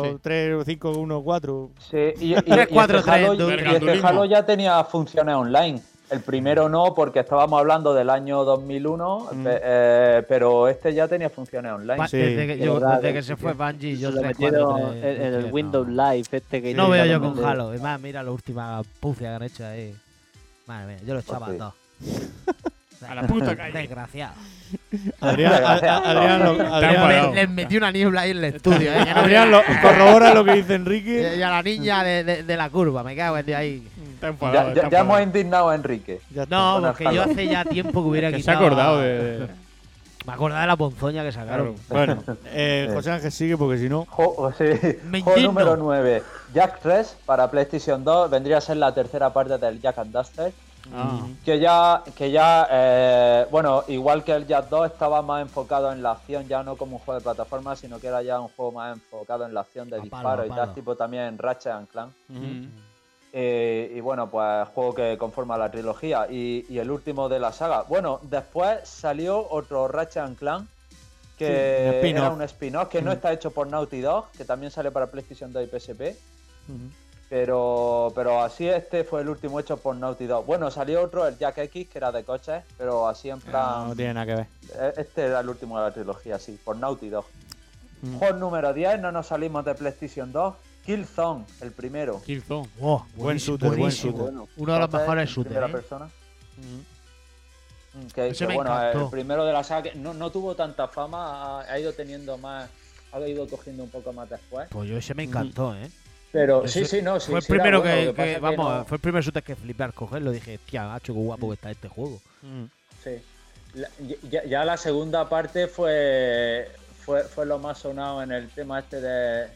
[SPEAKER 8] o 3-5-1-4.
[SPEAKER 4] Sí, y, y- y
[SPEAKER 12] Tres, cuatro,
[SPEAKER 4] este Halo,
[SPEAKER 12] tres, dos.
[SPEAKER 4] y este
[SPEAKER 12] Vergandulismo.
[SPEAKER 4] Halo ya tenía funciones online. El primero no, porque estábamos hablando del año 2001,
[SPEAKER 12] Mm.
[SPEAKER 4] pe- eh, pero este ya tenía funciones online.
[SPEAKER 12] Pa- desde que, yo-
[SPEAKER 11] eh,
[SPEAKER 12] desde que se fue Bungie, yo
[SPEAKER 11] lo
[SPEAKER 12] tres,
[SPEAKER 11] metieron
[SPEAKER 12] cuatro, tres,
[SPEAKER 11] en, en
[SPEAKER 12] tres,
[SPEAKER 11] el
[SPEAKER 12] no.
[SPEAKER 11] Windows Live este que
[SPEAKER 12] No veo yo con
[SPEAKER 11] intentaron
[SPEAKER 12] Halo. Es más, mira la última pufia que han hecho ahí. Madre mía, yo lo echaba a
[SPEAKER 11] Pues
[SPEAKER 12] todos.
[SPEAKER 10] A la puta calle.
[SPEAKER 12] Desgraciado.
[SPEAKER 8] Adrián, a- a- Adrián, lo-
[SPEAKER 12] Te
[SPEAKER 8] Adrián-
[SPEAKER 12] han parado. les metí una niebla ahí en el estudio. ¿eh? Que no
[SPEAKER 8] Adrián, lo-
[SPEAKER 12] veas.
[SPEAKER 8] corrobora lo que dice Enrique.
[SPEAKER 12] Y a la niña de, de- de la curva, me cago en Dios ahí.
[SPEAKER 10] Está
[SPEAKER 4] Ya, ya- ya hemos indignado a Enrique.
[SPEAKER 12] No,
[SPEAKER 4] Con el
[SPEAKER 12] porque yo
[SPEAKER 4] Halo.
[SPEAKER 12] hace ya tiempo que hubiera
[SPEAKER 10] Que se ha
[SPEAKER 12] quitado.
[SPEAKER 10] acordado
[SPEAKER 12] a-
[SPEAKER 10] de- de-
[SPEAKER 12] Me acordaba de la ponzoña que sacaron.
[SPEAKER 8] Bueno, eh, José Ángel sigue porque si no.
[SPEAKER 4] Jo- sí. Juego
[SPEAKER 12] indigno.
[SPEAKER 4] número 9. Jack 3 para PlayStation 2 vendría a ser la tercera parte del Jack and Duster.
[SPEAKER 12] Mm.
[SPEAKER 4] Que ya, que ya eh, bueno, igual que el Jack 2 estaba más enfocado en la acción, ya no como un juego de plataforma, sino que era ya un juego más enfocado en la acción de disparos y
[SPEAKER 12] palo.
[SPEAKER 4] tal, tipo también en Ratchet and Clank. Eh, y bueno, pues juego que conforma la trilogía y, y el último de la saga. Bueno, después salió otro Ratchet and Clank
[SPEAKER 8] Sí, un
[SPEAKER 4] que
[SPEAKER 8] spin-off. Mm.
[SPEAKER 4] era un spin-off que no está hecho por Naughty Dog, que también sale para PlayStation 2 y PSP. Pero, pero así este fue el último hecho por Naughty Dog. Bueno, salió otro, el Jack X, que era de coches, pero así en plan...
[SPEAKER 8] No tiene nada que ver.
[SPEAKER 4] Eh, Este era el último de la trilogía, sí, por Naughty Dog.
[SPEAKER 8] Mm.
[SPEAKER 4] Juego número 10, no nos salimos de PlayStation 2. Killzone, el primero.
[SPEAKER 10] Killzone.
[SPEAKER 12] Wow,
[SPEAKER 8] Buen
[SPEAKER 12] Oh, buenísimo,
[SPEAKER 8] shooter, buen
[SPEAKER 12] buenísimo.
[SPEAKER 8] shooter.
[SPEAKER 12] Uno de los
[SPEAKER 4] Entonces,
[SPEAKER 12] mejores
[SPEAKER 4] en
[SPEAKER 12] shooters.
[SPEAKER 4] primera
[SPEAKER 12] ¿eh?
[SPEAKER 4] persona. Mm. Que,
[SPEAKER 12] Ese
[SPEAKER 4] que
[SPEAKER 12] me
[SPEAKER 4] bueno,
[SPEAKER 12] encantó.
[SPEAKER 4] el primero de la saga que no, no tuvo tanta fama, ha, ha ido teniendo más, ha ido cogiendo un poco más después.
[SPEAKER 12] Pues yo ese me encantó, ¿eh?
[SPEAKER 4] Pero
[SPEAKER 12] Yo
[SPEAKER 4] sí,
[SPEAKER 12] ese-
[SPEAKER 4] sí, no, sí,
[SPEAKER 12] Fue el
[SPEAKER 4] sí era
[SPEAKER 12] primero
[SPEAKER 4] bueno,
[SPEAKER 12] que,
[SPEAKER 4] lo que pasa
[SPEAKER 12] que-
[SPEAKER 4] que
[SPEAKER 12] vamos,
[SPEAKER 4] no-
[SPEAKER 12] fue el primer shooter que flipé al cogerlo. Dije, tía, macho, qué guapo que está este juego.
[SPEAKER 4] Sí. La- ya, ya la segunda parte fue, fue fue lo más sonado en el tema este de,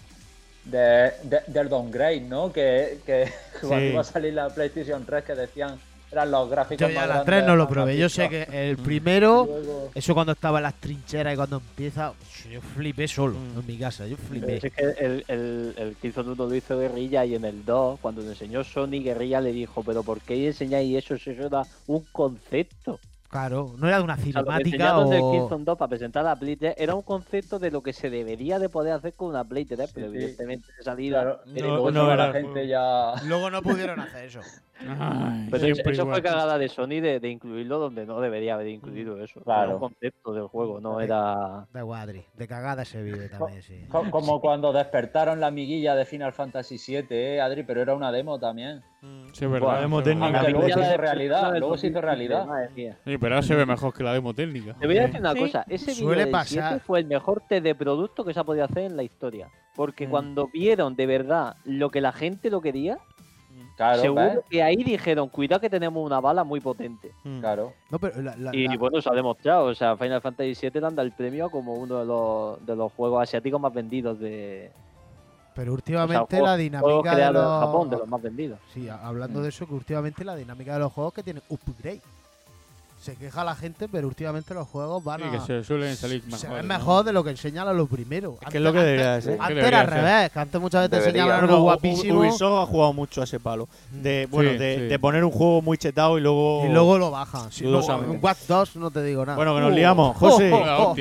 [SPEAKER 4] de, de- del downgrade, ¿no? Que, que cuando iba a salir la PlayStation 3 que decían eran los gráficos
[SPEAKER 12] Yo
[SPEAKER 4] más
[SPEAKER 12] ya las
[SPEAKER 4] grandes,
[SPEAKER 12] tres no lo
[SPEAKER 4] más
[SPEAKER 12] probé. Yo sé que
[SPEAKER 4] gráficos.
[SPEAKER 12] el primero,
[SPEAKER 4] Luego-
[SPEAKER 12] eso cuando estaba en las trincheras y cuando empieza, yo flipé solo
[SPEAKER 4] Mm.
[SPEAKER 12] en mi casa. Yo
[SPEAKER 11] Pero si
[SPEAKER 12] flipé.
[SPEAKER 11] es que el, el, el Killzone 1 lo hizo Guerrilla y en el 2, cuando lo enseñó Sony, Guerrilla le dijo, pero ¿por qué enseñáis eso si eso da un concepto?
[SPEAKER 12] Claro, no era de una
[SPEAKER 11] O sea, lo que
[SPEAKER 12] cinemática
[SPEAKER 11] enseñaron del
[SPEAKER 12] o.
[SPEAKER 11] Killzone 2 para presentar la Play 3 era un concepto de lo que se debería de poder hacer con una Play 3, pero
[SPEAKER 4] sí.
[SPEAKER 11] evidentemente de salida...
[SPEAKER 4] Claro,
[SPEAKER 11] eh,
[SPEAKER 4] no-
[SPEAKER 11] luego
[SPEAKER 4] no
[SPEAKER 11] llegó
[SPEAKER 4] era
[SPEAKER 11] la
[SPEAKER 4] el
[SPEAKER 11] gente-
[SPEAKER 4] juego. ya-
[SPEAKER 12] Luego no pudieron hacer eso.
[SPEAKER 11] Pero eso,
[SPEAKER 10] Siempre
[SPEAKER 11] eso
[SPEAKER 10] igual.
[SPEAKER 11] fue cagada de Sony de, de incluirlo donde no debería haber incluido eso. Era
[SPEAKER 4] Mm, Claro.
[SPEAKER 11] un concepto del juego, no era...
[SPEAKER 12] De Guadri, de cagada se vive también, sí.
[SPEAKER 4] Co- Como cuando despertaron la amiguilla de Final Fantasy VII, eh, Adri, pero era una demo también.
[SPEAKER 8] Mm.
[SPEAKER 10] Sí, es verdad.
[SPEAKER 8] demo
[SPEAKER 10] es verdad.
[SPEAKER 8] técnica.
[SPEAKER 4] Aunque luego
[SPEAKER 8] ya
[SPEAKER 4] se
[SPEAKER 8] la
[SPEAKER 4] hizo
[SPEAKER 8] de-
[SPEAKER 4] realidad, luego se hizo realidad.
[SPEAKER 11] Madre mía.
[SPEAKER 10] Sí, pero ahora se ve mejor que la demo técnica.
[SPEAKER 11] Te voy a decir una
[SPEAKER 12] Sí,
[SPEAKER 11] cosa, ese vídeo
[SPEAKER 12] suele
[SPEAKER 11] del
[SPEAKER 12] pasar.
[SPEAKER 11] 7 fue el mejor test de producto que se ha podido hacer en la historia. Porque cuando vieron de verdad lo que la gente lo quería,
[SPEAKER 4] Claro,
[SPEAKER 11] seguro
[SPEAKER 4] ¿ves?
[SPEAKER 11] que ahí dijeron, cuidado que tenemos una bala muy potente.
[SPEAKER 4] Claro.
[SPEAKER 12] No, pero la- la-
[SPEAKER 11] Y
[SPEAKER 12] la-
[SPEAKER 11] bueno, se ha demostrado. O sea, Final Fantasy VII le han dado el premio como uno de los, de los juegos asiáticos más vendidos de...
[SPEAKER 12] pero
[SPEAKER 11] o sea,
[SPEAKER 12] últimamente
[SPEAKER 11] juegos-
[SPEAKER 12] la
[SPEAKER 11] juegos
[SPEAKER 12] dinámica de
[SPEAKER 11] creados
[SPEAKER 12] los.
[SPEAKER 11] en Japón, de los más vendidos.
[SPEAKER 12] Sí, a- hablando de eso, que últimamente la dinámica de los juegos que tienen upgrade. Se queja la gente, pero últimamente los juegos
[SPEAKER 8] Ah,
[SPEAKER 12] van
[SPEAKER 10] Sí,
[SPEAKER 12] a.
[SPEAKER 10] que se suelen salir
[SPEAKER 12] se
[SPEAKER 10] mejor.
[SPEAKER 12] ven mejor de lo que enseñan a los primeros.
[SPEAKER 8] que es lo que debería de ser.
[SPEAKER 12] Antes
[SPEAKER 8] Debería
[SPEAKER 12] era al
[SPEAKER 8] ser.
[SPEAKER 12] revés, que antes muchas veces
[SPEAKER 8] Debería.
[SPEAKER 12] enseñaban
[SPEAKER 8] Bueno,
[SPEAKER 12] algo guapísimo.
[SPEAKER 8] U- Ubisoft ha jugado mucho a ese palo. De, Eh, bueno,
[SPEAKER 10] Sí,
[SPEAKER 8] de,
[SPEAKER 10] sí.
[SPEAKER 8] de poner un juego muy chetado y luego.
[SPEAKER 12] Y luego lo bajan. Si no,
[SPEAKER 8] Dudosamente.
[SPEAKER 12] en Watch 2 no te digo nada.
[SPEAKER 8] Bueno, que nos
[SPEAKER 12] uh,
[SPEAKER 8] liamos. José,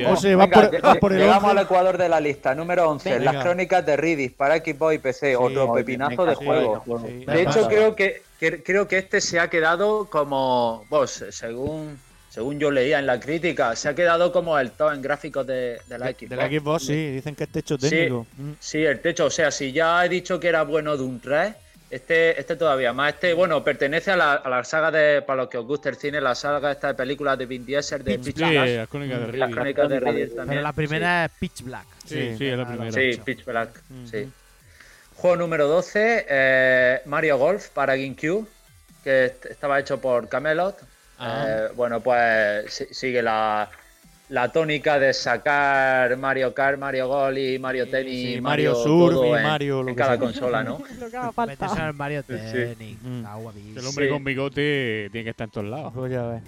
[SPEAKER 8] José, vas
[SPEAKER 4] Venga,
[SPEAKER 8] por,
[SPEAKER 4] lle-
[SPEAKER 8] vas por el
[SPEAKER 4] llegamos al
[SPEAKER 8] 11.
[SPEAKER 4] ecuador de la lista, número 11,
[SPEAKER 8] Venga.
[SPEAKER 4] las crónicas de Riddick para Xbox y PC, otro pepinazo de
[SPEAKER 8] sí,
[SPEAKER 4] juego.
[SPEAKER 8] sí,
[SPEAKER 4] de hecho,
[SPEAKER 8] pasa.
[SPEAKER 4] creo que cre- creo que este se ha quedado como, pues, según según yo leía en la crítica, se ha quedado como el top en gráficos de, de la Xbox.
[SPEAKER 8] De la Xbox, sí, dicen que este es techo
[SPEAKER 4] Sí.
[SPEAKER 8] técnico. Mm.
[SPEAKER 4] Sí, el techo. O sea, si ya he dicho que era bueno Doom 3, este, este todavía más. Este, bueno, pertenece a la, a la saga de, para los que os guste el cine, la saga esta de películas de Vin Diesel, de Pitch Black.
[SPEAKER 10] las crónicas de
[SPEAKER 4] Las
[SPEAKER 10] Riddick.
[SPEAKER 4] crónicas uh, Mm, de Riddick también.
[SPEAKER 12] Pero la primera es Pitch Black.
[SPEAKER 10] Sí, sí, es la primera.
[SPEAKER 4] Sí, Pitch Black. Sí. Juego número 12, eh, Mario Golf para GameCube, que est- estaba hecho por Camelot.
[SPEAKER 10] Ah.
[SPEAKER 4] Eh, bueno, pues si- sigue la, la tónica de sacar Mario Kart, Mario Golf y Mario Tennis.
[SPEAKER 8] sí,
[SPEAKER 4] y
[SPEAKER 8] Mario Surf
[SPEAKER 4] todo
[SPEAKER 8] y
[SPEAKER 4] en-
[SPEAKER 8] Mario lo
[SPEAKER 4] en
[SPEAKER 8] que
[SPEAKER 4] cada
[SPEAKER 8] sea.
[SPEAKER 4] consola, ¿no?
[SPEAKER 12] Metes al Mario Tennis.
[SPEAKER 8] Mm.
[SPEAKER 12] Está guapísimo.
[SPEAKER 10] El hombre con bigote tiene que estar en todos lados.
[SPEAKER 8] Pues ya ves.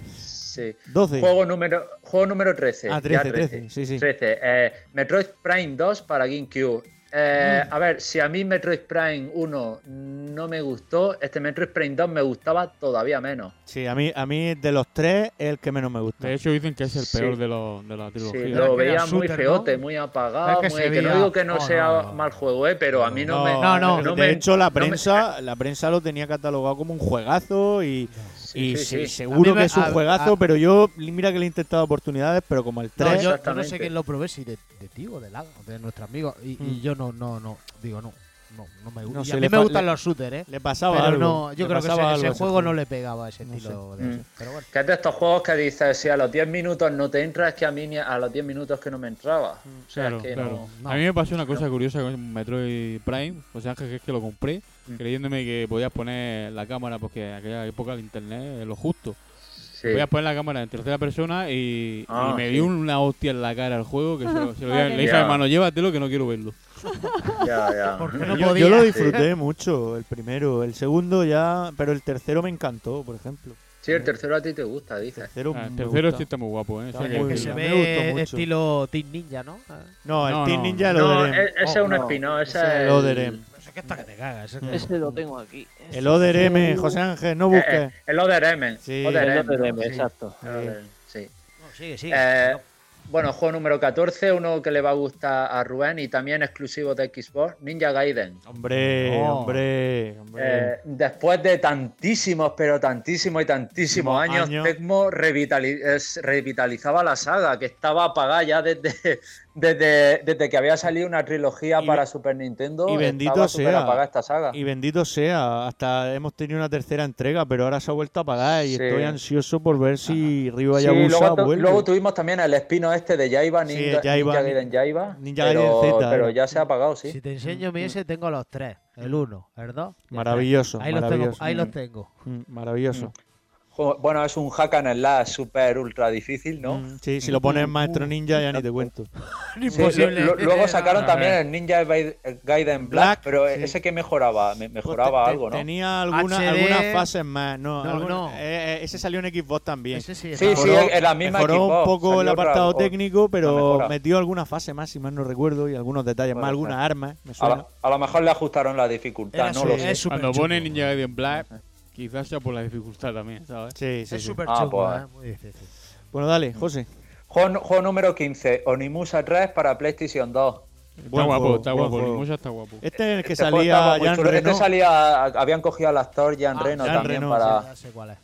[SPEAKER 4] Sí.
[SPEAKER 8] 12.
[SPEAKER 4] Juego número, juego número 13.
[SPEAKER 8] Ah,
[SPEAKER 4] ya
[SPEAKER 8] 13, 13, sí, sí.
[SPEAKER 4] 13. Eh, Metroid Prime 2 para GameCube. Eh,
[SPEAKER 8] Mm.
[SPEAKER 4] A ver, si a mí Metroid Prime 1 no me gustó, este Metroid Prime 2 me gustaba todavía menos.
[SPEAKER 8] Sí, a mí, a mí de los tres es el que menos me gusta.
[SPEAKER 10] De hecho, dicen que es el
[SPEAKER 4] Sí.
[SPEAKER 10] peor de, los- de la ¿eh?
[SPEAKER 4] Sí,
[SPEAKER 10] trilogía.
[SPEAKER 4] lo veía muy feote, muy apagado.
[SPEAKER 8] Es que
[SPEAKER 4] muy-
[SPEAKER 8] se
[SPEAKER 4] que no
[SPEAKER 8] veía- Oh,
[SPEAKER 4] digo que no
[SPEAKER 8] no,
[SPEAKER 4] sea mal juego, eh, pero a mí no, me.
[SPEAKER 8] de
[SPEAKER 4] me-
[SPEAKER 8] hecho la
[SPEAKER 4] no me-
[SPEAKER 8] prensa, la prensa lo tenía catalogado como un juegazo y, y
[SPEAKER 4] sí,
[SPEAKER 8] se-
[SPEAKER 4] sí.
[SPEAKER 8] seguro
[SPEAKER 12] A mí me-
[SPEAKER 8] que es un
[SPEAKER 12] a-
[SPEAKER 8] juegazo,
[SPEAKER 12] a-
[SPEAKER 8] pero yo mira que le he intentado oportunidades, pero como el 3
[SPEAKER 12] No, yo, yo no sé quién lo probé, si de, de ti o de Laga, o de nuestro amigo. Y, y
[SPEAKER 8] Mm.
[SPEAKER 12] yo no, no, no, digo no. No, no me gusta.
[SPEAKER 8] No
[SPEAKER 12] Y
[SPEAKER 8] sé,
[SPEAKER 12] a mí
[SPEAKER 8] le
[SPEAKER 12] me
[SPEAKER 8] pa-
[SPEAKER 12] gustan
[SPEAKER 8] le-
[SPEAKER 12] los shooters, ¿eh?
[SPEAKER 8] le pasaba
[SPEAKER 12] Pero
[SPEAKER 8] algo,
[SPEAKER 12] no, yo
[SPEAKER 8] le
[SPEAKER 12] creo que
[SPEAKER 8] pasaba
[SPEAKER 12] ese,
[SPEAKER 8] algo
[SPEAKER 12] ese
[SPEAKER 8] a ese
[SPEAKER 12] juego
[SPEAKER 8] juego.
[SPEAKER 12] no le pegaba a ese
[SPEAKER 8] No
[SPEAKER 12] estilo.
[SPEAKER 8] sé.
[SPEAKER 12] de-
[SPEAKER 4] Mm. Que es de estos juegos que dices, si a los 10 minutos no te entra, es que a mí ni a los 10 minutos que no me entraba. O sea,
[SPEAKER 10] Claro,
[SPEAKER 4] es que
[SPEAKER 10] claro.
[SPEAKER 4] no.
[SPEAKER 10] A mí me pasó una cosa curiosa con Metroid Prime, o sea, que es que lo compré creyéndome que podías poner la cámara, porque en aquella época el internet es lo justo. Podías poner la cámara en tercera persona y,
[SPEAKER 11] Ah,
[SPEAKER 10] y me
[SPEAKER 11] sí.
[SPEAKER 10] dio una hostia en la cara al juego que se lo- se lo-
[SPEAKER 11] Madre
[SPEAKER 10] le dije a
[SPEAKER 11] mía.
[SPEAKER 10] mi hermano, llévatelo que no quiero verlo.
[SPEAKER 4] Ya, ya.
[SPEAKER 8] Yo- yo, lo disfruté mucho, el primero, el segundo ya, pero el tercero me encantó, por ejemplo.
[SPEAKER 4] Sí, el tercero a ti te gusta, dices.
[SPEAKER 8] Tercero
[SPEAKER 10] Ah, el
[SPEAKER 8] me
[SPEAKER 10] tercero
[SPEAKER 8] gusta.
[SPEAKER 10] sí está muy guapo, ¿eh?
[SPEAKER 8] Está
[SPEAKER 10] Ese que-
[SPEAKER 8] muy
[SPEAKER 10] que
[SPEAKER 8] bien.
[SPEAKER 10] se
[SPEAKER 8] Me
[SPEAKER 12] Eh,
[SPEAKER 8] gustó mucho.
[SPEAKER 12] estilo Team Ninja, ¿no?
[SPEAKER 8] No, el
[SPEAKER 10] No,
[SPEAKER 8] Team
[SPEAKER 10] no,
[SPEAKER 8] Ninja
[SPEAKER 4] no.
[SPEAKER 8] lo
[SPEAKER 4] No,
[SPEAKER 8] veremos.
[SPEAKER 4] e- ese es un spin-off, ese es el-
[SPEAKER 8] el Oderem.
[SPEAKER 12] Es que está que te cagas. ¿eh? es que-
[SPEAKER 11] Este lo tengo aquí.
[SPEAKER 8] El Oderem, José Ángel, no
[SPEAKER 4] Eh,
[SPEAKER 8] busques.
[SPEAKER 4] eh, el Other M.
[SPEAKER 8] Sí,
[SPEAKER 4] Other
[SPEAKER 8] el
[SPEAKER 4] M,
[SPEAKER 8] Other M,
[SPEAKER 4] sí.
[SPEAKER 8] exacto.
[SPEAKER 4] El Other M, sí.
[SPEAKER 12] Sigue,
[SPEAKER 4] Eh, bueno, juego número 14, uno que le va a gustar a Rubén y también exclusivo de Xbox, Ninja Gaiden.
[SPEAKER 8] Hombre,
[SPEAKER 4] No.
[SPEAKER 8] hombre, hombre.
[SPEAKER 4] Eh, después de tantísimos, pero tantísimos y tantísimos años,
[SPEAKER 8] años.
[SPEAKER 4] Tecmo revitali- es- revitalizaba la saga, que estaba apagada ya desde, desde, desde que había salido una trilogía para Super Nintendo.
[SPEAKER 8] y
[SPEAKER 4] estaba
[SPEAKER 8] bendito
[SPEAKER 4] súper
[SPEAKER 8] sea.
[SPEAKER 4] apagada esta saga.
[SPEAKER 8] Y bendito sea, hasta hemos tenido una tercera entrega, pero ahora se ha vuelto a apagar y
[SPEAKER 4] Sí.
[SPEAKER 8] estoy ansioso por ver si Río
[SPEAKER 4] Sí,
[SPEAKER 8] Hayabusa
[SPEAKER 4] luego, tu-
[SPEAKER 8] vuelve.
[SPEAKER 4] luego tuvimos también el espino este de Yaiba,
[SPEAKER 8] Sí,
[SPEAKER 4] Ninja,
[SPEAKER 8] Yaiba,
[SPEAKER 4] Ninja
[SPEAKER 8] Ni-
[SPEAKER 4] Gaiden Yaiba,
[SPEAKER 8] Ninja
[SPEAKER 4] pero,
[SPEAKER 8] Gaiden Z,
[SPEAKER 4] pero
[SPEAKER 8] eh.
[SPEAKER 4] ya se ha apagado, sí.
[SPEAKER 12] Si te enseño mi ese, tengo los tres. El uno, el dos. y el
[SPEAKER 8] Maravilloso,
[SPEAKER 12] tres. Ahí Los
[SPEAKER 8] maravilloso.
[SPEAKER 12] tengo, ahí los
[SPEAKER 8] Mm.
[SPEAKER 12] tengo.
[SPEAKER 8] Mm, Maravilloso.
[SPEAKER 4] Jo- Bueno, es un hack and slash super ultra difícil, ¿no?
[SPEAKER 8] Mm, Sí, si lo pones en Maestro Ninja ya ni te cuento.
[SPEAKER 4] Sí, lo- lo- luego sacaron
[SPEAKER 8] A
[SPEAKER 4] también
[SPEAKER 8] ver.
[SPEAKER 4] el Ninja Gaiden Black,
[SPEAKER 8] Black,
[SPEAKER 4] pero
[SPEAKER 8] sí. Pues
[SPEAKER 4] ese que mejoraba, me- mejoraba
[SPEAKER 8] Te-
[SPEAKER 4] algo, ¿no?
[SPEAKER 8] Tenía alguna,
[SPEAKER 4] HD.
[SPEAKER 8] algunas fases más. No,
[SPEAKER 4] No,
[SPEAKER 8] alguna-
[SPEAKER 4] no.
[SPEAKER 8] eh, eh, ese salió en Xbox también.
[SPEAKER 4] Sí, sí, en la misma
[SPEAKER 8] Mejoró un
[SPEAKER 4] Xbox,
[SPEAKER 8] poco el
[SPEAKER 4] salió otra-
[SPEAKER 8] apartado
[SPEAKER 4] o-
[SPEAKER 8] técnico,
[SPEAKER 4] una
[SPEAKER 8] pero
[SPEAKER 4] mejora.
[SPEAKER 8] metió alguna fase más, si mal no recuerdo, y algunos detalles más, algunas armas. Me
[SPEAKER 4] A,
[SPEAKER 8] suena.
[SPEAKER 4] la- a lo mejor le ajustaron la dificultad, no lo sé.
[SPEAKER 10] Cuando pone Ninja Gaiden Black, quizás sea por la dificultad también, ¿sabes?
[SPEAKER 8] Sí, sí,
[SPEAKER 12] Es súper
[SPEAKER 4] Ah,
[SPEAKER 12] chungo,
[SPEAKER 4] pues.
[SPEAKER 12] ¿eh? Muy difícil.
[SPEAKER 8] Bueno, dale, José.
[SPEAKER 4] Juego, nu- juego número 15, Onimusa 3 para PlayStation 2.
[SPEAKER 10] Está guapo, está
[SPEAKER 8] buen
[SPEAKER 10] guapo.
[SPEAKER 8] juego.
[SPEAKER 10] Mucho está guapo.
[SPEAKER 8] Este es el que
[SPEAKER 4] Este juego estaba
[SPEAKER 8] salía
[SPEAKER 4] muy
[SPEAKER 8] ya en
[SPEAKER 4] chulo. Este
[SPEAKER 8] Renault.
[SPEAKER 4] salía, habían cogido al actor Jan Reno
[SPEAKER 8] Jean
[SPEAKER 4] también
[SPEAKER 8] Reno,
[SPEAKER 4] para,
[SPEAKER 12] Ya sé cuál es.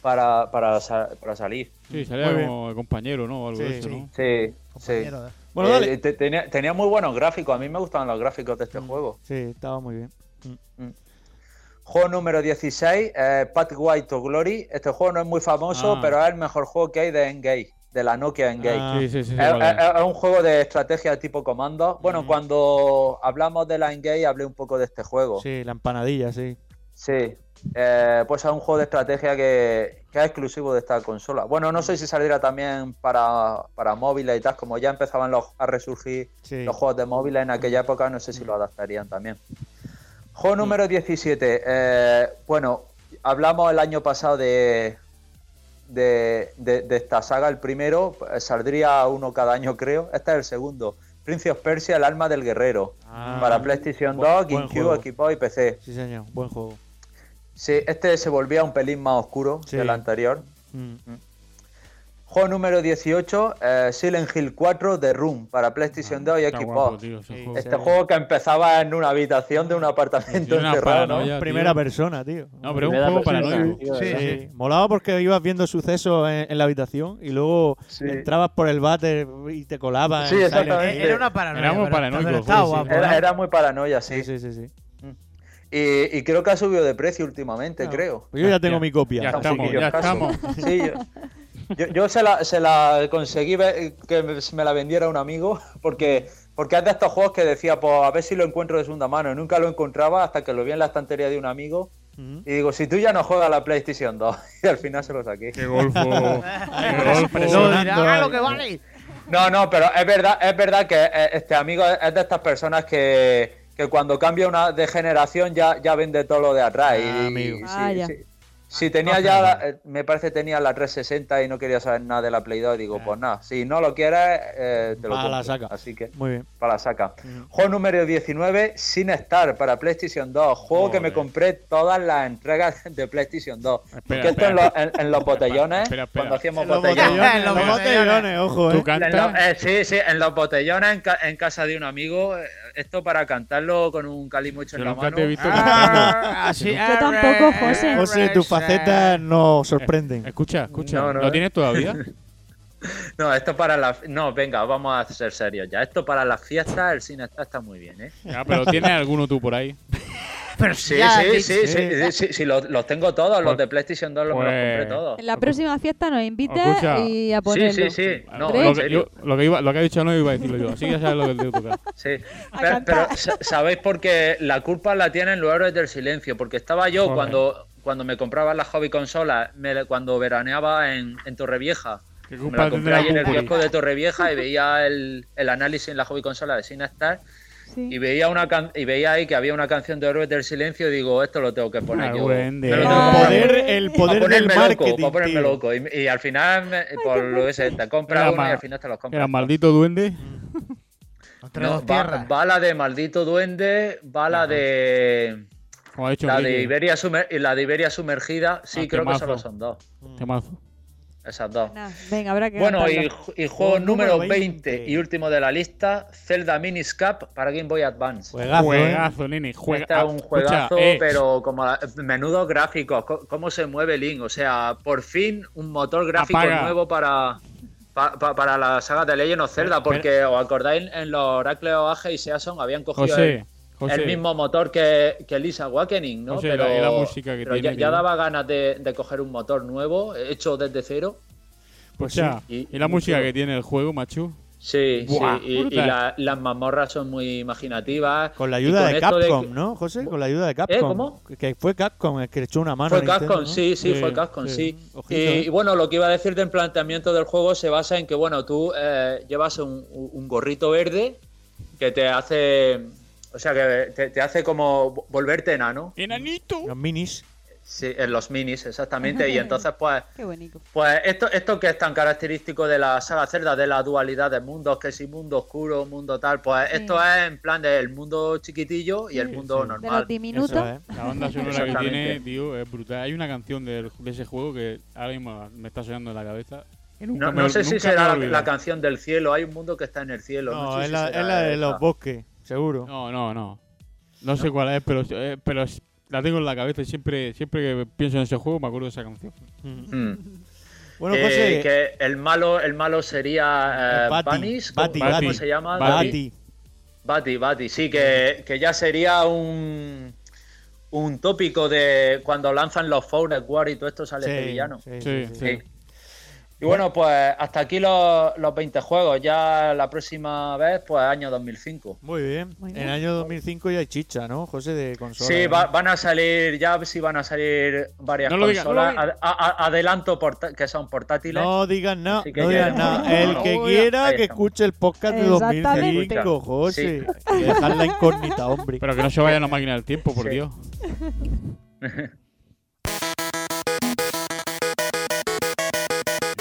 [SPEAKER 4] para, para, sa- para salir.
[SPEAKER 10] Sí, salía como compañero, ¿no? O algo de eso, ¿no?
[SPEAKER 4] Sí, sí.
[SPEAKER 12] Compañero, ¿eh?
[SPEAKER 8] Bueno,
[SPEAKER 4] Eh,
[SPEAKER 8] dale. Mm,
[SPEAKER 4] te- tenía, tenía muy buenos gráficos. A mí me gustaban los gráficos de este juego. Mm.
[SPEAKER 8] Sí, estaba muy bien. Mm.
[SPEAKER 4] Juego número 16, eh, White to Glory. Este juego no es muy famoso,
[SPEAKER 8] Ah.
[SPEAKER 4] pero es el mejor juego que hay de Engage, de la Nokia Engage.
[SPEAKER 8] Ah. Sí, sí, sí, sí,
[SPEAKER 4] es,
[SPEAKER 8] vale. Mm.
[SPEAKER 4] es- es un juego de estrategia tipo comando. Bueno, cuando hablamos de la Engage, hablé un poco de este juego.
[SPEAKER 8] Sí, la empanadilla, sí.
[SPEAKER 4] Sí, eh, pues es un juego de estrategia que, que es exclusivo de esta consola. Bueno, no sé si saliera también para, para móviles y tal, como ya empezaban los, a resurgir
[SPEAKER 8] Sí.
[SPEAKER 4] los juegos de móviles en aquella época, no sé si lo adaptarían también. Juego número 17. eh, bueno, hablamos el año pasado de, de, de- de esta saga, el primero, eh, saldría uno cada año creo, este es el segundo. Prince of Persia, el alma del guerrero.
[SPEAKER 8] Ah.
[SPEAKER 4] para PlayStation
[SPEAKER 8] Buen-
[SPEAKER 4] 2,
[SPEAKER 8] buen
[SPEAKER 4] GameCube,
[SPEAKER 8] juego.
[SPEAKER 4] Equipo y PC.
[SPEAKER 8] Sí, señor, buen juego.
[SPEAKER 4] Sí, este se volvía un pelín más oscuro
[SPEAKER 8] Sí.
[SPEAKER 4] que el anterior.
[SPEAKER 8] Mm.
[SPEAKER 4] Juego número 18, eh, Silent Hill 4 The Room para PlayStation 2 y
[SPEAKER 10] Ah, está
[SPEAKER 4] Xbox.
[SPEAKER 10] guapo, tío, ese juego.
[SPEAKER 4] este juego que empezaba en una habitación de un apartamento
[SPEAKER 8] una
[SPEAKER 4] encerrado, ¿no?
[SPEAKER 8] paranoia, Primera tío. persona, tío.
[SPEAKER 10] No, pero es un juego paranoico.
[SPEAKER 8] Sí, sí. Molaba porque ibas viendo sucesos en, en la habitación y luego entrabas por el váter y te colabas.
[SPEAKER 4] Sí,
[SPEAKER 8] en
[SPEAKER 4] exactamente.
[SPEAKER 8] Silent Hill.
[SPEAKER 10] Era muy paranoico. el
[SPEAKER 8] estaba
[SPEAKER 10] juego, sí.
[SPEAKER 8] guapo.
[SPEAKER 4] Era, era muy paranoia, sí. Mm.
[SPEAKER 8] Sí, sí, sí.
[SPEAKER 4] Y, y creo que ha subido de precio últimamente, creo.
[SPEAKER 8] Pues Yo ya tengo mi copia.
[SPEAKER 10] ya
[SPEAKER 4] Está un
[SPEAKER 10] estamos,
[SPEAKER 4] poquillo
[SPEAKER 10] ya
[SPEAKER 4] escaso. Sí,
[SPEAKER 10] estamos.
[SPEAKER 4] yo, yo- yo se, la, se la conseguí ve- que me la vendiera un amigo, porque, porque es de estos juegos que decía, pues a ver si lo encuentro de segunda mano. Nunca lo encontraba hasta que lo vi en la estantería de un amigo. Y digo, si tú ya no juegas a la PlayStation 2, y al final se lo saqué. ¡Qué
[SPEAKER 10] golfo!
[SPEAKER 4] No, no, pero es verdad, es verdad que eh, este amigo es es de estas personas que, que cuando cambia una de generación ya, ya vende todo lo de atrás. y- y- y si-
[SPEAKER 9] Vaya.
[SPEAKER 4] si- si tenía ya, la- eh, me parece que tenía la 360 y no quería saber nada de la Play 2, digo, pues nada, si no lo quieres, eh, te lo
[SPEAKER 8] Pa' la
[SPEAKER 4] compro.
[SPEAKER 8] saca.
[SPEAKER 4] Así que,
[SPEAKER 8] Muy bien.
[SPEAKER 4] para la saca. Juego número 19, Sin Star para PlayStation 2. Juego que me compré todas las entregas de PlayStation 2. Porque esto en, los- en- en los botellones, cuando hacíamos
[SPEAKER 8] Los
[SPEAKER 4] botellones.
[SPEAKER 8] botellones, los botellones, ojo, eh.
[SPEAKER 4] En los- eh, sí, sí, en los botellones en, ca- en casa de un amigo. eh, Esto para cantarlo con un calimocho en la mano. Ah.
[SPEAKER 9] Yo tampoco, José.
[SPEAKER 8] José, tus facetas nos sorprenden.
[SPEAKER 10] Escucha, escucha.
[SPEAKER 4] No, no,
[SPEAKER 10] ¿Lo
[SPEAKER 4] eh.
[SPEAKER 10] tienes todavía?
[SPEAKER 4] No, esto para la. No, venga, vamos a ser serios ya. Esto para las fiestas, el cine está, está muy bien, ¿eh?
[SPEAKER 10] Ya, pero ¿tienes alguno tú por ahí?
[SPEAKER 4] Pero sí,
[SPEAKER 10] ya,
[SPEAKER 4] sí,
[SPEAKER 10] que-
[SPEAKER 4] sí, sí,
[SPEAKER 10] sí.
[SPEAKER 4] sí, sí, sí, los, los tengo todos, los de PlayStation 2 los, me los compré
[SPEAKER 10] Pues-
[SPEAKER 4] todos.
[SPEAKER 9] En la próxima fiesta nos
[SPEAKER 10] Escucha.
[SPEAKER 9] invita y a ponerlo.
[SPEAKER 4] Sí, sí, sí. No,
[SPEAKER 9] Hombre.
[SPEAKER 10] lo,
[SPEAKER 4] en
[SPEAKER 10] que,
[SPEAKER 4] serio.
[SPEAKER 10] yo- lo que iba, lo que ha dicho no iba a decirlo yo. Así que ya sabes lo que te toca.
[SPEAKER 4] Sí. Pero, pero sa- sabéis por qué la culpa la tienen los héroes del silencio, porque estaba yo
[SPEAKER 10] Joder.
[SPEAKER 4] cuando cuando me compraba las hobby consolas, me la- cuando veraneaba en, en Torrevieja.
[SPEAKER 10] ¿Qué
[SPEAKER 4] Me
[SPEAKER 10] culpa
[SPEAKER 4] la compré
[SPEAKER 10] tendrá
[SPEAKER 4] ahí en el
[SPEAKER 10] Pupuri?
[SPEAKER 4] kiosco de Torrevieja y veía el, el análisis en la hobby consola de Sinastar. Y veía una can- y veía ahí que había una canción de Héroes del Silencio y digo, esto lo tengo que poner
[SPEAKER 10] Ah,
[SPEAKER 4] yo.
[SPEAKER 8] Buen día.
[SPEAKER 4] Me lo
[SPEAKER 8] El
[SPEAKER 4] tengo que poner.
[SPEAKER 8] poder, el
[SPEAKER 4] Pa'
[SPEAKER 8] poder del
[SPEAKER 4] ponerme loco,
[SPEAKER 8] marketing.
[SPEAKER 4] pa' ponerme
[SPEAKER 8] tío.
[SPEAKER 4] loco. Y, y al final, me- por lo ese, te compras
[SPEAKER 10] Era
[SPEAKER 4] uno y
[SPEAKER 10] ma-
[SPEAKER 4] al final te los compras.
[SPEAKER 10] Era maldito duende.
[SPEAKER 4] No, ba- bala de maldito duende, bala de.
[SPEAKER 10] Como ha dicho
[SPEAKER 4] La de,
[SPEAKER 10] Enrique.
[SPEAKER 4] Iberia sumer- y la de Iberia sumergida, sí,
[SPEAKER 10] Ah,
[SPEAKER 4] creo que
[SPEAKER 10] temazo.
[SPEAKER 4] solo son dos.
[SPEAKER 8] Mm.
[SPEAKER 10] Temazo.
[SPEAKER 4] Esas dos.
[SPEAKER 9] Nah, venga, habrá que
[SPEAKER 4] Bueno, y,
[SPEAKER 9] gastarlo.
[SPEAKER 4] y juego número 20. y último de la lista, Zelda Minis Cap para Game Boy Advance.
[SPEAKER 10] Juegazo,
[SPEAKER 8] ¿eh?
[SPEAKER 10] Juegazo, nene. Juega...
[SPEAKER 4] Este es un
[SPEAKER 10] escucha,
[SPEAKER 4] juegazo,
[SPEAKER 10] eh,
[SPEAKER 4] pero como la- menudos gráficos, co- cómo se mueve Link. O sea, por fin un motor gráfico
[SPEAKER 10] Apaga.
[SPEAKER 4] nuevo para, pa- pa- para la saga de Legend of Zelda, porque os acordáis en los Oracle of Age y Season habían cogido
[SPEAKER 10] José,
[SPEAKER 4] el,
[SPEAKER 8] Pues
[SPEAKER 10] José.
[SPEAKER 4] el mismo motor que, que Lisa Awakening, ¿no?
[SPEAKER 10] José, la- y la música que
[SPEAKER 4] pero
[SPEAKER 10] tiene,
[SPEAKER 4] ya, ya
[SPEAKER 10] tío.
[SPEAKER 4] daba ganas de, de coger un motor nuevo, hecho desde cero.
[SPEAKER 10] escucha,
[SPEAKER 4] sí.
[SPEAKER 10] pues Y, la música que tiene el juego, macho.
[SPEAKER 4] Sí,
[SPEAKER 10] Buah,
[SPEAKER 4] sí, y, y
[SPEAKER 10] brutal.
[SPEAKER 4] la- las mazmorras son muy imaginativas.
[SPEAKER 8] Con la
[SPEAKER 4] y
[SPEAKER 8] ayuda de
[SPEAKER 4] esto ¿Eh?
[SPEAKER 8] Capcom, ¿no, José? Con la ayuda de Capcom.
[SPEAKER 4] cómo?
[SPEAKER 8] Que fue Capcom el que le echó una mano.
[SPEAKER 4] Fue
[SPEAKER 8] a Nintendo,
[SPEAKER 4] Capcom,
[SPEAKER 8] ¿no?
[SPEAKER 4] sí, sí, fue Capcom, sí. Y,
[SPEAKER 8] Ojito, eh.
[SPEAKER 4] y bueno, lo que iba a decir del planteamiento del juego se basa en que, bueno, tú eh, llevas un, un gorrito verde que te hace. O sea, que te, te hace como vo- volverte enano.
[SPEAKER 10] ¡Enanito!
[SPEAKER 8] Los minis.
[SPEAKER 4] Sí, en los minis, exactamente. Y entonces, pues.
[SPEAKER 9] Qué bonito.
[SPEAKER 4] Pues esto, esto que es tan característico de la saga Zelda, de la dualidad de mundos, que si mundo oscuro, mundo tal, pues esto es en plan del mundo chiquitillo y el mundo normal.
[SPEAKER 9] los diminutos. Eso es.
[SPEAKER 10] La banda sonora que
[SPEAKER 4] Exactamente.
[SPEAKER 10] tiene, tío, es brutal. Hay una canción del- de, ese juego que ahora mismo me está sonando en la cabeza. que nunca
[SPEAKER 4] No,
[SPEAKER 10] me
[SPEAKER 4] no
[SPEAKER 10] ol-
[SPEAKER 4] sé si
[SPEAKER 10] nunca me
[SPEAKER 4] será la,
[SPEAKER 10] olvido.
[SPEAKER 4] la canción del cielo. Hay un mundo que está en el cielo.
[SPEAKER 8] No,
[SPEAKER 4] sé
[SPEAKER 8] es
[SPEAKER 4] si
[SPEAKER 8] la,
[SPEAKER 4] será
[SPEAKER 8] es la de
[SPEAKER 4] esa.
[SPEAKER 8] los bosques, seguro.
[SPEAKER 10] No, no, no. No sé cuál es, pero, eh, pero es- la tengo en la cabeza y siempre, siempre que pienso en ese juego me acuerdo de esa canción.
[SPEAKER 4] Mm.
[SPEAKER 8] Bueno,
[SPEAKER 4] Eh,
[SPEAKER 8] José.
[SPEAKER 4] que el malo, el malo sería eh,
[SPEAKER 8] Bati,
[SPEAKER 4] Banis,
[SPEAKER 8] Bati,
[SPEAKER 4] ¿cómo,
[SPEAKER 8] Bati,
[SPEAKER 4] cómo se llama?
[SPEAKER 8] Bati.
[SPEAKER 4] Bati, Bati, sí, que, que ya sería un, un tópico de cuando lanzan los Forest War y todo esto sale
[SPEAKER 8] Sí,
[SPEAKER 4] este villano.
[SPEAKER 8] sí, sí, sí, sí.
[SPEAKER 4] Y bueno, pues hasta aquí los, los 20 juegos. Ya la próxima vez, pues año 2005.
[SPEAKER 8] Muy bien. En el año 2005 ya hay chicha, ¿no, José, de consola? ¿eh?
[SPEAKER 4] Sí,
[SPEAKER 8] Pues ¿no?
[SPEAKER 4] va- van a salir, ya sí van a salir varias
[SPEAKER 8] No lo digas,
[SPEAKER 4] consolas.
[SPEAKER 8] no lo digas.
[SPEAKER 4] A- a- adelanto porta- que son portátiles.
[SPEAKER 8] No digas nada,
[SPEAKER 4] Así que
[SPEAKER 8] no digas
[SPEAKER 4] ya-
[SPEAKER 8] nada. El que
[SPEAKER 4] Oiga.
[SPEAKER 8] quiera
[SPEAKER 4] Ahí
[SPEAKER 8] que
[SPEAKER 4] estamos.
[SPEAKER 8] escuche el podcast de
[SPEAKER 4] Exactamente.
[SPEAKER 8] 2005, José.
[SPEAKER 4] Sí.
[SPEAKER 8] Hay que Dejar la incógnita, hombre.
[SPEAKER 10] Pero que no se vaya a la máquina del tiempo, por
[SPEAKER 4] Sí.
[SPEAKER 10] Dios.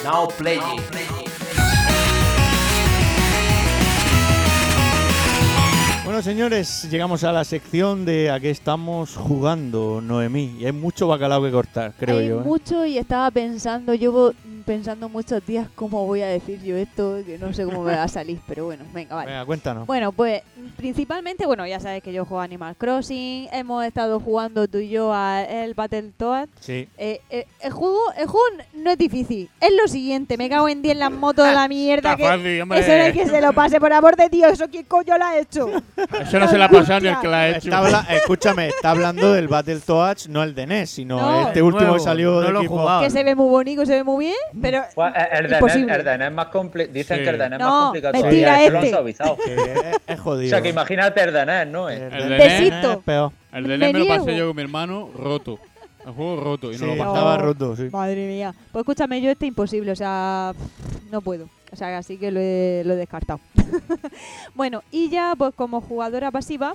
[SPEAKER 13] Now playing.
[SPEAKER 8] Bueno, señores, llegamos a la sección de a qué estamos jugando, Noemí. Y hay mucho bacalao que cortar, creo
[SPEAKER 9] Hay
[SPEAKER 8] yo. ¿eh?
[SPEAKER 9] mucho y estaba pensando, llevo pensando muchos días cómo voy a decir yo esto, que no sé cómo me va a salir, pero bueno, venga, vale.
[SPEAKER 8] Venga, cuéntanos.
[SPEAKER 9] Bueno, pues principalmente, bueno, ya sabes que yo juego a Animal Crossing, hemos estado jugando tú y yo a el Battletoad.
[SPEAKER 8] Sí.
[SPEAKER 9] Eh, eh, el, juego, el juego no es difícil, es lo siguiente, me cago en 10 las motos de la mierda.
[SPEAKER 10] Está
[SPEAKER 9] que
[SPEAKER 10] fácil, hombre.
[SPEAKER 9] eso de que se lo pase, por amor de Dios, eso quién coño lo ha hecho.
[SPEAKER 10] Eso no se la ha pasado ni el que la ha hecho.
[SPEAKER 8] Está habla- escúchame, está hablando del Battletoads, no el de NES, sino
[SPEAKER 9] No.
[SPEAKER 8] este último
[SPEAKER 4] Nuevo,
[SPEAKER 8] que salió
[SPEAKER 4] no
[SPEAKER 8] de
[SPEAKER 4] lo he
[SPEAKER 8] equipo.
[SPEAKER 4] jugado.
[SPEAKER 9] que se ve muy bonito, se ve muy bien, pero
[SPEAKER 4] Pues, eh, el, de
[SPEAKER 9] Imposible.
[SPEAKER 4] NES, el de NES más compli- Dicen
[SPEAKER 8] Sí.
[SPEAKER 4] que el de NES
[SPEAKER 9] No,
[SPEAKER 4] más complicado
[SPEAKER 9] mentira,
[SPEAKER 4] todavía, eso lo han
[SPEAKER 9] este.
[SPEAKER 4] suavizado.
[SPEAKER 8] es
[SPEAKER 4] O
[SPEAKER 8] jodido.
[SPEAKER 4] sea, que imagínate el de NES, ¿no?
[SPEAKER 8] Eh,
[SPEAKER 4] Es?
[SPEAKER 10] El de NES,
[SPEAKER 8] Besito. peor.
[SPEAKER 10] El
[SPEAKER 9] Me
[SPEAKER 10] de NES me lo pasé
[SPEAKER 9] niego.
[SPEAKER 10] yo con mi hermano roto. El juego roto y no
[SPEAKER 8] Sí,
[SPEAKER 10] lo pasaba.
[SPEAKER 8] estaba roto, sí.
[SPEAKER 9] Oh, Madre mía. Pues escúchame, yo este imposible, o sea, no puedo. O sea, así que lo he, lo he descartado. bueno, y ya pues como jugadora pasiva,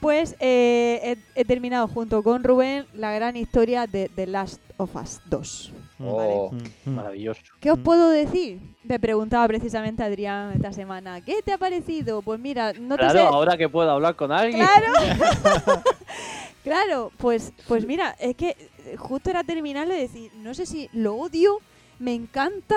[SPEAKER 9] pues eh, he, he terminado junto con Rubén la gran historia de The Last of Us 2.
[SPEAKER 8] mm.
[SPEAKER 11] Oh, maravilloso.
[SPEAKER 9] ¿Qué os puedo decir? Me preguntaba precisamente Adrián esta semana, ¿qué te ha parecido? Pues mira, no te
[SPEAKER 11] claro,
[SPEAKER 9] sé...
[SPEAKER 11] ahora que puedo hablar con alguien.
[SPEAKER 9] Claro, pues, pues mira, es que eh, justo era terminarle de decir, no sé si lo odio, me encanta,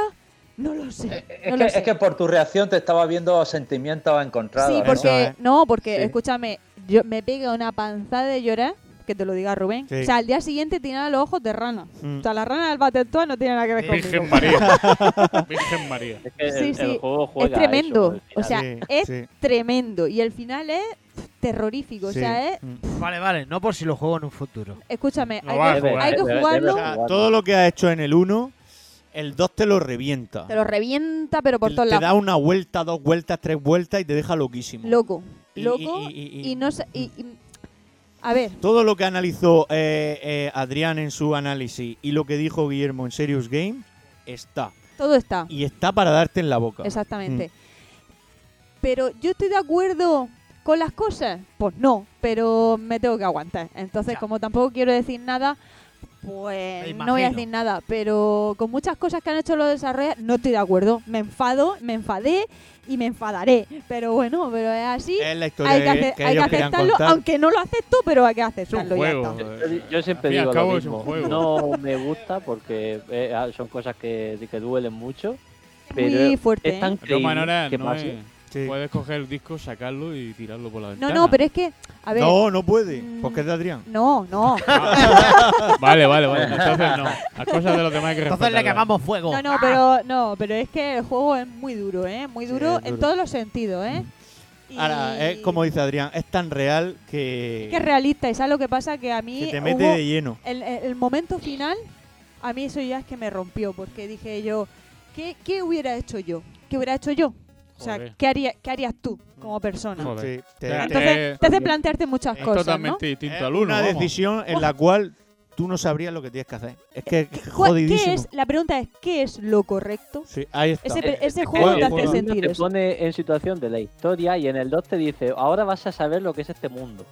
[SPEAKER 9] no lo sé.
[SPEAKER 4] Eh, Es
[SPEAKER 9] no
[SPEAKER 4] que,
[SPEAKER 9] lo
[SPEAKER 4] es
[SPEAKER 9] sé.
[SPEAKER 4] que por tu reacción te estaba viendo sentimientos encontrados.
[SPEAKER 9] sí,
[SPEAKER 4] ¿no? Eh,
[SPEAKER 9] porque, no, porque,
[SPEAKER 4] Sí.
[SPEAKER 9] escúchame, yo me pega una panzada de llorar, que te lo diga Rubén.
[SPEAKER 4] Sí.
[SPEAKER 9] O sea, al día siguiente tenía los ojos de rana.
[SPEAKER 11] Mm.
[SPEAKER 9] O sea, la rana del Battletoad no tiene nada que ver con
[SPEAKER 10] Virgen María. Virgen María.
[SPEAKER 11] Es que el-
[SPEAKER 9] Sí,
[SPEAKER 11] el,
[SPEAKER 9] sí.
[SPEAKER 11] juego
[SPEAKER 9] es
[SPEAKER 11] juega a eso,
[SPEAKER 9] tremendo.
[SPEAKER 11] al
[SPEAKER 9] o
[SPEAKER 11] final.
[SPEAKER 9] sea, es tremendo. Y el final es pff, terrorífico. O
[SPEAKER 12] Sí.
[SPEAKER 9] sea, eh. es,
[SPEAKER 8] Mm.
[SPEAKER 12] Vale, vale, no por si lo juego en un futuro.
[SPEAKER 9] escúchame,
[SPEAKER 12] Lo
[SPEAKER 9] hay
[SPEAKER 12] vas a
[SPEAKER 9] que,
[SPEAKER 12] jugar.
[SPEAKER 9] hay que
[SPEAKER 12] Debe- debe
[SPEAKER 9] jugarlo.
[SPEAKER 12] jugar.
[SPEAKER 8] Ah, Todo lo que ha hecho en el 1, el 2 te lo revienta.
[SPEAKER 9] Te lo revienta, pero por todos
[SPEAKER 8] Te
[SPEAKER 9] lados.
[SPEAKER 8] da una vuelta, dos vueltas, tres vueltas y te deja loquísimo.
[SPEAKER 9] Loco.
[SPEAKER 8] Y-
[SPEAKER 9] Loco.
[SPEAKER 8] y-
[SPEAKER 9] Y,
[SPEAKER 8] y- y-
[SPEAKER 9] no sé. y- y- a ver,
[SPEAKER 8] Todo lo que analizó eh, eh, Adrián en su análisis y lo que dijo Guillermo en Serious Game está.
[SPEAKER 9] todo está.
[SPEAKER 8] Y está para darte en la boca.
[SPEAKER 9] Exactamente. Pero yo estoy de acuerdo con las cosas. Pues no, pero me tengo que aguantar. Entonces, como tampoco quiero decir nada, pues no voy a
[SPEAKER 7] imagino.
[SPEAKER 9] decir nada. Pero con muchas cosas que han hecho los desarrolladores, no estoy de acuerdo. Me enfado, me enfadé y me enfadaré. Pero bueno, pero es así.
[SPEAKER 8] Es la historia
[SPEAKER 9] hay
[SPEAKER 8] Eh,
[SPEAKER 9] que,
[SPEAKER 8] que-
[SPEAKER 9] ace-
[SPEAKER 8] que
[SPEAKER 9] hay que
[SPEAKER 8] ellos querían
[SPEAKER 9] aceptarlo,
[SPEAKER 8] contar.
[SPEAKER 9] aunque no lo acepto, pero hay que aceptarlo. ya está.
[SPEAKER 11] Yo, yo siempre
[SPEAKER 10] Al fin y al
[SPEAKER 11] digo
[SPEAKER 10] cabo
[SPEAKER 11] lo
[SPEAKER 10] es un
[SPEAKER 11] mismo.
[SPEAKER 10] juego.
[SPEAKER 11] No me gusta porque eh, ah, son cosas que, que duelen mucho. Pero
[SPEAKER 9] fuerte,
[SPEAKER 11] Es tan
[SPEAKER 9] ¿eh?
[SPEAKER 10] Yo,
[SPEAKER 11] creíble
[SPEAKER 10] Manora,
[SPEAKER 11] que
[SPEAKER 10] no
[SPEAKER 11] pase.
[SPEAKER 10] es- Puedes coger el disco, sacarlo y tirarlo por la
[SPEAKER 9] No,
[SPEAKER 10] ventana.
[SPEAKER 9] no, pero es que. A ver. Mm.
[SPEAKER 8] No, no puede. Porque es de Adrián.
[SPEAKER 9] No, no.
[SPEAKER 10] Vale, vale, vale. Entonces no. Las cosas de los demás hay que
[SPEAKER 12] Entonces le
[SPEAKER 10] respetarlas.
[SPEAKER 12] cagamos fuego.
[SPEAKER 9] No, no, pero no, pero es que el juego es muy duro, ¿eh? Muy duro,
[SPEAKER 8] es duro.
[SPEAKER 9] en todos los sentidos, ¿eh?
[SPEAKER 8] Ahora, es como dice Adrián, es tan real que.
[SPEAKER 9] Es que es realista y sabes lo que pasa que a mí
[SPEAKER 8] Que te mete
[SPEAKER 9] hubo
[SPEAKER 8] de lleno.
[SPEAKER 9] El, el- el momento final a mí eso ya es que me rompió porque dije yo, ¿qué, qué hubiera hecho yo? ¿Qué hubiera hecho yo? O sea,
[SPEAKER 10] Joder.
[SPEAKER 9] ¿qué, haría, ¿qué harías tú como persona?
[SPEAKER 10] Joder. Sí, te-
[SPEAKER 9] Entonces
[SPEAKER 10] te-
[SPEAKER 9] te hace plantearte muchas
[SPEAKER 10] Es
[SPEAKER 9] cosas, ¿no?
[SPEAKER 10] totalmente distinto
[SPEAKER 8] Es
[SPEAKER 10] al uno,
[SPEAKER 8] Eh, Una
[SPEAKER 10] vamos.
[SPEAKER 8] decisión en la cual tú no sabrías lo que tienes que hacer. Es que es
[SPEAKER 9] ¿Cuál- ¿Qué
[SPEAKER 8] jodidísimo.
[SPEAKER 9] es? La pregunta es, ¿qué es lo correcto?
[SPEAKER 8] Sí, ahí está.
[SPEAKER 9] Ese, ese
[SPEAKER 11] Es que
[SPEAKER 9] juego te
[SPEAKER 11] el
[SPEAKER 9] hace
[SPEAKER 11] uno
[SPEAKER 9] sentir
[SPEAKER 11] te
[SPEAKER 9] eso.
[SPEAKER 11] pone en situación de la historia y en el 2 te dice, ahora vas a saber lo que es este mundo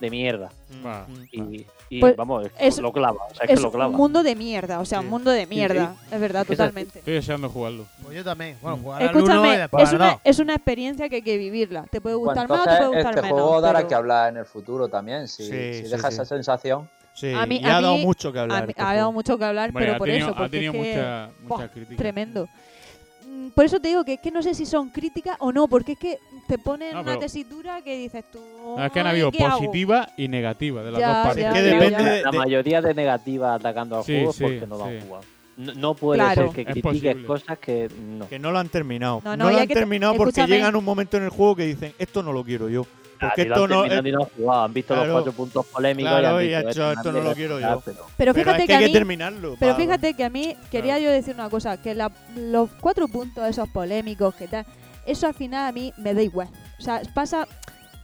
[SPEAKER 11] de mierda.
[SPEAKER 10] Mm,
[SPEAKER 11] Y, y,
[SPEAKER 9] Pues,
[SPEAKER 11] vamos, es-
[SPEAKER 9] es-
[SPEAKER 11] lo clava. O sea, es,
[SPEAKER 9] Es
[SPEAKER 11] que lo clava.
[SPEAKER 9] un mundo de mierda, o sea, un mundo de
[SPEAKER 11] Sí, sí.
[SPEAKER 9] mierda. Es verdad,
[SPEAKER 11] Es así.
[SPEAKER 9] totalmente.
[SPEAKER 10] Estoy deseando jugarlo.
[SPEAKER 12] Pues yo también. Bueno, jugar al uno y
[SPEAKER 9] Escúchame,
[SPEAKER 12] después
[SPEAKER 9] es
[SPEAKER 12] al
[SPEAKER 9] una,
[SPEAKER 12] dos.
[SPEAKER 9] es una experiencia que hay que vivirla. Te puede
[SPEAKER 4] Pues
[SPEAKER 9] gustar más o te
[SPEAKER 4] entonces
[SPEAKER 9] puede gustar
[SPEAKER 4] este
[SPEAKER 9] menos.
[SPEAKER 4] juego dará
[SPEAKER 9] pero-
[SPEAKER 4] que hablar en el futuro también, si,
[SPEAKER 8] Sí,
[SPEAKER 4] si
[SPEAKER 8] sí,
[SPEAKER 4] deja
[SPEAKER 8] sí.
[SPEAKER 4] esa sensación.
[SPEAKER 8] Sí,
[SPEAKER 9] a mí-
[SPEAKER 8] y
[SPEAKER 9] a
[SPEAKER 8] ha dado
[SPEAKER 9] mí-
[SPEAKER 8] mucho que
[SPEAKER 9] a
[SPEAKER 8] hablar.
[SPEAKER 9] mí-
[SPEAKER 8] este
[SPEAKER 9] ha
[SPEAKER 8] juego.
[SPEAKER 9] dado mucho que hablar,
[SPEAKER 10] Hombre,
[SPEAKER 9] pero
[SPEAKER 10] ha
[SPEAKER 9] por
[SPEAKER 10] tenido-
[SPEAKER 9] eso.
[SPEAKER 10] ha
[SPEAKER 9] porque
[SPEAKER 10] tenido
[SPEAKER 9] es que-
[SPEAKER 10] mucha-
[SPEAKER 9] ¡buah!
[SPEAKER 10] muchas críticas.
[SPEAKER 9] Tremendo. Mm, Por eso te digo que es que no sé si son críticas o no, porque es que te ponen
[SPEAKER 10] No,
[SPEAKER 9] una
[SPEAKER 10] pero-
[SPEAKER 9] tesitura que dices tú.
[SPEAKER 10] No, es que han
[SPEAKER 9] "Ay,
[SPEAKER 10] habido
[SPEAKER 9] ¿qué hago?".
[SPEAKER 10] positiva y negativa de las
[SPEAKER 9] Ya,
[SPEAKER 10] dos partes.
[SPEAKER 9] ya,
[SPEAKER 11] Yo
[SPEAKER 9] ya,
[SPEAKER 11] digo
[SPEAKER 9] ya.
[SPEAKER 11] la- la mayoría de negativas atacando al
[SPEAKER 10] Sí,
[SPEAKER 11] juego
[SPEAKER 10] sí,
[SPEAKER 11] porque no lo han
[SPEAKER 10] sí.
[SPEAKER 11] jugado. No, no puede
[SPEAKER 8] Claro.
[SPEAKER 11] ser que
[SPEAKER 8] Es
[SPEAKER 11] critiques
[SPEAKER 8] posible.
[SPEAKER 11] cosas que no.
[SPEAKER 8] Que no lo han terminado.
[SPEAKER 11] No,
[SPEAKER 8] No,
[SPEAKER 11] no, y
[SPEAKER 8] lo
[SPEAKER 11] hay
[SPEAKER 8] han
[SPEAKER 11] que-
[SPEAKER 8] terminado porque
[SPEAKER 11] escúchame.
[SPEAKER 8] llegan un momento en el juego que dicen, esto no lo quiero yo. Porque
[SPEAKER 11] ni lo
[SPEAKER 8] esto
[SPEAKER 11] han
[SPEAKER 8] no.
[SPEAKER 11] terminado ni lo han jugado, han visto los cuatro puntos polémicos y
[SPEAKER 8] Claro,
[SPEAKER 11] han
[SPEAKER 8] y
[SPEAKER 11] dicho, "Este
[SPEAKER 8] ha
[SPEAKER 11] "Esto
[SPEAKER 8] hecho,
[SPEAKER 11] no
[SPEAKER 8] esto
[SPEAKER 11] me
[SPEAKER 8] no lo
[SPEAKER 11] merece
[SPEAKER 8] quiero
[SPEAKER 11] nada",
[SPEAKER 8] yo.
[SPEAKER 11] pero-
[SPEAKER 9] Pero fíjate
[SPEAKER 8] es
[SPEAKER 9] que,
[SPEAKER 8] que,
[SPEAKER 9] a
[SPEAKER 8] hay
[SPEAKER 9] mí-
[SPEAKER 8] que terminarlo.
[SPEAKER 9] Pero
[SPEAKER 8] para-
[SPEAKER 9] fíjate que a mí quería yo decir una cosa, que la- los cuatro puntos esos polémicos que tal, eso al final a mí me da igual. O sea, pasa,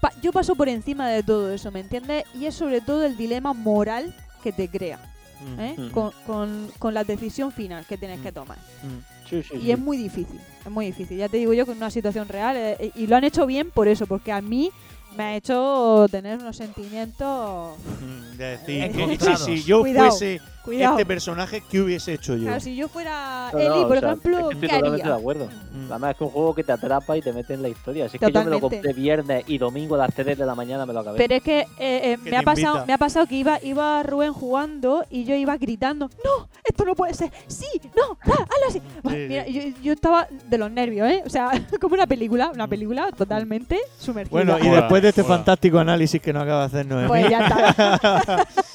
[SPEAKER 9] pa- yo paso por encima de todo eso, ¿me entiendes? Y es sobre todo el dilema moral que te crea, ¿eh?
[SPEAKER 11] Mm.
[SPEAKER 9] con, con- con la decisión final que tienes que tomar.
[SPEAKER 11] Sí, sí,
[SPEAKER 9] Y em-
[SPEAKER 11] sí.
[SPEAKER 9] es muy difícil, es muy difícil. Ya te digo yo que es una situación real eh, y lo han hecho bien por eso, porque a mí me ha hecho tener unos sentimientos
[SPEAKER 8] Mm, de decir, que-
[SPEAKER 9] Encontrados.
[SPEAKER 8] si, si yo
[SPEAKER 9] Cuidado.
[SPEAKER 8] fuese
[SPEAKER 9] Cuidado.
[SPEAKER 8] este personaje, ¿qué hubiese hecho yo?
[SPEAKER 9] Claro, si yo fuera
[SPEAKER 11] No,
[SPEAKER 9] Eli,
[SPEAKER 11] no, o
[SPEAKER 9] por
[SPEAKER 11] sea,
[SPEAKER 9] ejemplo,
[SPEAKER 11] estoy
[SPEAKER 9] ¿qué
[SPEAKER 11] totalmente de
[SPEAKER 9] haría?
[SPEAKER 11] acuerdo. Además, es que es un juego que te atrapa y te mete en la historia. Así es que yo me lo
[SPEAKER 9] Totalmente.
[SPEAKER 11] compré viernes y domingo a las 3 de la mañana me lo acabé.
[SPEAKER 9] Pero es que, eh, eh,
[SPEAKER 11] Que
[SPEAKER 9] me, ha
[SPEAKER 11] te
[SPEAKER 9] pasado,
[SPEAKER 11] invita.
[SPEAKER 9] me ha pasado que iba, iba Rubén jugando y yo iba gritando, no, esto no puede ser, sí, no, ah, hazlo así. Buah,
[SPEAKER 8] sí.
[SPEAKER 9] mira, yo, yo estaba de los nervios, ¿eh? O sea, como una película, una película totalmente sumergida.
[SPEAKER 8] Bueno, y
[SPEAKER 10] Hola,
[SPEAKER 8] después de este
[SPEAKER 10] hola.
[SPEAKER 8] fantástico análisis que nos acaba de hacer Noemí.
[SPEAKER 9] Pues ya está.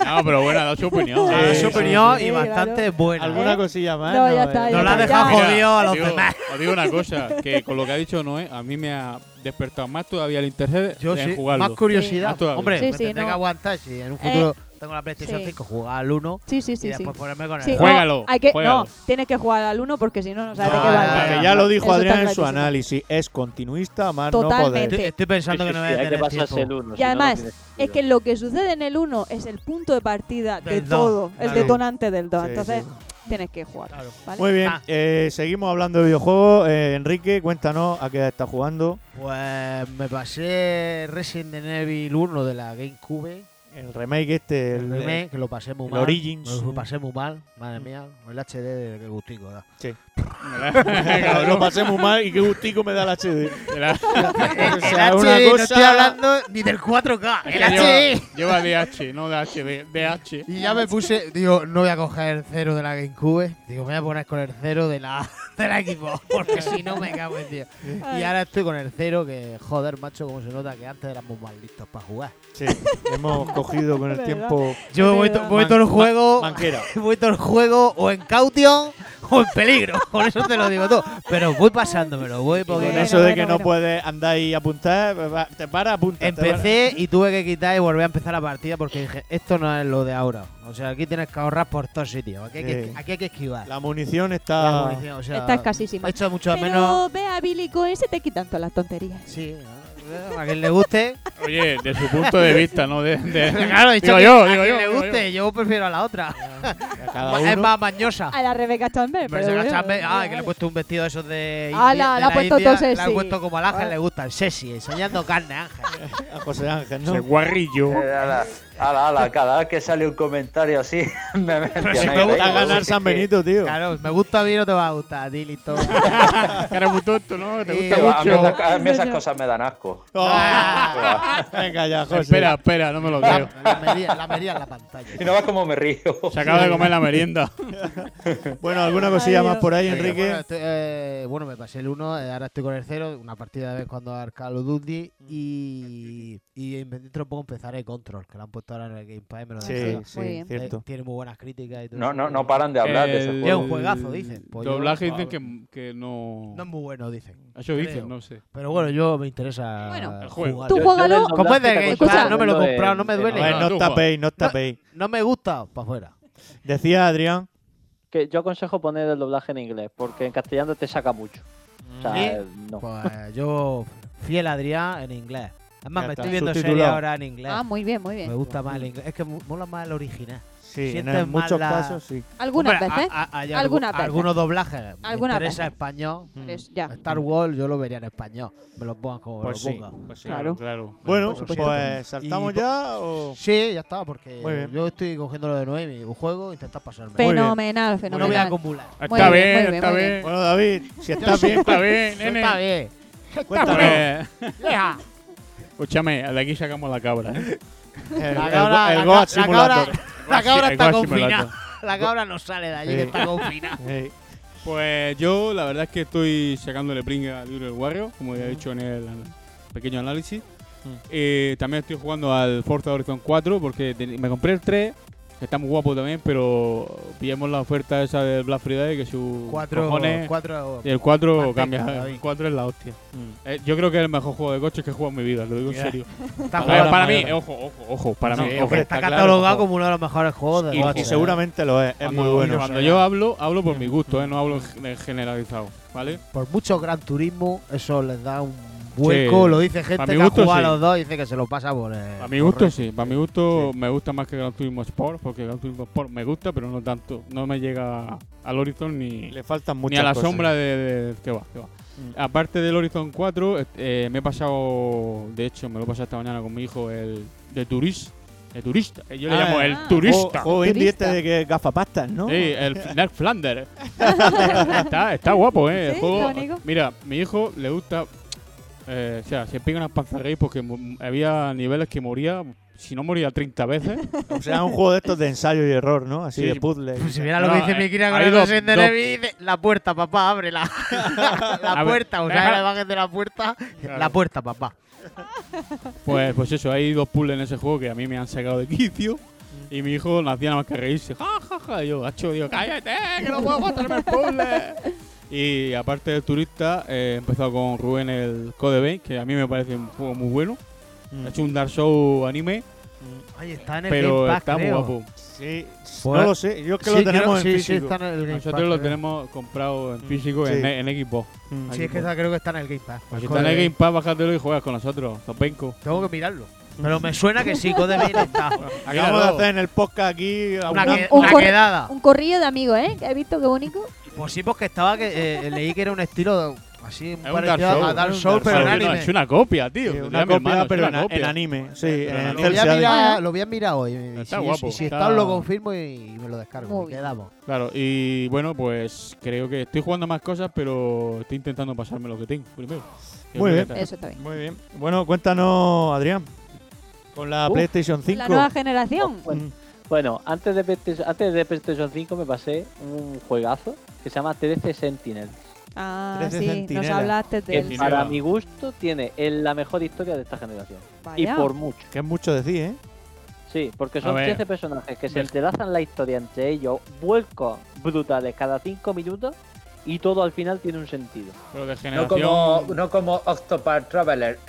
[SPEAKER 10] No, pero bueno, ha dado su opinión.
[SPEAKER 8] Sí,
[SPEAKER 12] Ah,
[SPEAKER 10] Ha dado
[SPEAKER 8] sí,
[SPEAKER 10] su
[SPEAKER 8] opinión
[SPEAKER 10] opinión
[SPEAKER 8] sí,
[SPEAKER 10] y
[SPEAKER 8] sí,
[SPEAKER 10] bastante
[SPEAKER 12] buena.
[SPEAKER 8] ¿Alguna
[SPEAKER 9] ¿Eh?
[SPEAKER 8] cosilla más? Eh,
[SPEAKER 9] No, ya está, ya
[SPEAKER 12] No la
[SPEAKER 9] está,
[SPEAKER 12] ha dejado
[SPEAKER 9] ya.
[SPEAKER 12] jodido a los
[SPEAKER 10] os digo,
[SPEAKER 12] demás.
[SPEAKER 10] Os digo una cosa, que con lo que ha dicho Noé, a mí me ha despertado más todavía el interés
[SPEAKER 12] Yo
[SPEAKER 10] en
[SPEAKER 12] sí,
[SPEAKER 10] jugarlo.
[SPEAKER 12] más curiosidad.
[SPEAKER 10] Más todavía.
[SPEAKER 12] Hombre,
[SPEAKER 9] Sí,
[SPEAKER 12] me
[SPEAKER 9] sí,
[SPEAKER 12] tendré
[SPEAKER 9] no.
[SPEAKER 12] que aguantar si en un
[SPEAKER 9] Eh,
[SPEAKER 12] futuro tengo la PlayStation
[SPEAKER 9] sí.
[SPEAKER 12] 5, jugar al 1
[SPEAKER 9] Sí, sí, sí.
[SPEAKER 12] y
[SPEAKER 9] sí.
[SPEAKER 12] después ponerme con el
[SPEAKER 9] Sí, no,
[SPEAKER 10] Juégalo,
[SPEAKER 9] hay que,
[SPEAKER 10] juégalo.
[SPEAKER 9] No, tienes que jugar al uno porque si no, no sabes de qué va. el
[SPEAKER 8] Porque
[SPEAKER 9] juego.
[SPEAKER 8] Ah, ya lo dijo
[SPEAKER 9] Eso está
[SPEAKER 8] Adrián en su
[SPEAKER 9] clarísimo.
[SPEAKER 8] análisis. Es continuista, más no
[SPEAKER 9] Totalmente.
[SPEAKER 8] poder.
[SPEAKER 9] Estoy- estoy
[SPEAKER 12] pensando que no voy a tener tiempo.
[SPEAKER 9] Y además, es que lo que sucede en el 1 es el punto de partida de
[SPEAKER 8] Del dos,
[SPEAKER 9] todo, el
[SPEAKER 8] claro.
[SPEAKER 9] detonante del 2.
[SPEAKER 8] Sí,
[SPEAKER 9] Entonces, tienes que jugar. ¿vale?
[SPEAKER 8] Muy bien, eh, seguimos hablando de videojuegos. Eh, Enrique, cuéntanos a qué estás jugando.
[SPEAKER 12] Pues me pasé Resident Evil 1 de la GameCube.
[SPEAKER 8] El remake este, el,
[SPEAKER 12] El remake, que lo pasé muy
[SPEAKER 8] el
[SPEAKER 12] mal.
[SPEAKER 8] Origins.
[SPEAKER 12] Lo pasé muy mal, madre mía. El HD de que gustico da.
[SPEAKER 8] Sí. lo pasé muy mal y qué gustico me da el HD.
[SPEAKER 12] El HD, no estoy hablando ni del 4K.
[SPEAKER 10] Es
[SPEAKER 12] El
[SPEAKER 10] que
[SPEAKER 12] HD.
[SPEAKER 10] Lleva, lleva DH, no DH, de- DH.
[SPEAKER 12] Y ya me puse, digo, no voy a coger el cero de la GameCube. Digo, me voy a poner con el cero de la, de la Xbox, porque si no me cago en Dios. Y ahora estoy con el cero, que joder, macho, como se nota que antes éramos más listos para jugar.
[SPEAKER 8] Sí, hemos cogido con el
[SPEAKER 12] ¿Verdad?
[SPEAKER 8] tiempo.
[SPEAKER 12] Yo voy, to- voy todo el
[SPEAKER 8] Man-
[SPEAKER 12] juego.
[SPEAKER 8] man- manquera.
[SPEAKER 12] Voy todo el juego o en caution o en peligro. Por eso te lo digo todo. Pero voy pasándomelo, voy
[SPEAKER 8] Con
[SPEAKER 12] porque
[SPEAKER 8] eso de que no puedes andar y apuntar, pues va, te para, apunta. te
[SPEAKER 12] Empecé y tuve que quitar y volver a empezar la partida porque dije, esto no es lo de ahora. O sea, aquí tienes que ahorrar por todos sitios. Aquí hay que,
[SPEAKER 8] Sí.
[SPEAKER 12] aquí hay que esquivar.
[SPEAKER 8] para. La munición
[SPEAKER 12] La
[SPEAKER 8] está.
[SPEAKER 12] munición, o sea,
[SPEAKER 9] Está escasísima.
[SPEAKER 12] He hecho mucho
[SPEAKER 9] Pero
[SPEAKER 12] menos.
[SPEAKER 9] ve a Billy Cohen, se te quitan todas las tonterías.
[SPEAKER 12] Sí, A quien le guste.
[SPEAKER 10] Oye, de su punto de vista, ¿no? De, de-
[SPEAKER 12] claro, he dicho
[SPEAKER 10] digo
[SPEAKER 12] que-
[SPEAKER 10] yo,
[SPEAKER 12] a
[SPEAKER 10] digo
[SPEAKER 12] quien
[SPEAKER 10] yo.
[SPEAKER 12] le
[SPEAKER 10] digo yo.
[SPEAKER 12] guste. Yo prefiero a la otra.
[SPEAKER 8] cada
[SPEAKER 12] es
[SPEAKER 8] uno.
[SPEAKER 12] más mañosa.
[SPEAKER 9] A la Rebeca Chamber.
[SPEAKER 12] Pero
[SPEAKER 9] bueno,
[SPEAKER 12] ah, que le he puesto un vestido de esos de.
[SPEAKER 9] Ah,
[SPEAKER 12] India-
[SPEAKER 9] la-
[SPEAKER 12] de
[SPEAKER 9] la ha puesto
[SPEAKER 12] India,
[SPEAKER 9] todo
[SPEAKER 12] La
[SPEAKER 9] sexy.
[SPEAKER 12] he puesto como al ángel,
[SPEAKER 9] Ah.
[SPEAKER 12] le gusta el sexy, enseñando carne, ángel.
[SPEAKER 8] A José Ángel, ¿no?
[SPEAKER 10] Ese guarrillo.
[SPEAKER 4] Eh, ala, ala, ala, cada vez que sale un comentario así, me
[SPEAKER 8] Pero si te gusta ganar San Benito, tío.
[SPEAKER 12] Claro, me gusta a mí, no te va a gustar, dili todo.
[SPEAKER 10] Eres muy tonto, ¿no? Te gusta
[SPEAKER 4] A mí,
[SPEAKER 10] mucho.
[SPEAKER 4] esas- a mí esas cosas me dan asco.
[SPEAKER 12] Ah.
[SPEAKER 8] Venga ya, José.
[SPEAKER 10] Espera, espera, no me lo creo.
[SPEAKER 12] La mería, la mería en la pantalla.
[SPEAKER 4] Y no ves cómo me río.
[SPEAKER 10] Se acaba de comer la merienda.
[SPEAKER 8] Bueno, ¿alguna cosilla más por ahí,
[SPEAKER 12] Venga, Bueno,
[SPEAKER 8] Enrique?
[SPEAKER 12] estoy- eh, bueno, me pasé el 1, ahora estoy con el 0, una partida de vez cuando al Call of Duty y, y dentro poco empezaré Control, que lo han puesto ahora en el Game Pass y me lo
[SPEAKER 8] Sí,
[SPEAKER 12] descargo.
[SPEAKER 8] sí, Muy bien. cierto.
[SPEAKER 12] Eh, tiene muy buenas críticas y todo.
[SPEAKER 4] No,
[SPEAKER 12] eso.
[SPEAKER 4] no, no paran de hablar de ese
[SPEAKER 8] Eh,
[SPEAKER 10] El
[SPEAKER 4] juego.
[SPEAKER 12] Es un juegazo, dicen. Pues yo-
[SPEAKER 10] Doblaje dicen que, que no.
[SPEAKER 12] No es muy bueno, dicen.
[SPEAKER 10] Ah, Eso
[SPEAKER 12] Creo.
[SPEAKER 10] dicen, no sé.
[SPEAKER 12] Pero bueno, yo me interesa.
[SPEAKER 10] Bueno,
[SPEAKER 12] jugar.
[SPEAKER 10] el juego.
[SPEAKER 9] Tú juégalo.
[SPEAKER 12] Como es de Game Pass,
[SPEAKER 9] Escucha.
[SPEAKER 12] no me lo he
[SPEAKER 4] hablando
[SPEAKER 12] comprado,
[SPEAKER 4] en-
[SPEAKER 12] no me
[SPEAKER 4] en-
[SPEAKER 12] duele.
[SPEAKER 8] A ver, no os tapéis, no os tapéis.
[SPEAKER 12] No me gusta, para afuera.
[SPEAKER 8] Decía Adrián.
[SPEAKER 11] Que yo aconsejo poner el doblaje en inglés, porque en castellano te saca mucho. O sea,
[SPEAKER 12] ¿Sí?
[SPEAKER 11] no.
[SPEAKER 12] Pues yo, fiel Adrián en inglés. Además,
[SPEAKER 8] Ya
[SPEAKER 12] me
[SPEAKER 8] está.
[SPEAKER 12] estoy viendo series
[SPEAKER 8] Subtitulado.
[SPEAKER 12] ahora en inglés.
[SPEAKER 9] Ah, muy bien, muy
[SPEAKER 12] Me
[SPEAKER 9] bien.
[SPEAKER 12] gusta más el inglés. Es que mu- mola más el original.
[SPEAKER 8] Sí,
[SPEAKER 12] Sientes
[SPEAKER 8] en
[SPEAKER 12] más
[SPEAKER 8] muchos
[SPEAKER 12] la-
[SPEAKER 8] casos sí.
[SPEAKER 9] Algunas
[SPEAKER 12] Hombre, ah,
[SPEAKER 9] veces.
[SPEAKER 12] a- a- hay algu-
[SPEAKER 9] algunas veces.
[SPEAKER 12] Algunos doblajes.
[SPEAKER 9] Algunas
[SPEAKER 12] Algunas interesa
[SPEAKER 9] veces.
[SPEAKER 12] español.
[SPEAKER 9] Pues ya.
[SPEAKER 12] Star Wars yo lo vería en español. Me lo pongan como
[SPEAKER 8] Pues
[SPEAKER 12] me
[SPEAKER 8] sí,
[SPEAKER 12] lo pongan.
[SPEAKER 10] pues sí,
[SPEAKER 9] Claro.
[SPEAKER 10] claro.
[SPEAKER 8] Bueno,
[SPEAKER 12] Por supuesto.
[SPEAKER 8] pues saltamos
[SPEAKER 12] Y po-
[SPEAKER 8] ya o.
[SPEAKER 12] Sí, ya está, porque
[SPEAKER 8] Muy bien.
[SPEAKER 12] yo estoy cogiendo lo de Noemi. Un juego, intentar pasarme.
[SPEAKER 8] Muy bien.
[SPEAKER 9] Fenomenal,
[SPEAKER 12] No voy a
[SPEAKER 9] fenomenal.
[SPEAKER 12] acumular.
[SPEAKER 9] Muy
[SPEAKER 10] Está
[SPEAKER 9] bien,
[SPEAKER 10] bien,
[SPEAKER 9] muy bien,
[SPEAKER 10] está
[SPEAKER 9] muy
[SPEAKER 10] bien.
[SPEAKER 9] bien.
[SPEAKER 8] Bueno, David, si estás bien, pues,
[SPEAKER 10] Está bien, nene.
[SPEAKER 12] Está bien.
[SPEAKER 8] cuéntanos.
[SPEAKER 12] Deja.
[SPEAKER 10] Escúchame, de aquí sacamos la cabra. ¿eh?
[SPEAKER 8] El, el,
[SPEAKER 12] La cabra,
[SPEAKER 8] el
[SPEAKER 12] la
[SPEAKER 8] Goat
[SPEAKER 12] ca- la cabra-
[SPEAKER 8] Simulator.
[SPEAKER 12] la cabra
[SPEAKER 10] El
[SPEAKER 12] está
[SPEAKER 10] Goat Simulator.
[SPEAKER 12] confinada. La cabra no sale de allí,
[SPEAKER 8] Sí.
[SPEAKER 12] que está confinada.
[SPEAKER 8] Sí.
[SPEAKER 10] Pues yo, la verdad es que estoy sacándole pringa al Little Warrior, como ya he dicho en el pequeño análisis.
[SPEAKER 8] Mm.
[SPEAKER 10] Eh, también estoy jugando al Forza Horizon 4 porque ten- me compré el 3, que está muy guapo también, pero pillamos la oferta esa del Black Friday que su
[SPEAKER 12] Cuatro,
[SPEAKER 10] cojones,
[SPEAKER 12] cuatro.
[SPEAKER 10] y el 4
[SPEAKER 12] Manteca,
[SPEAKER 10] cambia,
[SPEAKER 12] David.
[SPEAKER 10] el 4 es la hostia.
[SPEAKER 8] Mm.
[SPEAKER 10] Eh, yo creo que es el mejor juego de coches que he jugado en mi vida, lo digo
[SPEAKER 8] Ya.
[SPEAKER 10] en serio.
[SPEAKER 12] Está
[SPEAKER 10] A ver,
[SPEAKER 12] jugando
[SPEAKER 10] para
[SPEAKER 12] la
[SPEAKER 10] mí,
[SPEAKER 12] mayor.
[SPEAKER 10] ojo, ojo, ojo, para
[SPEAKER 8] No,
[SPEAKER 10] mí,
[SPEAKER 8] hombre,
[SPEAKER 10] ojo,
[SPEAKER 8] está
[SPEAKER 12] Está
[SPEAKER 10] claro,
[SPEAKER 12] catalogado
[SPEAKER 10] ojo.
[SPEAKER 12] como uno de los mejores juegos de
[SPEAKER 10] Y-
[SPEAKER 12] coche,
[SPEAKER 8] Y
[SPEAKER 12] ¿eh?
[SPEAKER 8] seguramente lo es, es
[SPEAKER 10] Cuando-
[SPEAKER 8] muy bueno. Mm.
[SPEAKER 10] Cuando yo hablo, hablo por mi gusto, ¿eh? no hablo en generalizado, ¿vale?
[SPEAKER 12] Por mucho gran turismo, eso les da un vuelco.
[SPEAKER 10] Sí.
[SPEAKER 12] Lo dice gente
[SPEAKER 10] A mi
[SPEAKER 12] que ha
[SPEAKER 10] gusto,
[SPEAKER 12] jugado a
[SPEAKER 10] sí.
[SPEAKER 12] los dos, dice que se lo pasa por. eh,
[SPEAKER 10] A mi
[SPEAKER 12] por
[SPEAKER 10] gusto
[SPEAKER 12] red.
[SPEAKER 10] sí, para mi gusto me gusta más que Gran Turismo Sport, porque Gran Turismo Sport me gusta, pero no tanto, no me llega al Horizon ni,
[SPEAKER 8] Le faltan
[SPEAKER 10] ni
[SPEAKER 8] muchas
[SPEAKER 10] a la
[SPEAKER 8] cosas.
[SPEAKER 10] sombra de, de- que va, que va.
[SPEAKER 8] Mm.
[SPEAKER 10] Aparte del Horizon eh, 4, eh, me he pasado, de hecho me lo he pasado esta mañana con mi hijo, el de Turis, El turista. Eh, Yo le
[SPEAKER 8] Ah,
[SPEAKER 10] llamo
[SPEAKER 8] ah.
[SPEAKER 10] el turista.
[SPEAKER 8] Juego- juego indie este de que gafapastas, ¿no?
[SPEAKER 10] Sí, el Dark Flander. está, está guapo, ¿eh? El
[SPEAKER 8] Sí,
[SPEAKER 10] juego.
[SPEAKER 8] lo único.
[SPEAKER 10] Mira, mi hijo le gusta. eh, o sea, se pega unas panzarreis porque mu- había niveles que moría. Si no moría 30 veces.
[SPEAKER 8] O sea, un juego de estos de ensayo y error, ¿no? Así
[SPEAKER 10] Sí.
[SPEAKER 8] de puzzle.
[SPEAKER 10] Pues si
[SPEAKER 12] Mira lo que dice
[SPEAKER 10] eh,
[SPEAKER 12] mi Kira con
[SPEAKER 10] hay
[SPEAKER 12] el dos,
[SPEAKER 10] dos-
[SPEAKER 12] de
[SPEAKER 10] dos-
[SPEAKER 12] Levi y dice, la puerta, papá, ábrela.
[SPEAKER 10] A
[SPEAKER 12] la
[SPEAKER 10] ver,
[SPEAKER 12] puerta, o sea,
[SPEAKER 10] deja-
[SPEAKER 12] la imagen de la puerta. La puerta, papá.
[SPEAKER 10] Pues, pues eso, hay dos puzzles en ese juego que a mí me han sacado de quicio. Y mi hijo no hacía nada más que reírse. ¡Ja, ja, ja! Y yo, hacho, digo, cállate, que no puedo pasarme el puzzle. Y aparte del turista, eh, he empezado con Rubén el Code Vein, que a mí me parece un juego muy bueno.
[SPEAKER 8] Mm.
[SPEAKER 10] Ha hecho un Dark Show anime.
[SPEAKER 12] Oye, está en el
[SPEAKER 10] Pero
[SPEAKER 12] Game Pass,
[SPEAKER 10] está
[SPEAKER 12] creo.
[SPEAKER 10] muy guapo.
[SPEAKER 8] Sí,
[SPEAKER 12] Pues-
[SPEAKER 8] no lo sé. Yo es que
[SPEAKER 12] Sí,
[SPEAKER 8] lo
[SPEAKER 12] creo-
[SPEAKER 8] tenemos
[SPEAKER 12] sí,
[SPEAKER 8] en
[SPEAKER 12] sí,
[SPEAKER 8] físico.
[SPEAKER 12] está en el Game
[SPEAKER 10] Nosotros
[SPEAKER 12] Pass,
[SPEAKER 10] lo
[SPEAKER 12] creo.
[SPEAKER 10] tenemos comprado en físico
[SPEAKER 8] Sí.
[SPEAKER 10] en, e-, en Xbox.
[SPEAKER 8] Mm.
[SPEAKER 12] Sí, es que esa creo que está en el Game Pass.
[SPEAKER 10] Pues si
[SPEAKER 12] Joder,
[SPEAKER 10] está en el Game Pass, bájatelo y juegas con nosotros, Zopenco.
[SPEAKER 12] Tengo que mirarlo. Pero me suena que sí, Code Vein está.
[SPEAKER 8] Acabamos de hacer en el podcast aquí
[SPEAKER 12] Una
[SPEAKER 8] una-
[SPEAKER 12] que-
[SPEAKER 17] Un,
[SPEAKER 12] una
[SPEAKER 17] cor-
[SPEAKER 12] quedada.
[SPEAKER 17] un corrillo de amigos, ¿eh? He visto qué bonito.
[SPEAKER 12] Pues sí, porque estaba que eh, leí que era un estilo así
[SPEAKER 10] Es un Dark
[SPEAKER 12] parecido
[SPEAKER 10] Souls.
[SPEAKER 12] a Dark Souls, pero en anime.
[SPEAKER 10] Es una copia, tío.
[SPEAKER 8] Sí, una
[SPEAKER 10] Diría mi
[SPEAKER 8] copia,
[SPEAKER 10] hermano, es
[SPEAKER 8] pero
[SPEAKER 10] una
[SPEAKER 8] en-
[SPEAKER 10] copia.
[SPEAKER 8] en anime, sí,
[SPEAKER 10] Pero en
[SPEAKER 8] en
[SPEAKER 10] anime.
[SPEAKER 12] Lo voy, a
[SPEAKER 8] Celsius.
[SPEAKER 12] mirar, lo voy a mirar hoy. Y
[SPEAKER 10] Está
[SPEAKER 12] si,
[SPEAKER 10] guapo.
[SPEAKER 12] y si
[SPEAKER 10] Está-
[SPEAKER 12] está, lo confirmo y, y me lo descargo.
[SPEAKER 17] Muy
[SPEAKER 12] Y
[SPEAKER 17] bien.
[SPEAKER 12] quedamos.
[SPEAKER 10] Claro, y bueno, pues creo que estoy jugando más cosas, pero estoy intentando pasarme lo que tengo primero. Que
[SPEAKER 8] Muy
[SPEAKER 10] es lo
[SPEAKER 8] bien.
[SPEAKER 10] que está.
[SPEAKER 17] Eso está bien.
[SPEAKER 8] Muy bien. Bueno, cuéntanos, Adrián. Con la
[SPEAKER 11] Uh,
[SPEAKER 8] PlayStation 5.
[SPEAKER 9] La nueva generación.
[SPEAKER 11] Bueno, bueno, antes, de PlayStation- antes de PlayStation 5 me pasé un juegazo que se llama 13 Sentinel.
[SPEAKER 9] Ah,
[SPEAKER 11] Trece
[SPEAKER 9] sí, nos
[SPEAKER 11] Centinelas.
[SPEAKER 9] hablaste
[SPEAKER 11] Que
[SPEAKER 9] del.
[SPEAKER 11] para mi gusto tiene el- la mejor historia de esta generación. Y
[SPEAKER 9] Vaya.
[SPEAKER 11] por mucho.
[SPEAKER 8] Que es mucho decir, ¿eh?
[SPEAKER 11] Sí, porque
[SPEAKER 8] A
[SPEAKER 11] son
[SPEAKER 8] ver.
[SPEAKER 11] 13 personajes que se
[SPEAKER 8] Vel-
[SPEAKER 11] entrelazan la historia entre ellos, vuelcos brutales cada 5 minutos y todo al final tiene un sentido.
[SPEAKER 10] Pero de
[SPEAKER 4] No
[SPEAKER 10] generación,
[SPEAKER 4] como, no como Octopath Traveler.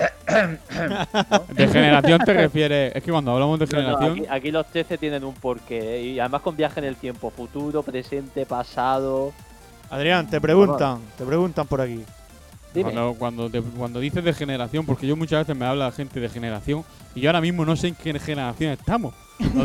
[SPEAKER 10] de generación te refieres. Es que cuando hablamos de
[SPEAKER 11] No, no,
[SPEAKER 10] generación.
[SPEAKER 11] aquí, aquí los 13 tienen un porqué ¿eh? y además con viaje en el tiempo, futuro, presente, pasado.
[SPEAKER 8] Adrián, te preguntan, te preguntan por aquí.
[SPEAKER 11] Dime.
[SPEAKER 10] Cuando, cuando, te- cuando dices de generación, porque yo muchas veces me habla la gente de generación y yo ahora mismo no sé en qué generación estamos. Lo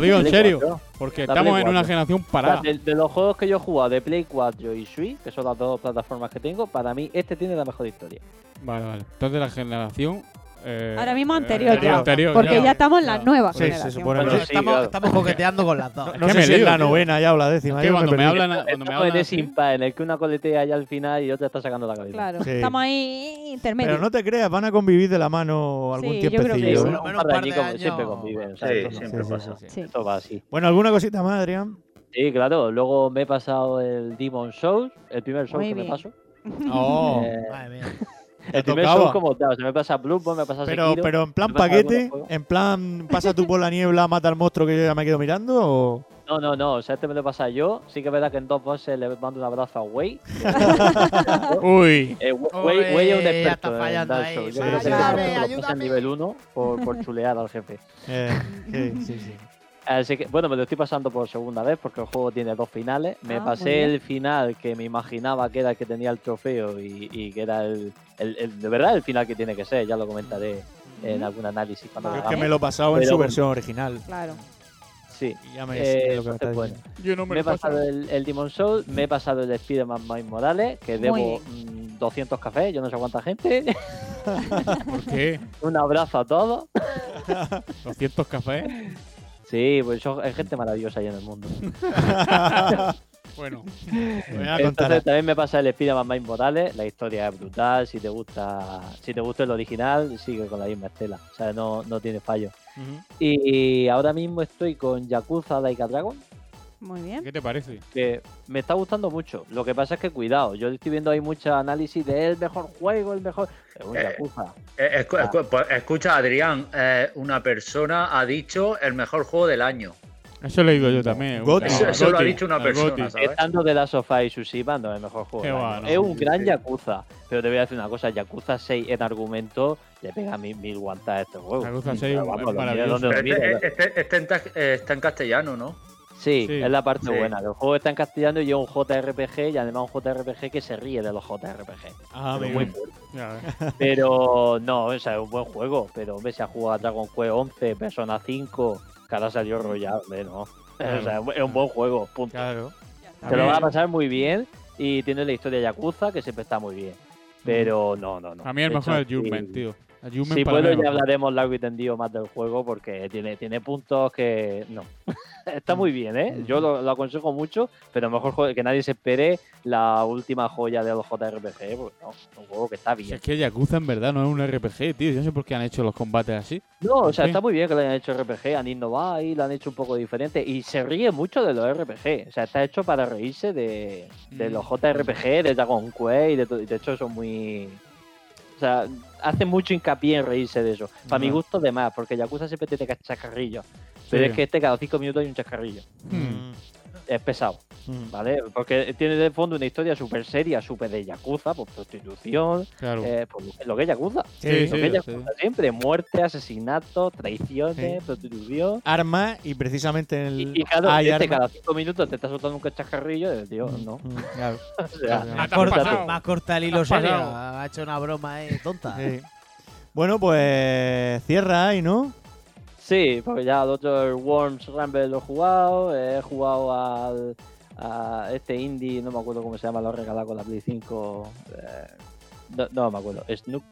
[SPEAKER 10] digo en
[SPEAKER 11] Play
[SPEAKER 10] serio,
[SPEAKER 11] 4.
[SPEAKER 10] porque
[SPEAKER 11] La
[SPEAKER 10] estamos
[SPEAKER 11] Play
[SPEAKER 10] en una
[SPEAKER 11] 4.
[SPEAKER 10] generación
[SPEAKER 11] O sea,
[SPEAKER 10] parada.
[SPEAKER 11] de, de los juegos que yo he jugado de Play 4 y Switch, que son las dos plataformas que tengo, para mí este tiene la mejor historia.
[SPEAKER 10] Vale, vale. Entonces la generación. eh,
[SPEAKER 9] Ahora mismo
[SPEAKER 10] eh,
[SPEAKER 9] anterior, ya.
[SPEAKER 10] anterior,
[SPEAKER 9] porque ya, estamos en la nueva generación.
[SPEAKER 10] Bueno,
[SPEAKER 12] estamos, estamos coqueteando con las dos.
[SPEAKER 8] No sé si es la novena ya o la décima.
[SPEAKER 10] Es que
[SPEAKER 8] yo
[SPEAKER 10] cuando me
[SPEAKER 8] perdí.
[SPEAKER 10] hablan- cuando me
[SPEAKER 11] Estamos
[SPEAKER 10] hablan
[SPEAKER 11] en
[SPEAKER 10] así-
[SPEAKER 11] ese impasse en el que una coletea ya al final y otra está sacando la cabeza.
[SPEAKER 9] Claro,
[SPEAKER 8] Sí.
[SPEAKER 9] estamos ahí intermedios.
[SPEAKER 8] Pero no te creas, van a convivir de la mano algún
[SPEAKER 9] Sí, yo creo que
[SPEAKER 8] tiempecillo.
[SPEAKER 11] Sí,
[SPEAKER 8] ¿eh?
[SPEAKER 11] un par de añicos siempre conviven. o sea,
[SPEAKER 8] Sí,
[SPEAKER 11] esto no-
[SPEAKER 8] siempre
[SPEAKER 11] sí,
[SPEAKER 8] pasa.
[SPEAKER 11] sí, sí. Esto va así.
[SPEAKER 8] Bueno, ¿alguna cosita más, Adrián?
[SPEAKER 11] Sí, claro. Luego me he pasado el Demon Souls, el primer Souls que
[SPEAKER 9] Muy
[SPEAKER 11] me
[SPEAKER 9] bien.
[SPEAKER 11] paso.
[SPEAKER 8] Oh.
[SPEAKER 11] Eh,
[SPEAKER 12] Madre mía.
[SPEAKER 8] Te
[SPEAKER 11] el primer
[SPEAKER 8] tocaba.
[SPEAKER 11] Souls como tal. Se me pasa Bloodborne, me pasa
[SPEAKER 8] Pero,
[SPEAKER 11] Sekiro,
[SPEAKER 8] pero en plan
[SPEAKER 11] me pasa algunos
[SPEAKER 8] paquete,
[SPEAKER 11] juegos.
[SPEAKER 8] en plan pasa tú por la niebla, mata al monstruo que yo ya me quedo mirando o...
[SPEAKER 11] No, no, no. O sea, este me lo pasa yo. Sí que es verdad que en dos bosses le mando un abrazo a Way.
[SPEAKER 10] Uy.
[SPEAKER 11] Eh, Way, Way es un
[SPEAKER 12] Uy, ya
[SPEAKER 11] experto
[SPEAKER 12] está
[SPEAKER 11] en
[SPEAKER 12] fallando
[SPEAKER 11] Dark
[SPEAKER 12] ahí.
[SPEAKER 11] Souls. Yo
[SPEAKER 12] Sí,
[SPEAKER 11] creo que
[SPEAKER 12] sí,
[SPEAKER 11] el
[SPEAKER 12] sí.
[SPEAKER 11] momento lo
[SPEAKER 12] Ayúdame,
[SPEAKER 11] pasa en
[SPEAKER 12] ayúdame.
[SPEAKER 11] nivel 1 por, por chulear al jefe.
[SPEAKER 8] Eh, sí, sí, sí.
[SPEAKER 11] Así que, bueno, me lo estoy pasando por segunda vez porque el juego tiene dos finales. Me
[SPEAKER 8] Ah, muy
[SPEAKER 11] pasé
[SPEAKER 8] bien.
[SPEAKER 11] el final que me imaginaba que era el que tenía el trofeo y, y que era el, el- el- de verdad el final que tiene que ser. Ya lo comentaré en algún análisis cuando
[SPEAKER 8] Yo es que
[SPEAKER 11] hagamos.
[SPEAKER 8] me lo he pasado en
[SPEAKER 11] Ah, Pero
[SPEAKER 8] su
[SPEAKER 11] bueno,
[SPEAKER 8] versión original.
[SPEAKER 9] Claro.
[SPEAKER 11] Sí.
[SPEAKER 8] Ya me
[SPEAKER 11] Eh,
[SPEAKER 8] decís lo que me
[SPEAKER 11] entonces,
[SPEAKER 8] estás
[SPEAKER 11] bueno.
[SPEAKER 8] diciendo.
[SPEAKER 10] Yo no me
[SPEAKER 11] me he
[SPEAKER 10] lo paso.
[SPEAKER 11] pasado el, el Demon Soul, me he pasado el Spider-Man Miles Morales, que
[SPEAKER 9] Muy
[SPEAKER 11] debo mm, 200 cafés, yo no sé cuánta gente.
[SPEAKER 10] ¿Por qué?
[SPEAKER 11] Un abrazo a todos.
[SPEAKER 10] 200 cafés.
[SPEAKER 11] Sí, pues yo- hay gente maravillosa ahí en el mundo.
[SPEAKER 10] Bueno,
[SPEAKER 11] Entonces también me pasa el Spider-Man Miles Morales, la historia es brutal, si te gusta, si te gusta el original, sigue con la misma estela, o sea, no, no tiene fallo. Y ahora mismo estoy con Yakuza Laika Dragon,
[SPEAKER 9] Muy bien.
[SPEAKER 10] ¿Qué te parece?
[SPEAKER 11] que me está gustando mucho. Lo que pasa es que cuidado, yo estoy viendo ahí mucho análisis de el mejor juego, el mejor. Es un
[SPEAKER 4] Eh,
[SPEAKER 11] Yakuza.
[SPEAKER 4] Eh, escu-
[SPEAKER 11] Ah.
[SPEAKER 4] escu- pues, escucha, Adrián, eh, una persona ha dicho el mejor juego del año.
[SPEAKER 10] Eso lo he leído yo también.
[SPEAKER 4] Goti. Eso- eso lo ha
[SPEAKER 10] Goti,
[SPEAKER 4] dicho una
[SPEAKER 10] el
[SPEAKER 4] persona,
[SPEAKER 10] Goti.
[SPEAKER 4] ¿sabes?
[SPEAKER 11] Estando de la sofá y Tsushima no es el mejor juego.
[SPEAKER 10] Qué
[SPEAKER 11] del año.
[SPEAKER 10] bueno,
[SPEAKER 11] es un
[SPEAKER 10] sí,
[SPEAKER 11] gran
[SPEAKER 10] sí.
[SPEAKER 11] Yakuza, pero te voy a decir una cosa: Yakuza 6 en argumento le pega mil, mil guantas a este juego.
[SPEAKER 10] Yakuza 6
[SPEAKER 11] Pero
[SPEAKER 10] es
[SPEAKER 11] vamos, lo mira
[SPEAKER 10] maravilloso.
[SPEAKER 11] donde lo
[SPEAKER 4] Pero
[SPEAKER 11] mira,
[SPEAKER 4] este, este- este en ta- eh, está en castellano, ¿no?
[SPEAKER 11] Sí,
[SPEAKER 4] Sí.
[SPEAKER 11] es la parte
[SPEAKER 4] Sí.
[SPEAKER 11] buena. que El juego está en castellano y es un JRPG y además un JRPG que se ríe de los JRPG.
[SPEAKER 10] Ah,
[SPEAKER 11] Pero
[SPEAKER 10] amigo.
[SPEAKER 11] muy fuerte.
[SPEAKER 10] Ya ves.
[SPEAKER 11] Pero no, o sea, es un buen juego. Pero hombre, se ha jugado a Dragon Quest 11, Persona 5, que ahora salió Royal, hombre, ¿no?
[SPEAKER 10] Mm. Claro.
[SPEAKER 11] o sea, es un buen juego, punto.
[SPEAKER 10] Claro.
[SPEAKER 11] Te lo vas a pasar muy bien y tiene la historia de Yakuza que siempre está muy bien. Pero no, no, no.
[SPEAKER 10] A mí Mm. el
[SPEAKER 11] De
[SPEAKER 10] mejor
[SPEAKER 11] hecho,
[SPEAKER 10] es Judgment,
[SPEAKER 11] sí.
[SPEAKER 10] tío. Ayume
[SPEAKER 11] Si
[SPEAKER 10] para
[SPEAKER 11] puedo,
[SPEAKER 10] menos.
[SPEAKER 11] ya hablaremos largo y tendido más del juego porque tiene, tiene puntos que. No. Está muy bien, ¿eh? Yo lo, lo aconsejo mucho, pero mejor jo- que nadie se espere la última joya de los JRPG, porque pues no, es un juego que está
[SPEAKER 10] Si
[SPEAKER 11] bien.
[SPEAKER 10] es que Yakuza en verdad no es un RPG, tío. Yo no sé por qué han hecho los combates así.
[SPEAKER 11] No, o sea,
[SPEAKER 10] Sí.
[SPEAKER 11] está muy bien que lo hayan hecho RPG, han innovado y lo han hecho un poco diferente. Y se ríe mucho de los RPG. O sea, está hecho para reírse de, de
[SPEAKER 10] Mm,
[SPEAKER 11] los JRPG, de Dragon Quest y de, to- y de hecho son muy. O sea, hace mucho hincapié en reírse de eso. Para mi
[SPEAKER 10] Ajá.
[SPEAKER 11] gusto, de más, porque Yakuza siempre tiene que chascarrillos. Pero
[SPEAKER 10] Sí.
[SPEAKER 11] es que este cada cinco minutos hay un chascarrillo.
[SPEAKER 10] mm,
[SPEAKER 8] Mm.
[SPEAKER 11] Es pesado, ¿vale? Porque tiene de fondo una historia súper seria, súper de Yakuza, por prostitución,
[SPEAKER 10] Claro.
[SPEAKER 11] eh, por lo que es Yakuza.
[SPEAKER 8] Sí,
[SPEAKER 11] lo
[SPEAKER 8] sí,
[SPEAKER 11] que es
[SPEAKER 8] sí.
[SPEAKER 11] Yakuza siempre, muerte, asesinato, traiciones,
[SPEAKER 8] Sí.
[SPEAKER 11] prostitución.
[SPEAKER 8] Armas y precisamente en el.
[SPEAKER 11] Y claro,
[SPEAKER 8] hay
[SPEAKER 11] este
[SPEAKER 8] armas.
[SPEAKER 11] cada cinco minutos te está soltando un cacharrillo y tío, no.
[SPEAKER 8] Claro.
[SPEAKER 11] O sea,
[SPEAKER 12] Más
[SPEAKER 11] o sea,
[SPEAKER 12] corta, más corta el hilo
[SPEAKER 11] Te has
[SPEAKER 12] serio.
[SPEAKER 11] pasado.
[SPEAKER 12] Ha hecho una broma, eh, tonta.
[SPEAKER 8] Sí. Bueno, pues cierra ahí, ¿no?
[SPEAKER 11] Sí, porque ya el otro Worms Rumble lo he jugado, eh, he jugado al, a este indie, no me acuerdo cómo se llama, lo he regalado con la Play 5. eh, no, no me acuerdo, Snoop,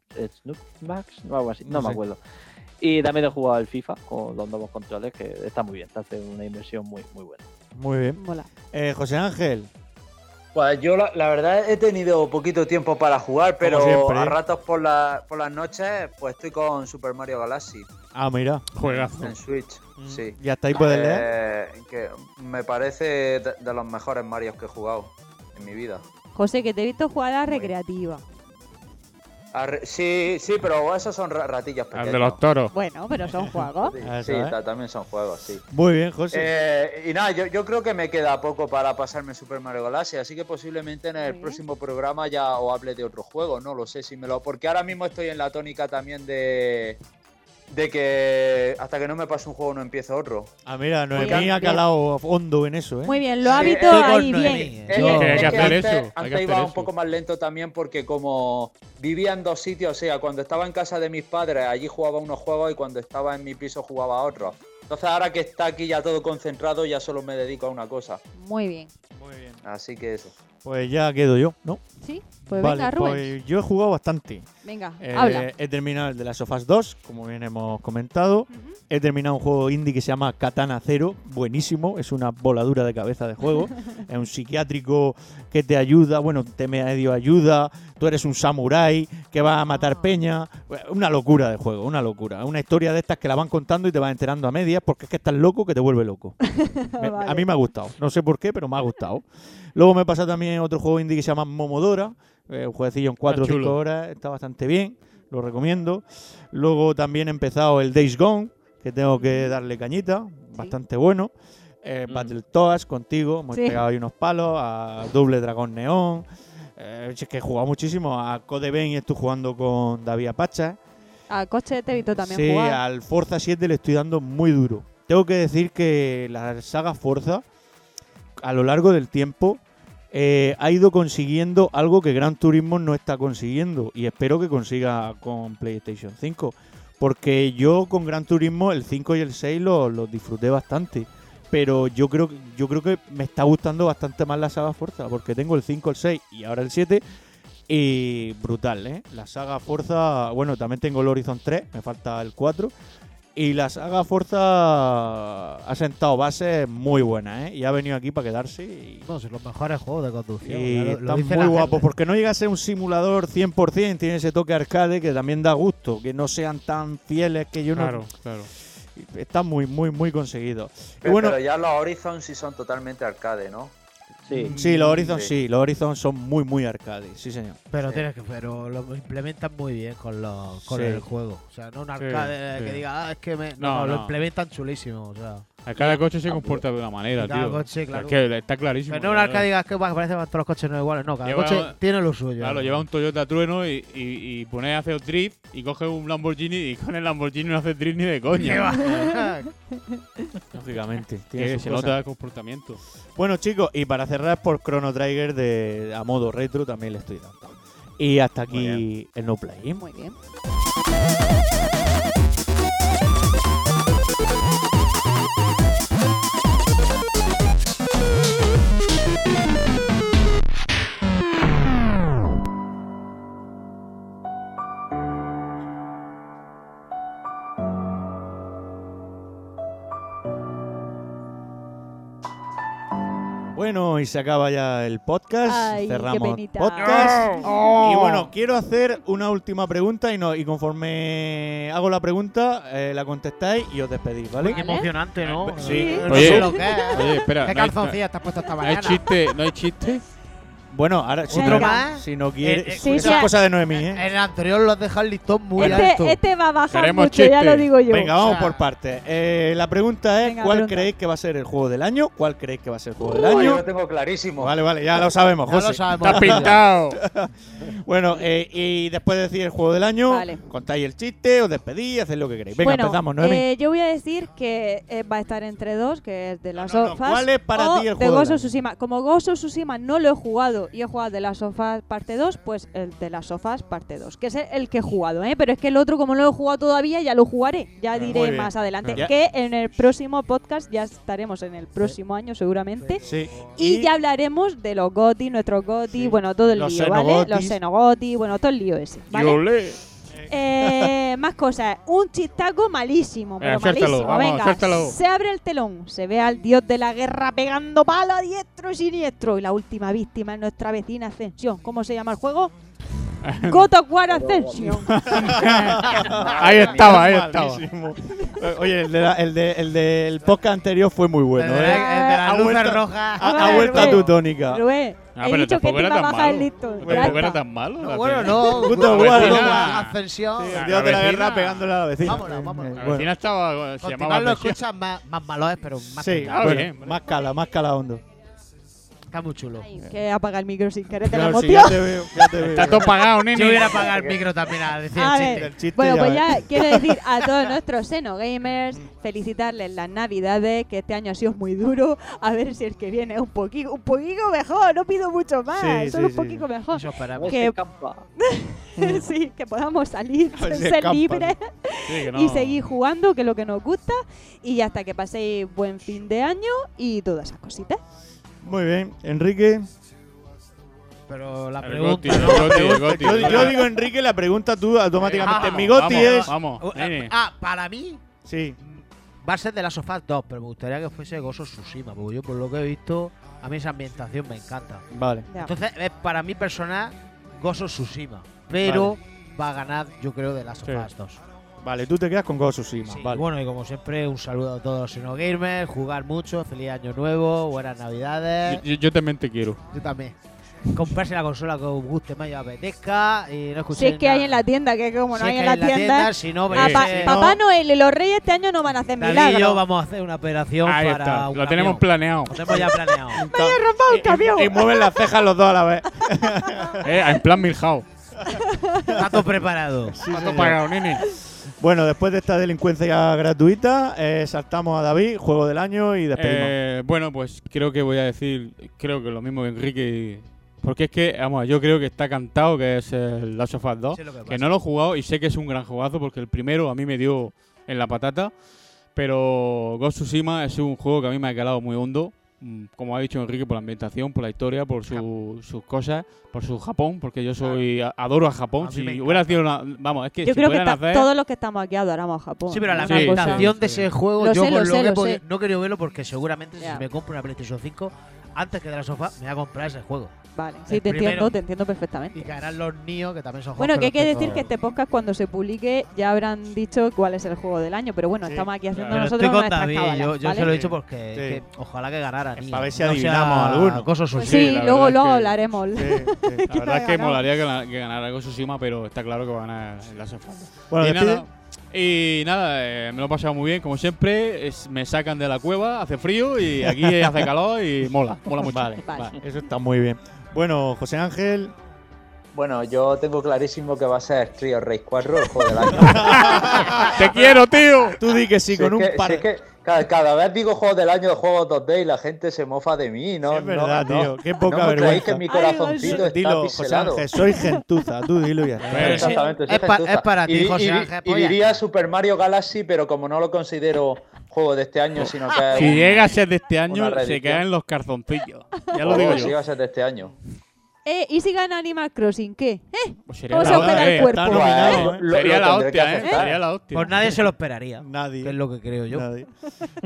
[SPEAKER 11] Snoop Max, no, algo así, no,
[SPEAKER 10] No
[SPEAKER 11] me
[SPEAKER 10] sé.
[SPEAKER 11] acuerdo. Y también he jugado al FIFA con los nuevos controles, que está muy bien, te hace una inversión muy, muy buena.
[SPEAKER 8] Muy bien. Eh, José Ángel.
[SPEAKER 4] Pues yo la, la verdad he tenido poquito tiempo para jugar, pero
[SPEAKER 8] siempre,
[SPEAKER 4] a
[SPEAKER 8] ¿eh?
[SPEAKER 4] ratos por, la- por las noches pues estoy con Super Mario Galaxy
[SPEAKER 8] Ah, mira.
[SPEAKER 10] Mm.
[SPEAKER 4] en Switch. Sí.
[SPEAKER 8] ¿Y hasta ahí puedes leer?
[SPEAKER 4] Eh, que me parece de, de los mejores Marios que he jugado en mi vida.
[SPEAKER 9] José, que te he visto jugar a la recreativa.
[SPEAKER 4] Arre- sí, sí, pero esos son ra- ratillas pequeñas.
[SPEAKER 10] Al de los toros.
[SPEAKER 9] Bueno, pero son juegos.
[SPEAKER 4] Sí,
[SPEAKER 8] Eso, ¿eh?
[SPEAKER 4] ta- también son juegos, sí.
[SPEAKER 8] Muy bien, José.
[SPEAKER 4] Eh, y nada, yo, yo creo que me queda poco para pasarme Super Mario Galaxy, así que posiblemente en el próximo programa ya os hable de otro juego, no lo sé si me lo. Porque ahora mismo estoy en la tónica también de. de que hasta que no me pase un juego no empiezo otro.
[SPEAKER 8] Ah, mira,
[SPEAKER 4] Muy
[SPEAKER 8] Noemí
[SPEAKER 4] bien.
[SPEAKER 8] ha calado hondo en eso, ¿eh?
[SPEAKER 9] Muy bien, lo
[SPEAKER 4] Sí,
[SPEAKER 9] hábito
[SPEAKER 4] estoy con
[SPEAKER 9] ahí bien.
[SPEAKER 4] Es
[SPEAKER 8] Yo- Hay
[SPEAKER 4] que- Eh,
[SPEAKER 8] que
[SPEAKER 4] es que
[SPEAKER 8] hacer
[SPEAKER 4] antes,
[SPEAKER 8] eso,
[SPEAKER 4] Antes
[SPEAKER 8] hay que hacer
[SPEAKER 4] iba un
[SPEAKER 8] eso.
[SPEAKER 4] poco más lento también porque como vivía en dos sitios, o sea, cuando estaba en casa de mis padres allí jugaba unos juegos y cuando estaba en mi piso jugaba a otros. Entonces ahora que está aquí ya todo concentrado ya solo me dedico a una cosa.
[SPEAKER 9] Muy bien.
[SPEAKER 4] Así que eso.
[SPEAKER 8] Pues ya quedo yo, ¿no?
[SPEAKER 9] Sí, pues
[SPEAKER 8] Vale,
[SPEAKER 9] venga, Rubén.
[SPEAKER 8] pues yo he jugado bastante.
[SPEAKER 9] Venga,
[SPEAKER 8] Eh,
[SPEAKER 9] habla.
[SPEAKER 8] He terminado el de las Sofas 2, como bien hemos comentado. He terminado un juego indie que se llama Katana Zero, buenísimo, es una voladura de cabeza de juego. es un psiquiátrico que te ayuda, bueno, te medio ayuda, tú eres un samurái que va a matar peña. Una locura de juego, una locura. Una historia de estas que la van contando y te vas enterando a medias porque es que estás loco que te vuelve loco. Me- A mí me ha gustado. No sé por qué, pero me ha gustado. Luego me pasa también otro juego indie que se llama Momodora. eh, un jueguecillo en 4 o
[SPEAKER 10] chulo.
[SPEAKER 8] 5 horas. Está bastante bien. Lo recomiendo. Luego también he empezado el Days Gone, que tengo que darle cañita. Bastante bueno. Eh, Battletoads contigo. Hemos
[SPEAKER 10] Sí.
[SPEAKER 8] pegado ahí unos palos. A Doble Dragón Neón. Eh, es que he jugado muchísimo. A Code Vein estoy jugando con David Apacha.
[SPEAKER 9] A Coche te he visto también
[SPEAKER 8] Sí,
[SPEAKER 9] jugar.
[SPEAKER 8] al Forza 7 le estoy dando muy duro. Tengo que decir que la saga Forza, a lo largo del tiempo, eh, ha ido consiguiendo algo que Gran Turismo no está consiguiendo. Y espero que consiga con PlayStation 5. Porque yo con Gran Turismo el 5 y el 6 lo- los disfruté bastante. Pero yo creo, que- yo creo que me está gustando bastante más la saga Forza. Porque tengo el 5, el 6 y ahora el 7. Y brutal, ¿eh? La saga Forza, bueno, también tengo el Horizon 3, me falta el 4. Y la saga Forza ha sentado bases muy buenas, ¿eh? Y ha venido aquí para quedarse. Y,
[SPEAKER 12] No, si los mejores juegos de conducción.
[SPEAKER 8] y
[SPEAKER 12] ya lo- lo
[SPEAKER 8] está
[SPEAKER 12] dice
[SPEAKER 8] muy
[SPEAKER 12] la
[SPEAKER 8] guapo,
[SPEAKER 12] gente.
[SPEAKER 8] porque no llega a ser un simulador 100%, tiene ese toque arcade que también da gusto, que no sean tan fieles que yo
[SPEAKER 10] Claro,
[SPEAKER 8] no...
[SPEAKER 10] claro.
[SPEAKER 8] Está muy, muy, muy conseguido. Y
[SPEAKER 4] Pero,
[SPEAKER 8] bueno,
[SPEAKER 4] ya los Horizon sí son totalmente arcade, ¿no?
[SPEAKER 8] Mm, sí, los Horizon sí, los Horizon son muy, muy arcade, sí señor.
[SPEAKER 12] Pero tienes que, pero lo implementan muy bien con, los, con
[SPEAKER 8] Sí.
[SPEAKER 12] el juego. O sea, no un
[SPEAKER 10] Sí,
[SPEAKER 12] arcade
[SPEAKER 10] sí.
[SPEAKER 12] que diga, ah, es que me. No,
[SPEAKER 10] No,
[SPEAKER 12] no,
[SPEAKER 10] no.
[SPEAKER 12] lo implementan chulísimo. O sea.
[SPEAKER 10] A cada coche se comporta de una manera,
[SPEAKER 12] Ah, Cada
[SPEAKER 10] tío.
[SPEAKER 12] coche, claro.
[SPEAKER 10] Es que está clarísimo.
[SPEAKER 12] Pero no un arcade que digas que "Buah, parece que todos los coches no iguales. No, cada
[SPEAKER 10] Lleva-
[SPEAKER 12] coche tiene lo suyo.
[SPEAKER 10] Claro, lleva un Toyota Trueno y, y, y pones a hacer drift y coges un Lamborghini y con el Lamborghini no hace drift ni de coña.
[SPEAKER 8] Lógicamente. tiene
[SPEAKER 10] que
[SPEAKER 8] sus
[SPEAKER 10] se
[SPEAKER 8] cosas.
[SPEAKER 10] nota el comportamiento.
[SPEAKER 8] Bueno, chicos, y para cerrar por Chrono Trigger de a modo retro también le estoy dando. Y hasta aquí el no play.
[SPEAKER 9] Muy bien.
[SPEAKER 8] Bueno, y se acaba ya el podcast.
[SPEAKER 9] Ay, qué
[SPEAKER 8] Cerramos
[SPEAKER 9] penita.
[SPEAKER 8] podcast.
[SPEAKER 9] No.
[SPEAKER 8] Y bueno, quiero hacer una última pregunta y, no, y conforme hago la pregunta, eh, la contestáis y os despedís, ¿vale?
[SPEAKER 12] Qué emocionante, ¿no?
[SPEAKER 8] Sí.
[SPEAKER 12] No
[SPEAKER 10] Oye,
[SPEAKER 12] sé lo que es.
[SPEAKER 10] oye, espera.
[SPEAKER 12] ¿Qué
[SPEAKER 10] no hay-
[SPEAKER 12] calzoncillas te has puesto esta
[SPEAKER 10] no
[SPEAKER 12] mañana?
[SPEAKER 10] hay chiste, no hay chiste.
[SPEAKER 8] Bueno, ahora si
[SPEAKER 12] ¿Otro
[SPEAKER 8] no,
[SPEAKER 12] más?
[SPEAKER 8] si no quieres,
[SPEAKER 12] Eh, eh,
[SPEAKER 8] es
[SPEAKER 12] sí, sí.
[SPEAKER 8] cosa de Noemí,
[SPEAKER 12] En
[SPEAKER 8] ¿eh?
[SPEAKER 12] el anterior lo has dejado el listón muy
[SPEAKER 8] Bueno.
[SPEAKER 12] alto.
[SPEAKER 8] Este-
[SPEAKER 9] Este va a bajar
[SPEAKER 8] Queremos
[SPEAKER 9] mucho, ya lo
[SPEAKER 8] chistes.
[SPEAKER 9] digo yo.
[SPEAKER 8] Venga, vamos
[SPEAKER 9] O sea,
[SPEAKER 8] por partes. Eh, la pregunta es,
[SPEAKER 9] Venga,
[SPEAKER 8] ¿cuál
[SPEAKER 9] pregunta.
[SPEAKER 8] creéis que va a ser el juego del año? ¿Cuál creéis que va a ser el juego del
[SPEAKER 4] Yo
[SPEAKER 8] año?
[SPEAKER 4] lo tengo clarísimo.
[SPEAKER 8] Vale, vale, ya lo sabemos,
[SPEAKER 4] Ya lo
[SPEAKER 8] José.
[SPEAKER 4] sabemos. Está pintado.
[SPEAKER 8] bueno, eh, y después de decir el juego del año,
[SPEAKER 9] Vale.
[SPEAKER 8] contáis el chiste, os despedís, hacéis lo que queréis. Venga,
[SPEAKER 9] bueno,
[SPEAKER 8] empezamos, Noemi.
[SPEAKER 9] eh, yo voy a decir que eh, va a estar entre dos, que es de las
[SPEAKER 8] no,
[SPEAKER 9] sofás.
[SPEAKER 8] no, ¿cuál es para
[SPEAKER 9] o
[SPEAKER 8] ti el
[SPEAKER 9] de
[SPEAKER 8] juego del
[SPEAKER 9] Gozo
[SPEAKER 8] año?
[SPEAKER 9] Tsushima. Como Gozo Tsushima no lo he jugado y he jugado de las sofás parte 2, pues el de las sofás parte 2, que es el que he jugado, ¿eh? Pero es que el otro, como no lo he jugado todavía, ya lo jugaré. Ya diré
[SPEAKER 8] bien.
[SPEAKER 9] más adelante.
[SPEAKER 8] Ya.
[SPEAKER 9] Que en el próximo podcast, ya estaremos en el próximo año seguramente.
[SPEAKER 8] Sí.
[SPEAKER 9] Y, ya hablaremos de los GOTI, nuestros GOTI, bueno, todo el
[SPEAKER 8] Los
[SPEAKER 9] lío, ¿vale?
[SPEAKER 8] Xenogotis.
[SPEAKER 9] Los Xenogoti, bueno, todo el lío ese. ¿vale? Eh, más cosas. Un chistaco malísimo. Pero
[SPEAKER 10] Venga, Eh, suéltalo,
[SPEAKER 9] malísimo.
[SPEAKER 10] vamos,
[SPEAKER 9] Venga,
[SPEAKER 10] suéltalo.
[SPEAKER 9] se abre el telón. Se ve al dios de la guerra pegando palo a diestro y siniestro. Y la última víctima es nuestra vecina Ascensión. ¿Cómo se llama el juego? God of War Ascension.
[SPEAKER 8] ahí estaba, ahí estaba. Eh, Oye, el, de la- el, de- el del podcast anterior fue muy bueno,
[SPEAKER 12] El de la-
[SPEAKER 8] ¿eh?
[SPEAKER 12] el de la
[SPEAKER 8] Ha
[SPEAKER 12] luz
[SPEAKER 8] vuelto-
[SPEAKER 12] roja.
[SPEAKER 8] Ha, ha
[SPEAKER 12] Rubén,
[SPEAKER 8] vuelto a tu
[SPEAKER 12] Rubén.
[SPEAKER 8] tónica.
[SPEAKER 9] Rubén,
[SPEAKER 10] Ah,
[SPEAKER 9] he
[SPEAKER 10] pero
[SPEAKER 9] dicho que
[SPEAKER 10] tampoco
[SPEAKER 9] te
[SPEAKER 10] era
[SPEAKER 9] iba a
[SPEAKER 10] tan
[SPEAKER 9] bajar el
[SPEAKER 10] malo.
[SPEAKER 9] listón.
[SPEAKER 10] Pero
[SPEAKER 9] Ya
[SPEAKER 10] tampoco
[SPEAKER 9] está.
[SPEAKER 10] era tan malo. la
[SPEAKER 12] Bueno,
[SPEAKER 10] peli.
[SPEAKER 12] no.
[SPEAKER 10] La
[SPEAKER 12] puto
[SPEAKER 10] vecina-
[SPEAKER 12] guardo,
[SPEAKER 10] la
[SPEAKER 12] Ascensión.
[SPEAKER 8] El
[SPEAKER 10] La
[SPEAKER 8] dios de la
[SPEAKER 10] vecina-
[SPEAKER 8] guerra pegándolo a la vecina.
[SPEAKER 12] Vámonos, vámonos.
[SPEAKER 8] Bueno.
[SPEAKER 10] vecina estaba, se llamaba
[SPEAKER 12] Continuar lo
[SPEAKER 10] Ascensión.
[SPEAKER 12] escuchas más, más malo es, pero más
[SPEAKER 8] Sí,
[SPEAKER 12] pintado.
[SPEAKER 8] bueno, más cala, más cala hondo.
[SPEAKER 12] Está muy chulo.
[SPEAKER 9] Que apaga el micro sin querer de la
[SPEAKER 8] Claro, sí,
[SPEAKER 9] emoción.
[SPEAKER 8] ya te veo, ya te veo.
[SPEAKER 10] Está todo apagado, nene.
[SPEAKER 12] Yo hubiera apagado el micro también a decir
[SPEAKER 9] A
[SPEAKER 12] el
[SPEAKER 9] ver,
[SPEAKER 12] chiste.
[SPEAKER 9] bueno, pues ya quiero decir a todos nuestros Xenogamers, felicitarles las navidades, que este año ha sido muy duro, a ver si el que viene es un poquito, un poquito mejor, no pido mucho más,
[SPEAKER 12] Sí,
[SPEAKER 9] solo
[SPEAKER 12] sí,
[SPEAKER 9] un poquito mejor.
[SPEAKER 12] esperamos.
[SPEAKER 9] Que- sí, que podamos salir,
[SPEAKER 12] A ver si
[SPEAKER 9] ser
[SPEAKER 12] escapan.
[SPEAKER 9] libres
[SPEAKER 12] Sí, que
[SPEAKER 9] y
[SPEAKER 12] no.
[SPEAKER 9] seguir jugando, que es lo que nos gusta, y hasta que paséis buen fin de año y todas esas cositas.
[SPEAKER 8] Muy bien, Enrique.
[SPEAKER 12] Pero la
[SPEAKER 10] El
[SPEAKER 12] pregunta.
[SPEAKER 10] Goti, el
[SPEAKER 12] ¿no?
[SPEAKER 10] Goti, el Goti.
[SPEAKER 8] Yo, yo digo, Enrique, la pregunta tú automáticamente.
[SPEAKER 12] Vamos,
[SPEAKER 8] Mi goti
[SPEAKER 10] Ah, vamos,
[SPEAKER 8] es.
[SPEAKER 10] vamos, nene.
[SPEAKER 12] Ah, para mí.
[SPEAKER 8] Sí.
[SPEAKER 12] Va a ser de la Sofá 2, pero me gustaría que fuese Gozo Tsushima, porque yo por lo que he visto, a mí esa ambientación me encanta.
[SPEAKER 8] Vale.
[SPEAKER 12] Entonces, es para mí personal, Gozo Tsushima. Pero va a ganar, yo creo, de la Sofá 2.
[SPEAKER 8] Vale, tú te quedas con Go Tsushima.
[SPEAKER 12] Sí,
[SPEAKER 8] vale.
[SPEAKER 12] Bueno, y como siempre, un saludo a todos los Sino Gamers, jugar mucho, feliz año nuevo, buenas navidades.
[SPEAKER 10] Yo, yo también te quiero.
[SPEAKER 12] Yo también. Comprarse la consola que os guste, más y os apetezca. Y no
[SPEAKER 9] Si
[SPEAKER 12] escuchéis
[SPEAKER 9] es que hay en la tienda, que como
[SPEAKER 12] Si
[SPEAKER 9] no
[SPEAKER 12] es
[SPEAKER 9] hay
[SPEAKER 12] que
[SPEAKER 9] en la tienda,
[SPEAKER 12] si no,
[SPEAKER 9] a
[SPEAKER 12] veréis,
[SPEAKER 9] pa-
[SPEAKER 12] eh,
[SPEAKER 9] Papá Noel y los Reyes este año no van a hacer
[SPEAKER 12] David y
[SPEAKER 9] milagros.
[SPEAKER 12] yo vamos a hacer una operación
[SPEAKER 10] Ahí
[SPEAKER 12] para
[SPEAKER 10] está,
[SPEAKER 12] un
[SPEAKER 10] lo tenemos
[SPEAKER 12] camión.
[SPEAKER 10] planeado.
[SPEAKER 12] Lo tenemos ya planeado.
[SPEAKER 9] Me he
[SPEAKER 12] eh,
[SPEAKER 9] robado un camión.
[SPEAKER 8] Y mueven las cejas los dos a la vez.
[SPEAKER 10] Eh, en plan Milhao.
[SPEAKER 12] Está todo preparado.
[SPEAKER 8] Está todo
[SPEAKER 10] pagado, nene.
[SPEAKER 8] Bueno, después de esta delincuencia gratuita, eh, saltamos a David, juego del año y despedimos.
[SPEAKER 10] Eh, bueno, pues creo que voy a decir, creo que lo mismo que Enrique. Porque es que, vamos, yo creo que está cantado que es el Last of Us 2.
[SPEAKER 12] Sé lo que
[SPEAKER 10] que
[SPEAKER 12] pasa.
[SPEAKER 10] no lo he jugado y sé que es un gran jugazo porque el primero a mí me dio en la patata. Pero Ghost of Tsushima es un juego que a mí me ha calado muy hondo. mm, Como ha dicho Enrique, por la ambientación, por la historia, por su- sus cosas, por su Japón, porque yo soy a- adoro a Japón.
[SPEAKER 12] A mí
[SPEAKER 10] si
[SPEAKER 12] me encanta.
[SPEAKER 10] hubiera sido una- Vamos, es que
[SPEAKER 9] Yo
[SPEAKER 10] si
[SPEAKER 9] creo que
[SPEAKER 10] pudieran
[SPEAKER 9] ta-
[SPEAKER 10] hacer-
[SPEAKER 9] todos los que estamos aquí adoramos a Japón.
[SPEAKER 12] Sí, pero la
[SPEAKER 10] Sí,
[SPEAKER 12] ambientación
[SPEAKER 10] sí,
[SPEAKER 12] de
[SPEAKER 10] sí.
[SPEAKER 12] ese juego,
[SPEAKER 9] Lo
[SPEAKER 12] yo
[SPEAKER 9] sé,
[SPEAKER 12] por
[SPEAKER 9] lo
[SPEAKER 12] lo,
[SPEAKER 9] sé,
[SPEAKER 12] que
[SPEAKER 9] lo
[SPEAKER 12] he podido-
[SPEAKER 9] sé.
[SPEAKER 12] no quería verlo porque seguramente
[SPEAKER 9] Ya.
[SPEAKER 12] si me compro una PlayStation 5, antes que de la sofá, me voy a comprar ese juego.
[SPEAKER 9] Vale, sí,
[SPEAKER 12] El
[SPEAKER 9] te
[SPEAKER 12] primero.
[SPEAKER 9] entiendo, te entiendo perfectamente.
[SPEAKER 12] Y ganarán los Nio, que también son
[SPEAKER 9] Bueno,
[SPEAKER 12] juegos
[SPEAKER 9] que hay que
[SPEAKER 12] los
[SPEAKER 9] decir
[SPEAKER 12] tengo-
[SPEAKER 9] que este podcast cuando se publique ya habrán dicho cuál es el juego del año, pero bueno, estamos aquí haciendo
[SPEAKER 12] Pero
[SPEAKER 9] nosotros
[SPEAKER 12] estoy con
[SPEAKER 9] nuestras
[SPEAKER 12] David,
[SPEAKER 9] cábalas,
[SPEAKER 12] yo, yo
[SPEAKER 9] ¿vale?
[SPEAKER 12] se lo he dicho porque es
[SPEAKER 8] Sí.
[SPEAKER 12] que ojalá que ganara Nio.
[SPEAKER 8] Para ver si
[SPEAKER 12] no
[SPEAKER 8] adivinamos
[SPEAKER 12] sea
[SPEAKER 8] alguno.
[SPEAKER 12] Cosas
[SPEAKER 9] Pues
[SPEAKER 12] sucias.
[SPEAKER 9] sí,
[SPEAKER 10] la
[SPEAKER 9] luego
[SPEAKER 10] verdad es
[SPEAKER 9] luego
[SPEAKER 10] que-
[SPEAKER 9] hablaremos. Es que
[SPEAKER 10] La verdad
[SPEAKER 9] no
[SPEAKER 10] es que
[SPEAKER 9] he ganado.
[SPEAKER 10] molaría que, la- que ganara Ghost of Tsushima, pero está claro que van a la falta.
[SPEAKER 8] Bueno,
[SPEAKER 10] y,
[SPEAKER 8] despide.
[SPEAKER 10] nada, y nada, eh, me lo he pasado muy bien, como siempre. es- me sacan de la cueva, hace frío y aquí hace calor y mola, mola mucho.
[SPEAKER 8] Vale,
[SPEAKER 9] Vale.
[SPEAKER 8] vale, eso está muy bien. Bueno, José Ángel.
[SPEAKER 4] Bueno, yo tengo clarísimo que va a ser Trio Race 4 el juego del año.
[SPEAKER 10] ¡Te quiero, tío!
[SPEAKER 8] Tú di que sí,
[SPEAKER 4] Si
[SPEAKER 8] con
[SPEAKER 4] es
[SPEAKER 8] un
[SPEAKER 4] que-
[SPEAKER 8] par.
[SPEAKER 4] si es que ca- cada vez digo juegos del año, juegos 2D y la gente se mofa de mí, ¿no?
[SPEAKER 8] Es verdad,
[SPEAKER 4] no,
[SPEAKER 8] tío,
[SPEAKER 4] no.
[SPEAKER 8] qué poca
[SPEAKER 4] No me creéis
[SPEAKER 8] vergüenza.
[SPEAKER 4] que mi corazoncito está
[SPEAKER 8] Dilo, José
[SPEAKER 4] pixelado.
[SPEAKER 8] Ángel, soy gentuza. Tú dilo ya. está.
[SPEAKER 10] Pero
[SPEAKER 4] Exactamente, soy
[SPEAKER 12] es pa-
[SPEAKER 4] gentuza.
[SPEAKER 12] es para ti,
[SPEAKER 4] Y-
[SPEAKER 12] José
[SPEAKER 4] y-
[SPEAKER 12] Ángel, pues
[SPEAKER 4] Y
[SPEAKER 12] polla.
[SPEAKER 4] diría Super Mario Galaxy, pero como no lo considero juego de este año, sino que.
[SPEAKER 10] Si llega a ser de este año,
[SPEAKER 4] Una
[SPEAKER 10] se
[SPEAKER 4] reedición.
[SPEAKER 10] caen los calzoncillos. Ya lo digo
[SPEAKER 4] Si
[SPEAKER 10] yo.
[SPEAKER 4] llega a ser de este año.
[SPEAKER 9] Eh, ¿Y si gana Animal Crossing? ¿Qué? ¿Eh?
[SPEAKER 10] sería
[SPEAKER 9] ¿Cómo
[SPEAKER 10] la
[SPEAKER 9] se opera
[SPEAKER 10] hostia,
[SPEAKER 9] el
[SPEAKER 10] eh,
[SPEAKER 9] cuerpo?
[SPEAKER 10] está nominado, ¿eh? Lo- Sería lo la tendré que hostia, ¿eh? aceptar. Sería la hostia.
[SPEAKER 12] Pues nadie se lo esperaría.
[SPEAKER 8] Nadie.
[SPEAKER 12] Que es lo que creo yo.
[SPEAKER 8] Nadie.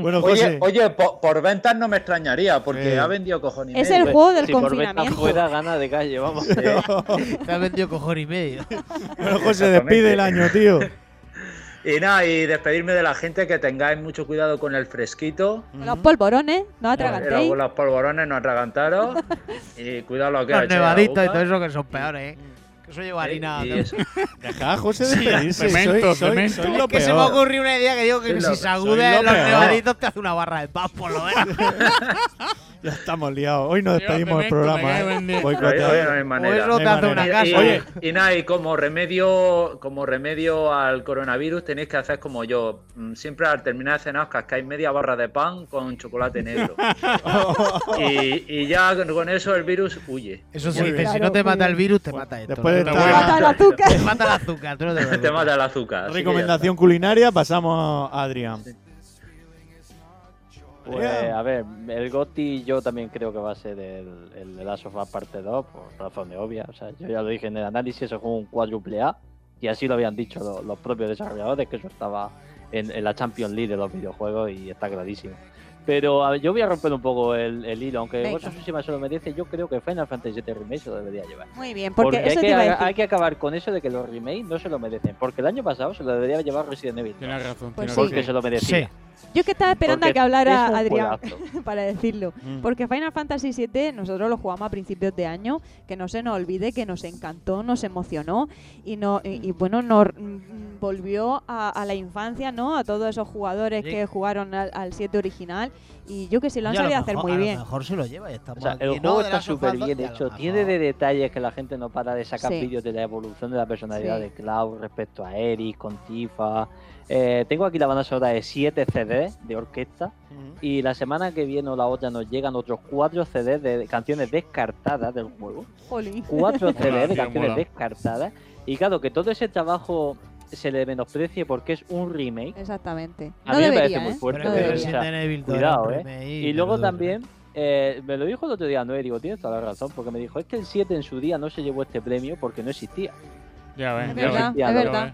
[SPEAKER 4] oye, oye, po- por ventas no me extrañaría, porque
[SPEAKER 12] Eh.
[SPEAKER 4] ha vendido cojones.
[SPEAKER 9] Es el juego del
[SPEAKER 11] si
[SPEAKER 9] confinamiento.
[SPEAKER 11] Por fuera gana de calle, vamos.
[SPEAKER 12] Te ha vendido cojón y medio.
[SPEAKER 8] Bueno, José, despide el año, tío.
[SPEAKER 4] Y nada, y despedirme de la gente que tengáis mucho cuidado con el fresquito. Eh,
[SPEAKER 9] Los polvorones, no atragantéis.
[SPEAKER 4] Los, los polvorones no atragantaros. y cuidado lo que
[SPEAKER 12] Los
[SPEAKER 4] os echéis a la
[SPEAKER 12] nevaditos y
[SPEAKER 4] boca.
[SPEAKER 12] todo eso que son peores, ¿eh?
[SPEAKER 8] Mm.
[SPEAKER 12] Que eso lleva harina.
[SPEAKER 4] y
[SPEAKER 12] que-
[SPEAKER 4] eso.
[SPEAKER 8] Dejad a José
[SPEAKER 12] Sí,
[SPEAKER 8] despedirse.
[SPEAKER 12] cemento,
[SPEAKER 8] soy- soy-
[SPEAKER 12] cemento.
[SPEAKER 8] soy lo
[SPEAKER 12] Es que se me ha
[SPEAKER 8] peor.
[SPEAKER 12] ocurrido una idea que digo que
[SPEAKER 8] Soy
[SPEAKER 12] si
[SPEAKER 8] lo-
[SPEAKER 12] sacudes
[SPEAKER 8] soy lo
[SPEAKER 12] los
[SPEAKER 8] peor.
[SPEAKER 12] nevaditos te hace una barra de pan, por lo menos.
[SPEAKER 8] Ya estamos liados. Hoy nos despedimos del
[SPEAKER 4] cemento, me
[SPEAKER 8] programa.
[SPEAKER 4] cago en
[SPEAKER 8] ¿eh?
[SPEAKER 4] Dios.
[SPEAKER 8] Boicoteado.
[SPEAKER 4] Hoy- hoy no hay manera. O eso te hace
[SPEAKER 8] manera.
[SPEAKER 4] una casa.
[SPEAKER 8] Oye,
[SPEAKER 4] Y nada, y como remedio, como remedio al coronavirus tenéis que hacer como yo. Mm, Siempre al terminar de cenar os cascáis media barra de pan con chocolate negro. y, y ya con con eso el virus huye.
[SPEAKER 12] Eso sí, dice, si no te mata el virus, te mata esto.
[SPEAKER 8] después de
[SPEAKER 12] ¿no?
[SPEAKER 8] esta- Te mata el
[SPEAKER 12] azúcar. Te mata el azúcar, tú no te preocupes.
[SPEAKER 4] Te mata el azúcar. así que ya está.
[SPEAKER 8] recomendación culinaria, pasamos a Adrián.
[SPEAKER 11] Pues, a ver, el Gotti yo también creo que va a ser el, el de Last of Us parte 2, por razones obvias. O sea, yo ya lo dije en el análisis, eso fue un cuádruple A, y así lo habían dicho lo- los propios desarrolladores, que eso estaba en, en la Champions League de los videojuegos y está clarísimo. Pero a ver, yo voy a romper un poco el, el hilo, aunque
[SPEAKER 9] Venga.
[SPEAKER 11] Ghost of Tsushima se lo merece, yo creo que Final Fantasy VII Remake se lo debería llevar.
[SPEAKER 9] Muy bien, porque,
[SPEAKER 11] hay,
[SPEAKER 9] eso
[SPEAKER 11] que,
[SPEAKER 9] te iba a
[SPEAKER 11] hay-
[SPEAKER 9] decir.
[SPEAKER 11] hay que acabar con eso de que los remakes no se lo merecen, porque el año pasado se lo debería llevar Resident Evil.
[SPEAKER 10] Tienes razón,
[SPEAKER 9] Pues tienes sí. razón.
[SPEAKER 11] porque se lo merecía.
[SPEAKER 9] Yo es que estaba esperando a
[SPEAKER 11] Porque
[SPEAKER 9] que hablara
[SPEAKER 11] es un
[SPEAKER 9] Adrián
[SPEAKER 11] juegazo.
[SPEAKER 9] para decirlo.
[SPEAKER 11] Mm.
[SPEAKER 9] Porque Final Fantasy VII nosotros lo jugamos a principios de año, que no se nos olvide que nos encantó, nos emocionó y no y, y bueno nos mm, volvió a, a la infancia, ¿no? A todos esos jugadores
[SPEAKER 12] Sí.
[SPEAKER 9] que jugaron al, al 7 original y yo que sé, lo han
[SPEAKER 12] Y a
[SPEAKER 9] sabido
[SPEAKER 12] mejor-
[SPEAKER 9] hacer muy
[SPEAKER 12] a
[SPEAKER 9] bien.
[SPEAKER 12] lo mejor se lo lleva y estamos
[SPEAKER 11] O sea, el
[SPEAKER 12] aquí,
[SPEAKER 11] juego
[SPEAKER 12] ¿no? De
[SPEAKER 11] está
[SPEAKER 12] las sofás,
[SPEAKER 11] súper bien
[SPEAKER 12] y a lo
[SPEAKER 11] hecho.
[SPEAKER 12] mejor-
[SPEAKER 11] Tiene de detalles que la gente no para de sacar
[SPEAKER 9] Sí.
[SPEAKER 11] vídeos de la evolución de la personalidad
[SPEAKER 9] Sí.
[SPEAKER 11] de Cloud respecto a Eric, con Tifa. Eh, tengo aquí la banda sonora de 7 CDs de orquesta. Y la semana que viene o la otra nos llegan otros 4 CDs de canciones descartadas del juego.
[SPEAKER 9] Jolín.
[SPEAKER 11] 4 CDs de
[SPEAKER 10] tío,
[SPEAKER 11] canciones
[SPEAKER 10] mola.
[SPEAKER 11] descartadas. Y claro, que todo ese trabajo se le menosprecie porque es un remake.
[SPEAKER 9] Exactamente.
[SPEAKER 11] A
[SPEAKER 9] No
[SPEAKER 11] mí me
[SPEAKER 9] debería,
[SPEAKER 11] parece muy
[SPEAKER 9] ¿eh?
[SPEAKER 11] fuerte.
[SPEAKER 9] No
[SPEAKER 11] pero,
[SPEAKER 9] debería.
[SPEAKER 11] o sea,
[SPEAKER 12] Resident Evil dos
[SPEAKER 11] cuidado,
[SPEAKER 12] era un
[SPEAKER 11] ¿eh?
[SPEAKER 12] remake,
[SPEAKER 11] Y
[SPEAKER 12] pero
[SPEAKER 11] luego
[SPEAKER 12] duro,
[SPEAKER 11] también, eh, me lo dijo el otro día Noé, digo, tienes toda la razón, porque me dijo, es que el 7 en su día no se llevó este premio porque no existía.
[SPEAKER 10] Ya ves,
[SPEAKER 11] Es
[SPEAKER 10] ya ves,
[SPEAKER 11] verdad,
[SPEAKER 10] ya
[SPEAKER 11] es
[SPEAKER 10] ves.
[SPEAKER 11] verdad.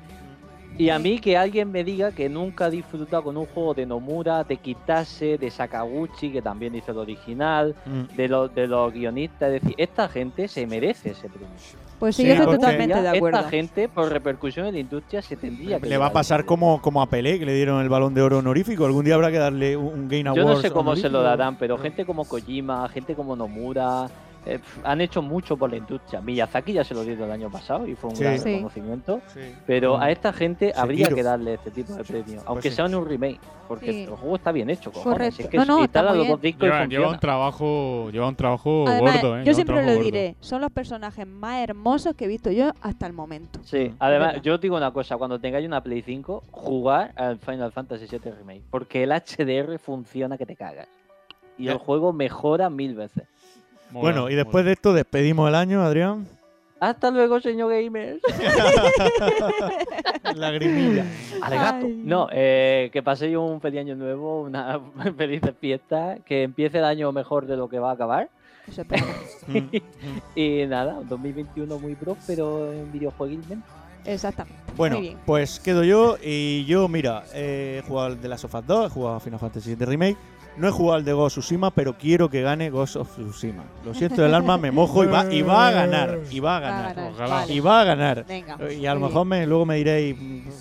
[SPEAKER 11] Y a mí que alguien me diga que nunca ha disfrutado con un juego de Nomura, de Kitase, de Sakaguchi, que también hizo el original,
[SPEAKER 10] Mm.
[SPEAKER 11] de, los de los guionistas, es decir, esta gente se merece ese premio.
[SPEAKER 9] Pues sí, yo estoy
[SPEAKER 8] porque-
[SPEAKER 9] totalmente de acuerdo.
[SPEAKER 11] Esta gente, por repercusión en la industria, se tendría que
[SPEAKER 8] Le va a
[SPEAKER 11] llevar
[SPEAKER 8] pasar como, como a Pelé, que le dieron el balón de oro honorífico. Algún día habrá que darle un- un Game Award.
[SPEAKER 11] Yo no sé cómo se lo darán, pero gente como Kojima, gente como Nomura, eh, pf, han hecho mucho por la industria. Miyazaki ya se lo dieron el año pasado y fue un
[SPEAKER 8] Sí. Mm.
[SPEAKER 11] gran
[SPEAKER 8] Sí.
[SPEAKER 11] reconocimiento. Pero a esta gente habría
[SPEAKER 8] Sekiro.
[SPEAKER 11] que darle este tipo de premio, aunque
[SPEAKER 8] Pues sí.
[SPEAKER 11] sea en un remake, porque
[SPEAKER 9] Sí.
[SPEAKER 11] el juego está bien hecho, cojones.
[SPEAKER 9] Correcto.
[SPEAKER 11] Es que
[SPEAKER 9] No, no, está
[SPEAKER 11] instala
[SPEAKER 9] muy
[SPEAKER 11] los dos
[SPEAKER 9] bien.
[SPEAKER 11] discos y
[SPEAKER 10] Lleva, lleva
[SPEAKER 11] funciona.
[SPEAKER 10] un trabajo, lleva un trabajo
[SPEAKER 9] Además,
[SPEAKER 10] gordo, ¿eh? Lleva
[SPEAKER 9] yo
[SPEAKER 10] un
[SPEAKER 9] siempre
[SPEAKER 10] trabajo
[SPEAKER 9] lo
[SPEAKER 10] gordo.
[SPEAKER 9] diré, son los personajes más hermosos que he visto yo hasta el momento.
[SPEAKER 11] Sí,
[SPEAKER 9] verdad.
[SPEAKER 11] además, yo os digo una cosa, cuando tengáis una Play 5, jugar al Final Fantasy VII Remake, porque el HDR funciona que te cagas. Y el juego mejora mil veces.
[SPEAKER 8] Bueno, y después de esto despedimos el año, Adrián.
[SPEAKER 11] Hasta luego, señor gamers.
[SPEAKER 8] Lagrimilla.
[SPEAKER 11] Alegato. No, eh, que paséis un feliz año nuevo, una feliz fiesta, que empiece el año mejor de lo que va a acabar.
[SPEAKER 9] Eso espero.
[SPEAKER 8] Mm.
[SPEAKER 11] y nada, un 2021 muy próspero en videojueguilmente.
[SPEAKER 9] Exactamente.
[SPEAKER 8] Bueno,
[SPEAKER 9] Muy bien.
[SPEAKER 8] pues quedo yo y yo, mira, eh, he jugado al de las of Us 2, he jugado a Final Fantasy VII Remake, no he jugado al de Ghost of Tsushima, pero quiero que gane Ghost of Tsushima. Lo siento del alma, me mojo y va, y va a ganar, y va a
[SPEAKER 9] Va a
[SPEAKER 8] ganar,
[SPEAKER 9] ganar, vale.
[SPEAKER 8] y va a ganar.
[SPEAKER 9] Venga,
[SPEAKER 8] y a lo
[SPEAKER 9] muy
[SPEAKER 8] mejor me, luego me diréis,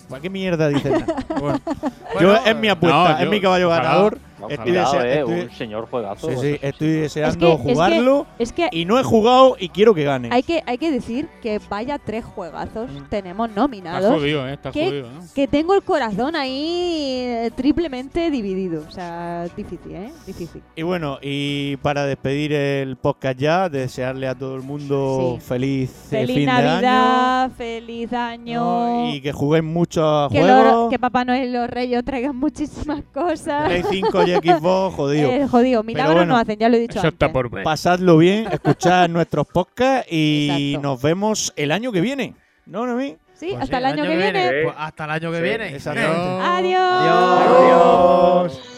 [SPEAKER 8] ¿para qué mierda dices nada? Bueno,
[SPEAKER 10] Bueno,
[SPEAKER 8] yo, es mi apuesta,
[SPEAKER 10] no,
[SPEAKER 8] es
[SPEAKER 10] yo-
[SPEAKER 8] mi caballo
[SPEAKER 10] ojalá,
[SPEAKER 8] ganador.
[SPEAKER 11] Vamos,
[SPEAKER 8] Estoy
[SPEAKER 11] cuidado,
[SPEAKER 8] desea-
[SPEAKER 11] eh,
[SPEAKER 8] estoy-
[SPEAKER 11] un señor juegazo.
[SPEAKER 8] sí, sí, estoy
[SPEAKER 9] Es
[SPEAKER 8] deseando
[SPEAKER 9] que, es que-
[SPEAKER 8] jugarlo
[SPEAKER 9] es que,
[SPEAKER 8] y no he jugado y quiero que gane.
[SPEAKER 9] hay que hay que decir que vaya tres juegazos
[SPEAKER 8] Mm.
[SPEAKER 9] tenemos nominados.
[SPEAKER 10] Está jodido, ¿eh? Está
[SPEAKER 9] que,
[SPEAKER 10] jodido, ¿eh?
[SPEAKER 9] que tengo el corazón ahí eh, triplemente dividido. O sea, difícil, ¿eh? Difícil.
[SPEAKER 8] Y bueno, y para despedir el podcast ya, desearle a todo el mundo feliz, eh,
[SPEAKER 9] feliz
[SPEAKER 8] fin de año
[SPEAKER 9] Navidad, feliz año.
[SPEAKER 8] y que juguéis muchos
[SPEAKER 9] que, lo-
[SPEAKER 8] juegos.
[SPEAKER 9] que Papá Noel y los Reyes os traigan muchísimas cosas.
[SPEAKER 8] Play 5 y Xbox, jodido.
[SPEAKER 9] Eh, jodido, milagros
[SPEAKER 8] bueno,
[SPEAKER 9] no hacen, ya lo he dicho antes.
[SPEAKER 8] Pasadlo bien, escuchad nuestros podcasts y nos vemos el año que viene. ¿No, no
[SPEAKER 9] Sí, hasta el año, que viene.
[SPEAKER 12] Pues hasta el año que viene.
[SPEAKER 8] Exactamente.
[SPEAKER 9] Adiós.
[SPEAKER 12] Adiós.
[SPEAKER 14] Adiós.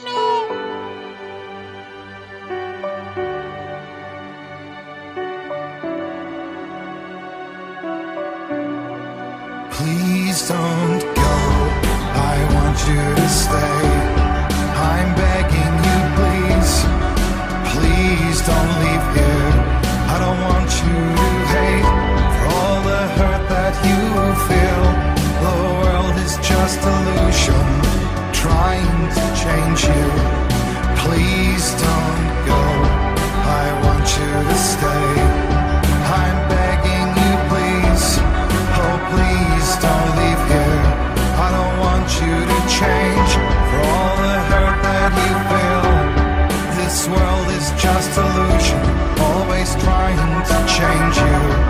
[SPEAKER 12] you to stay. I'm begging you, please. Please don't leave here. I don't want you to hate for all the hurt that you feel. The world is just illusion trying to change you. Please don't go. I want you to stay. I'm begging you, please. Oh, please don't leave here. I don't want you to change for all the hurt that you feel. This world is just illusion, always trying to change you.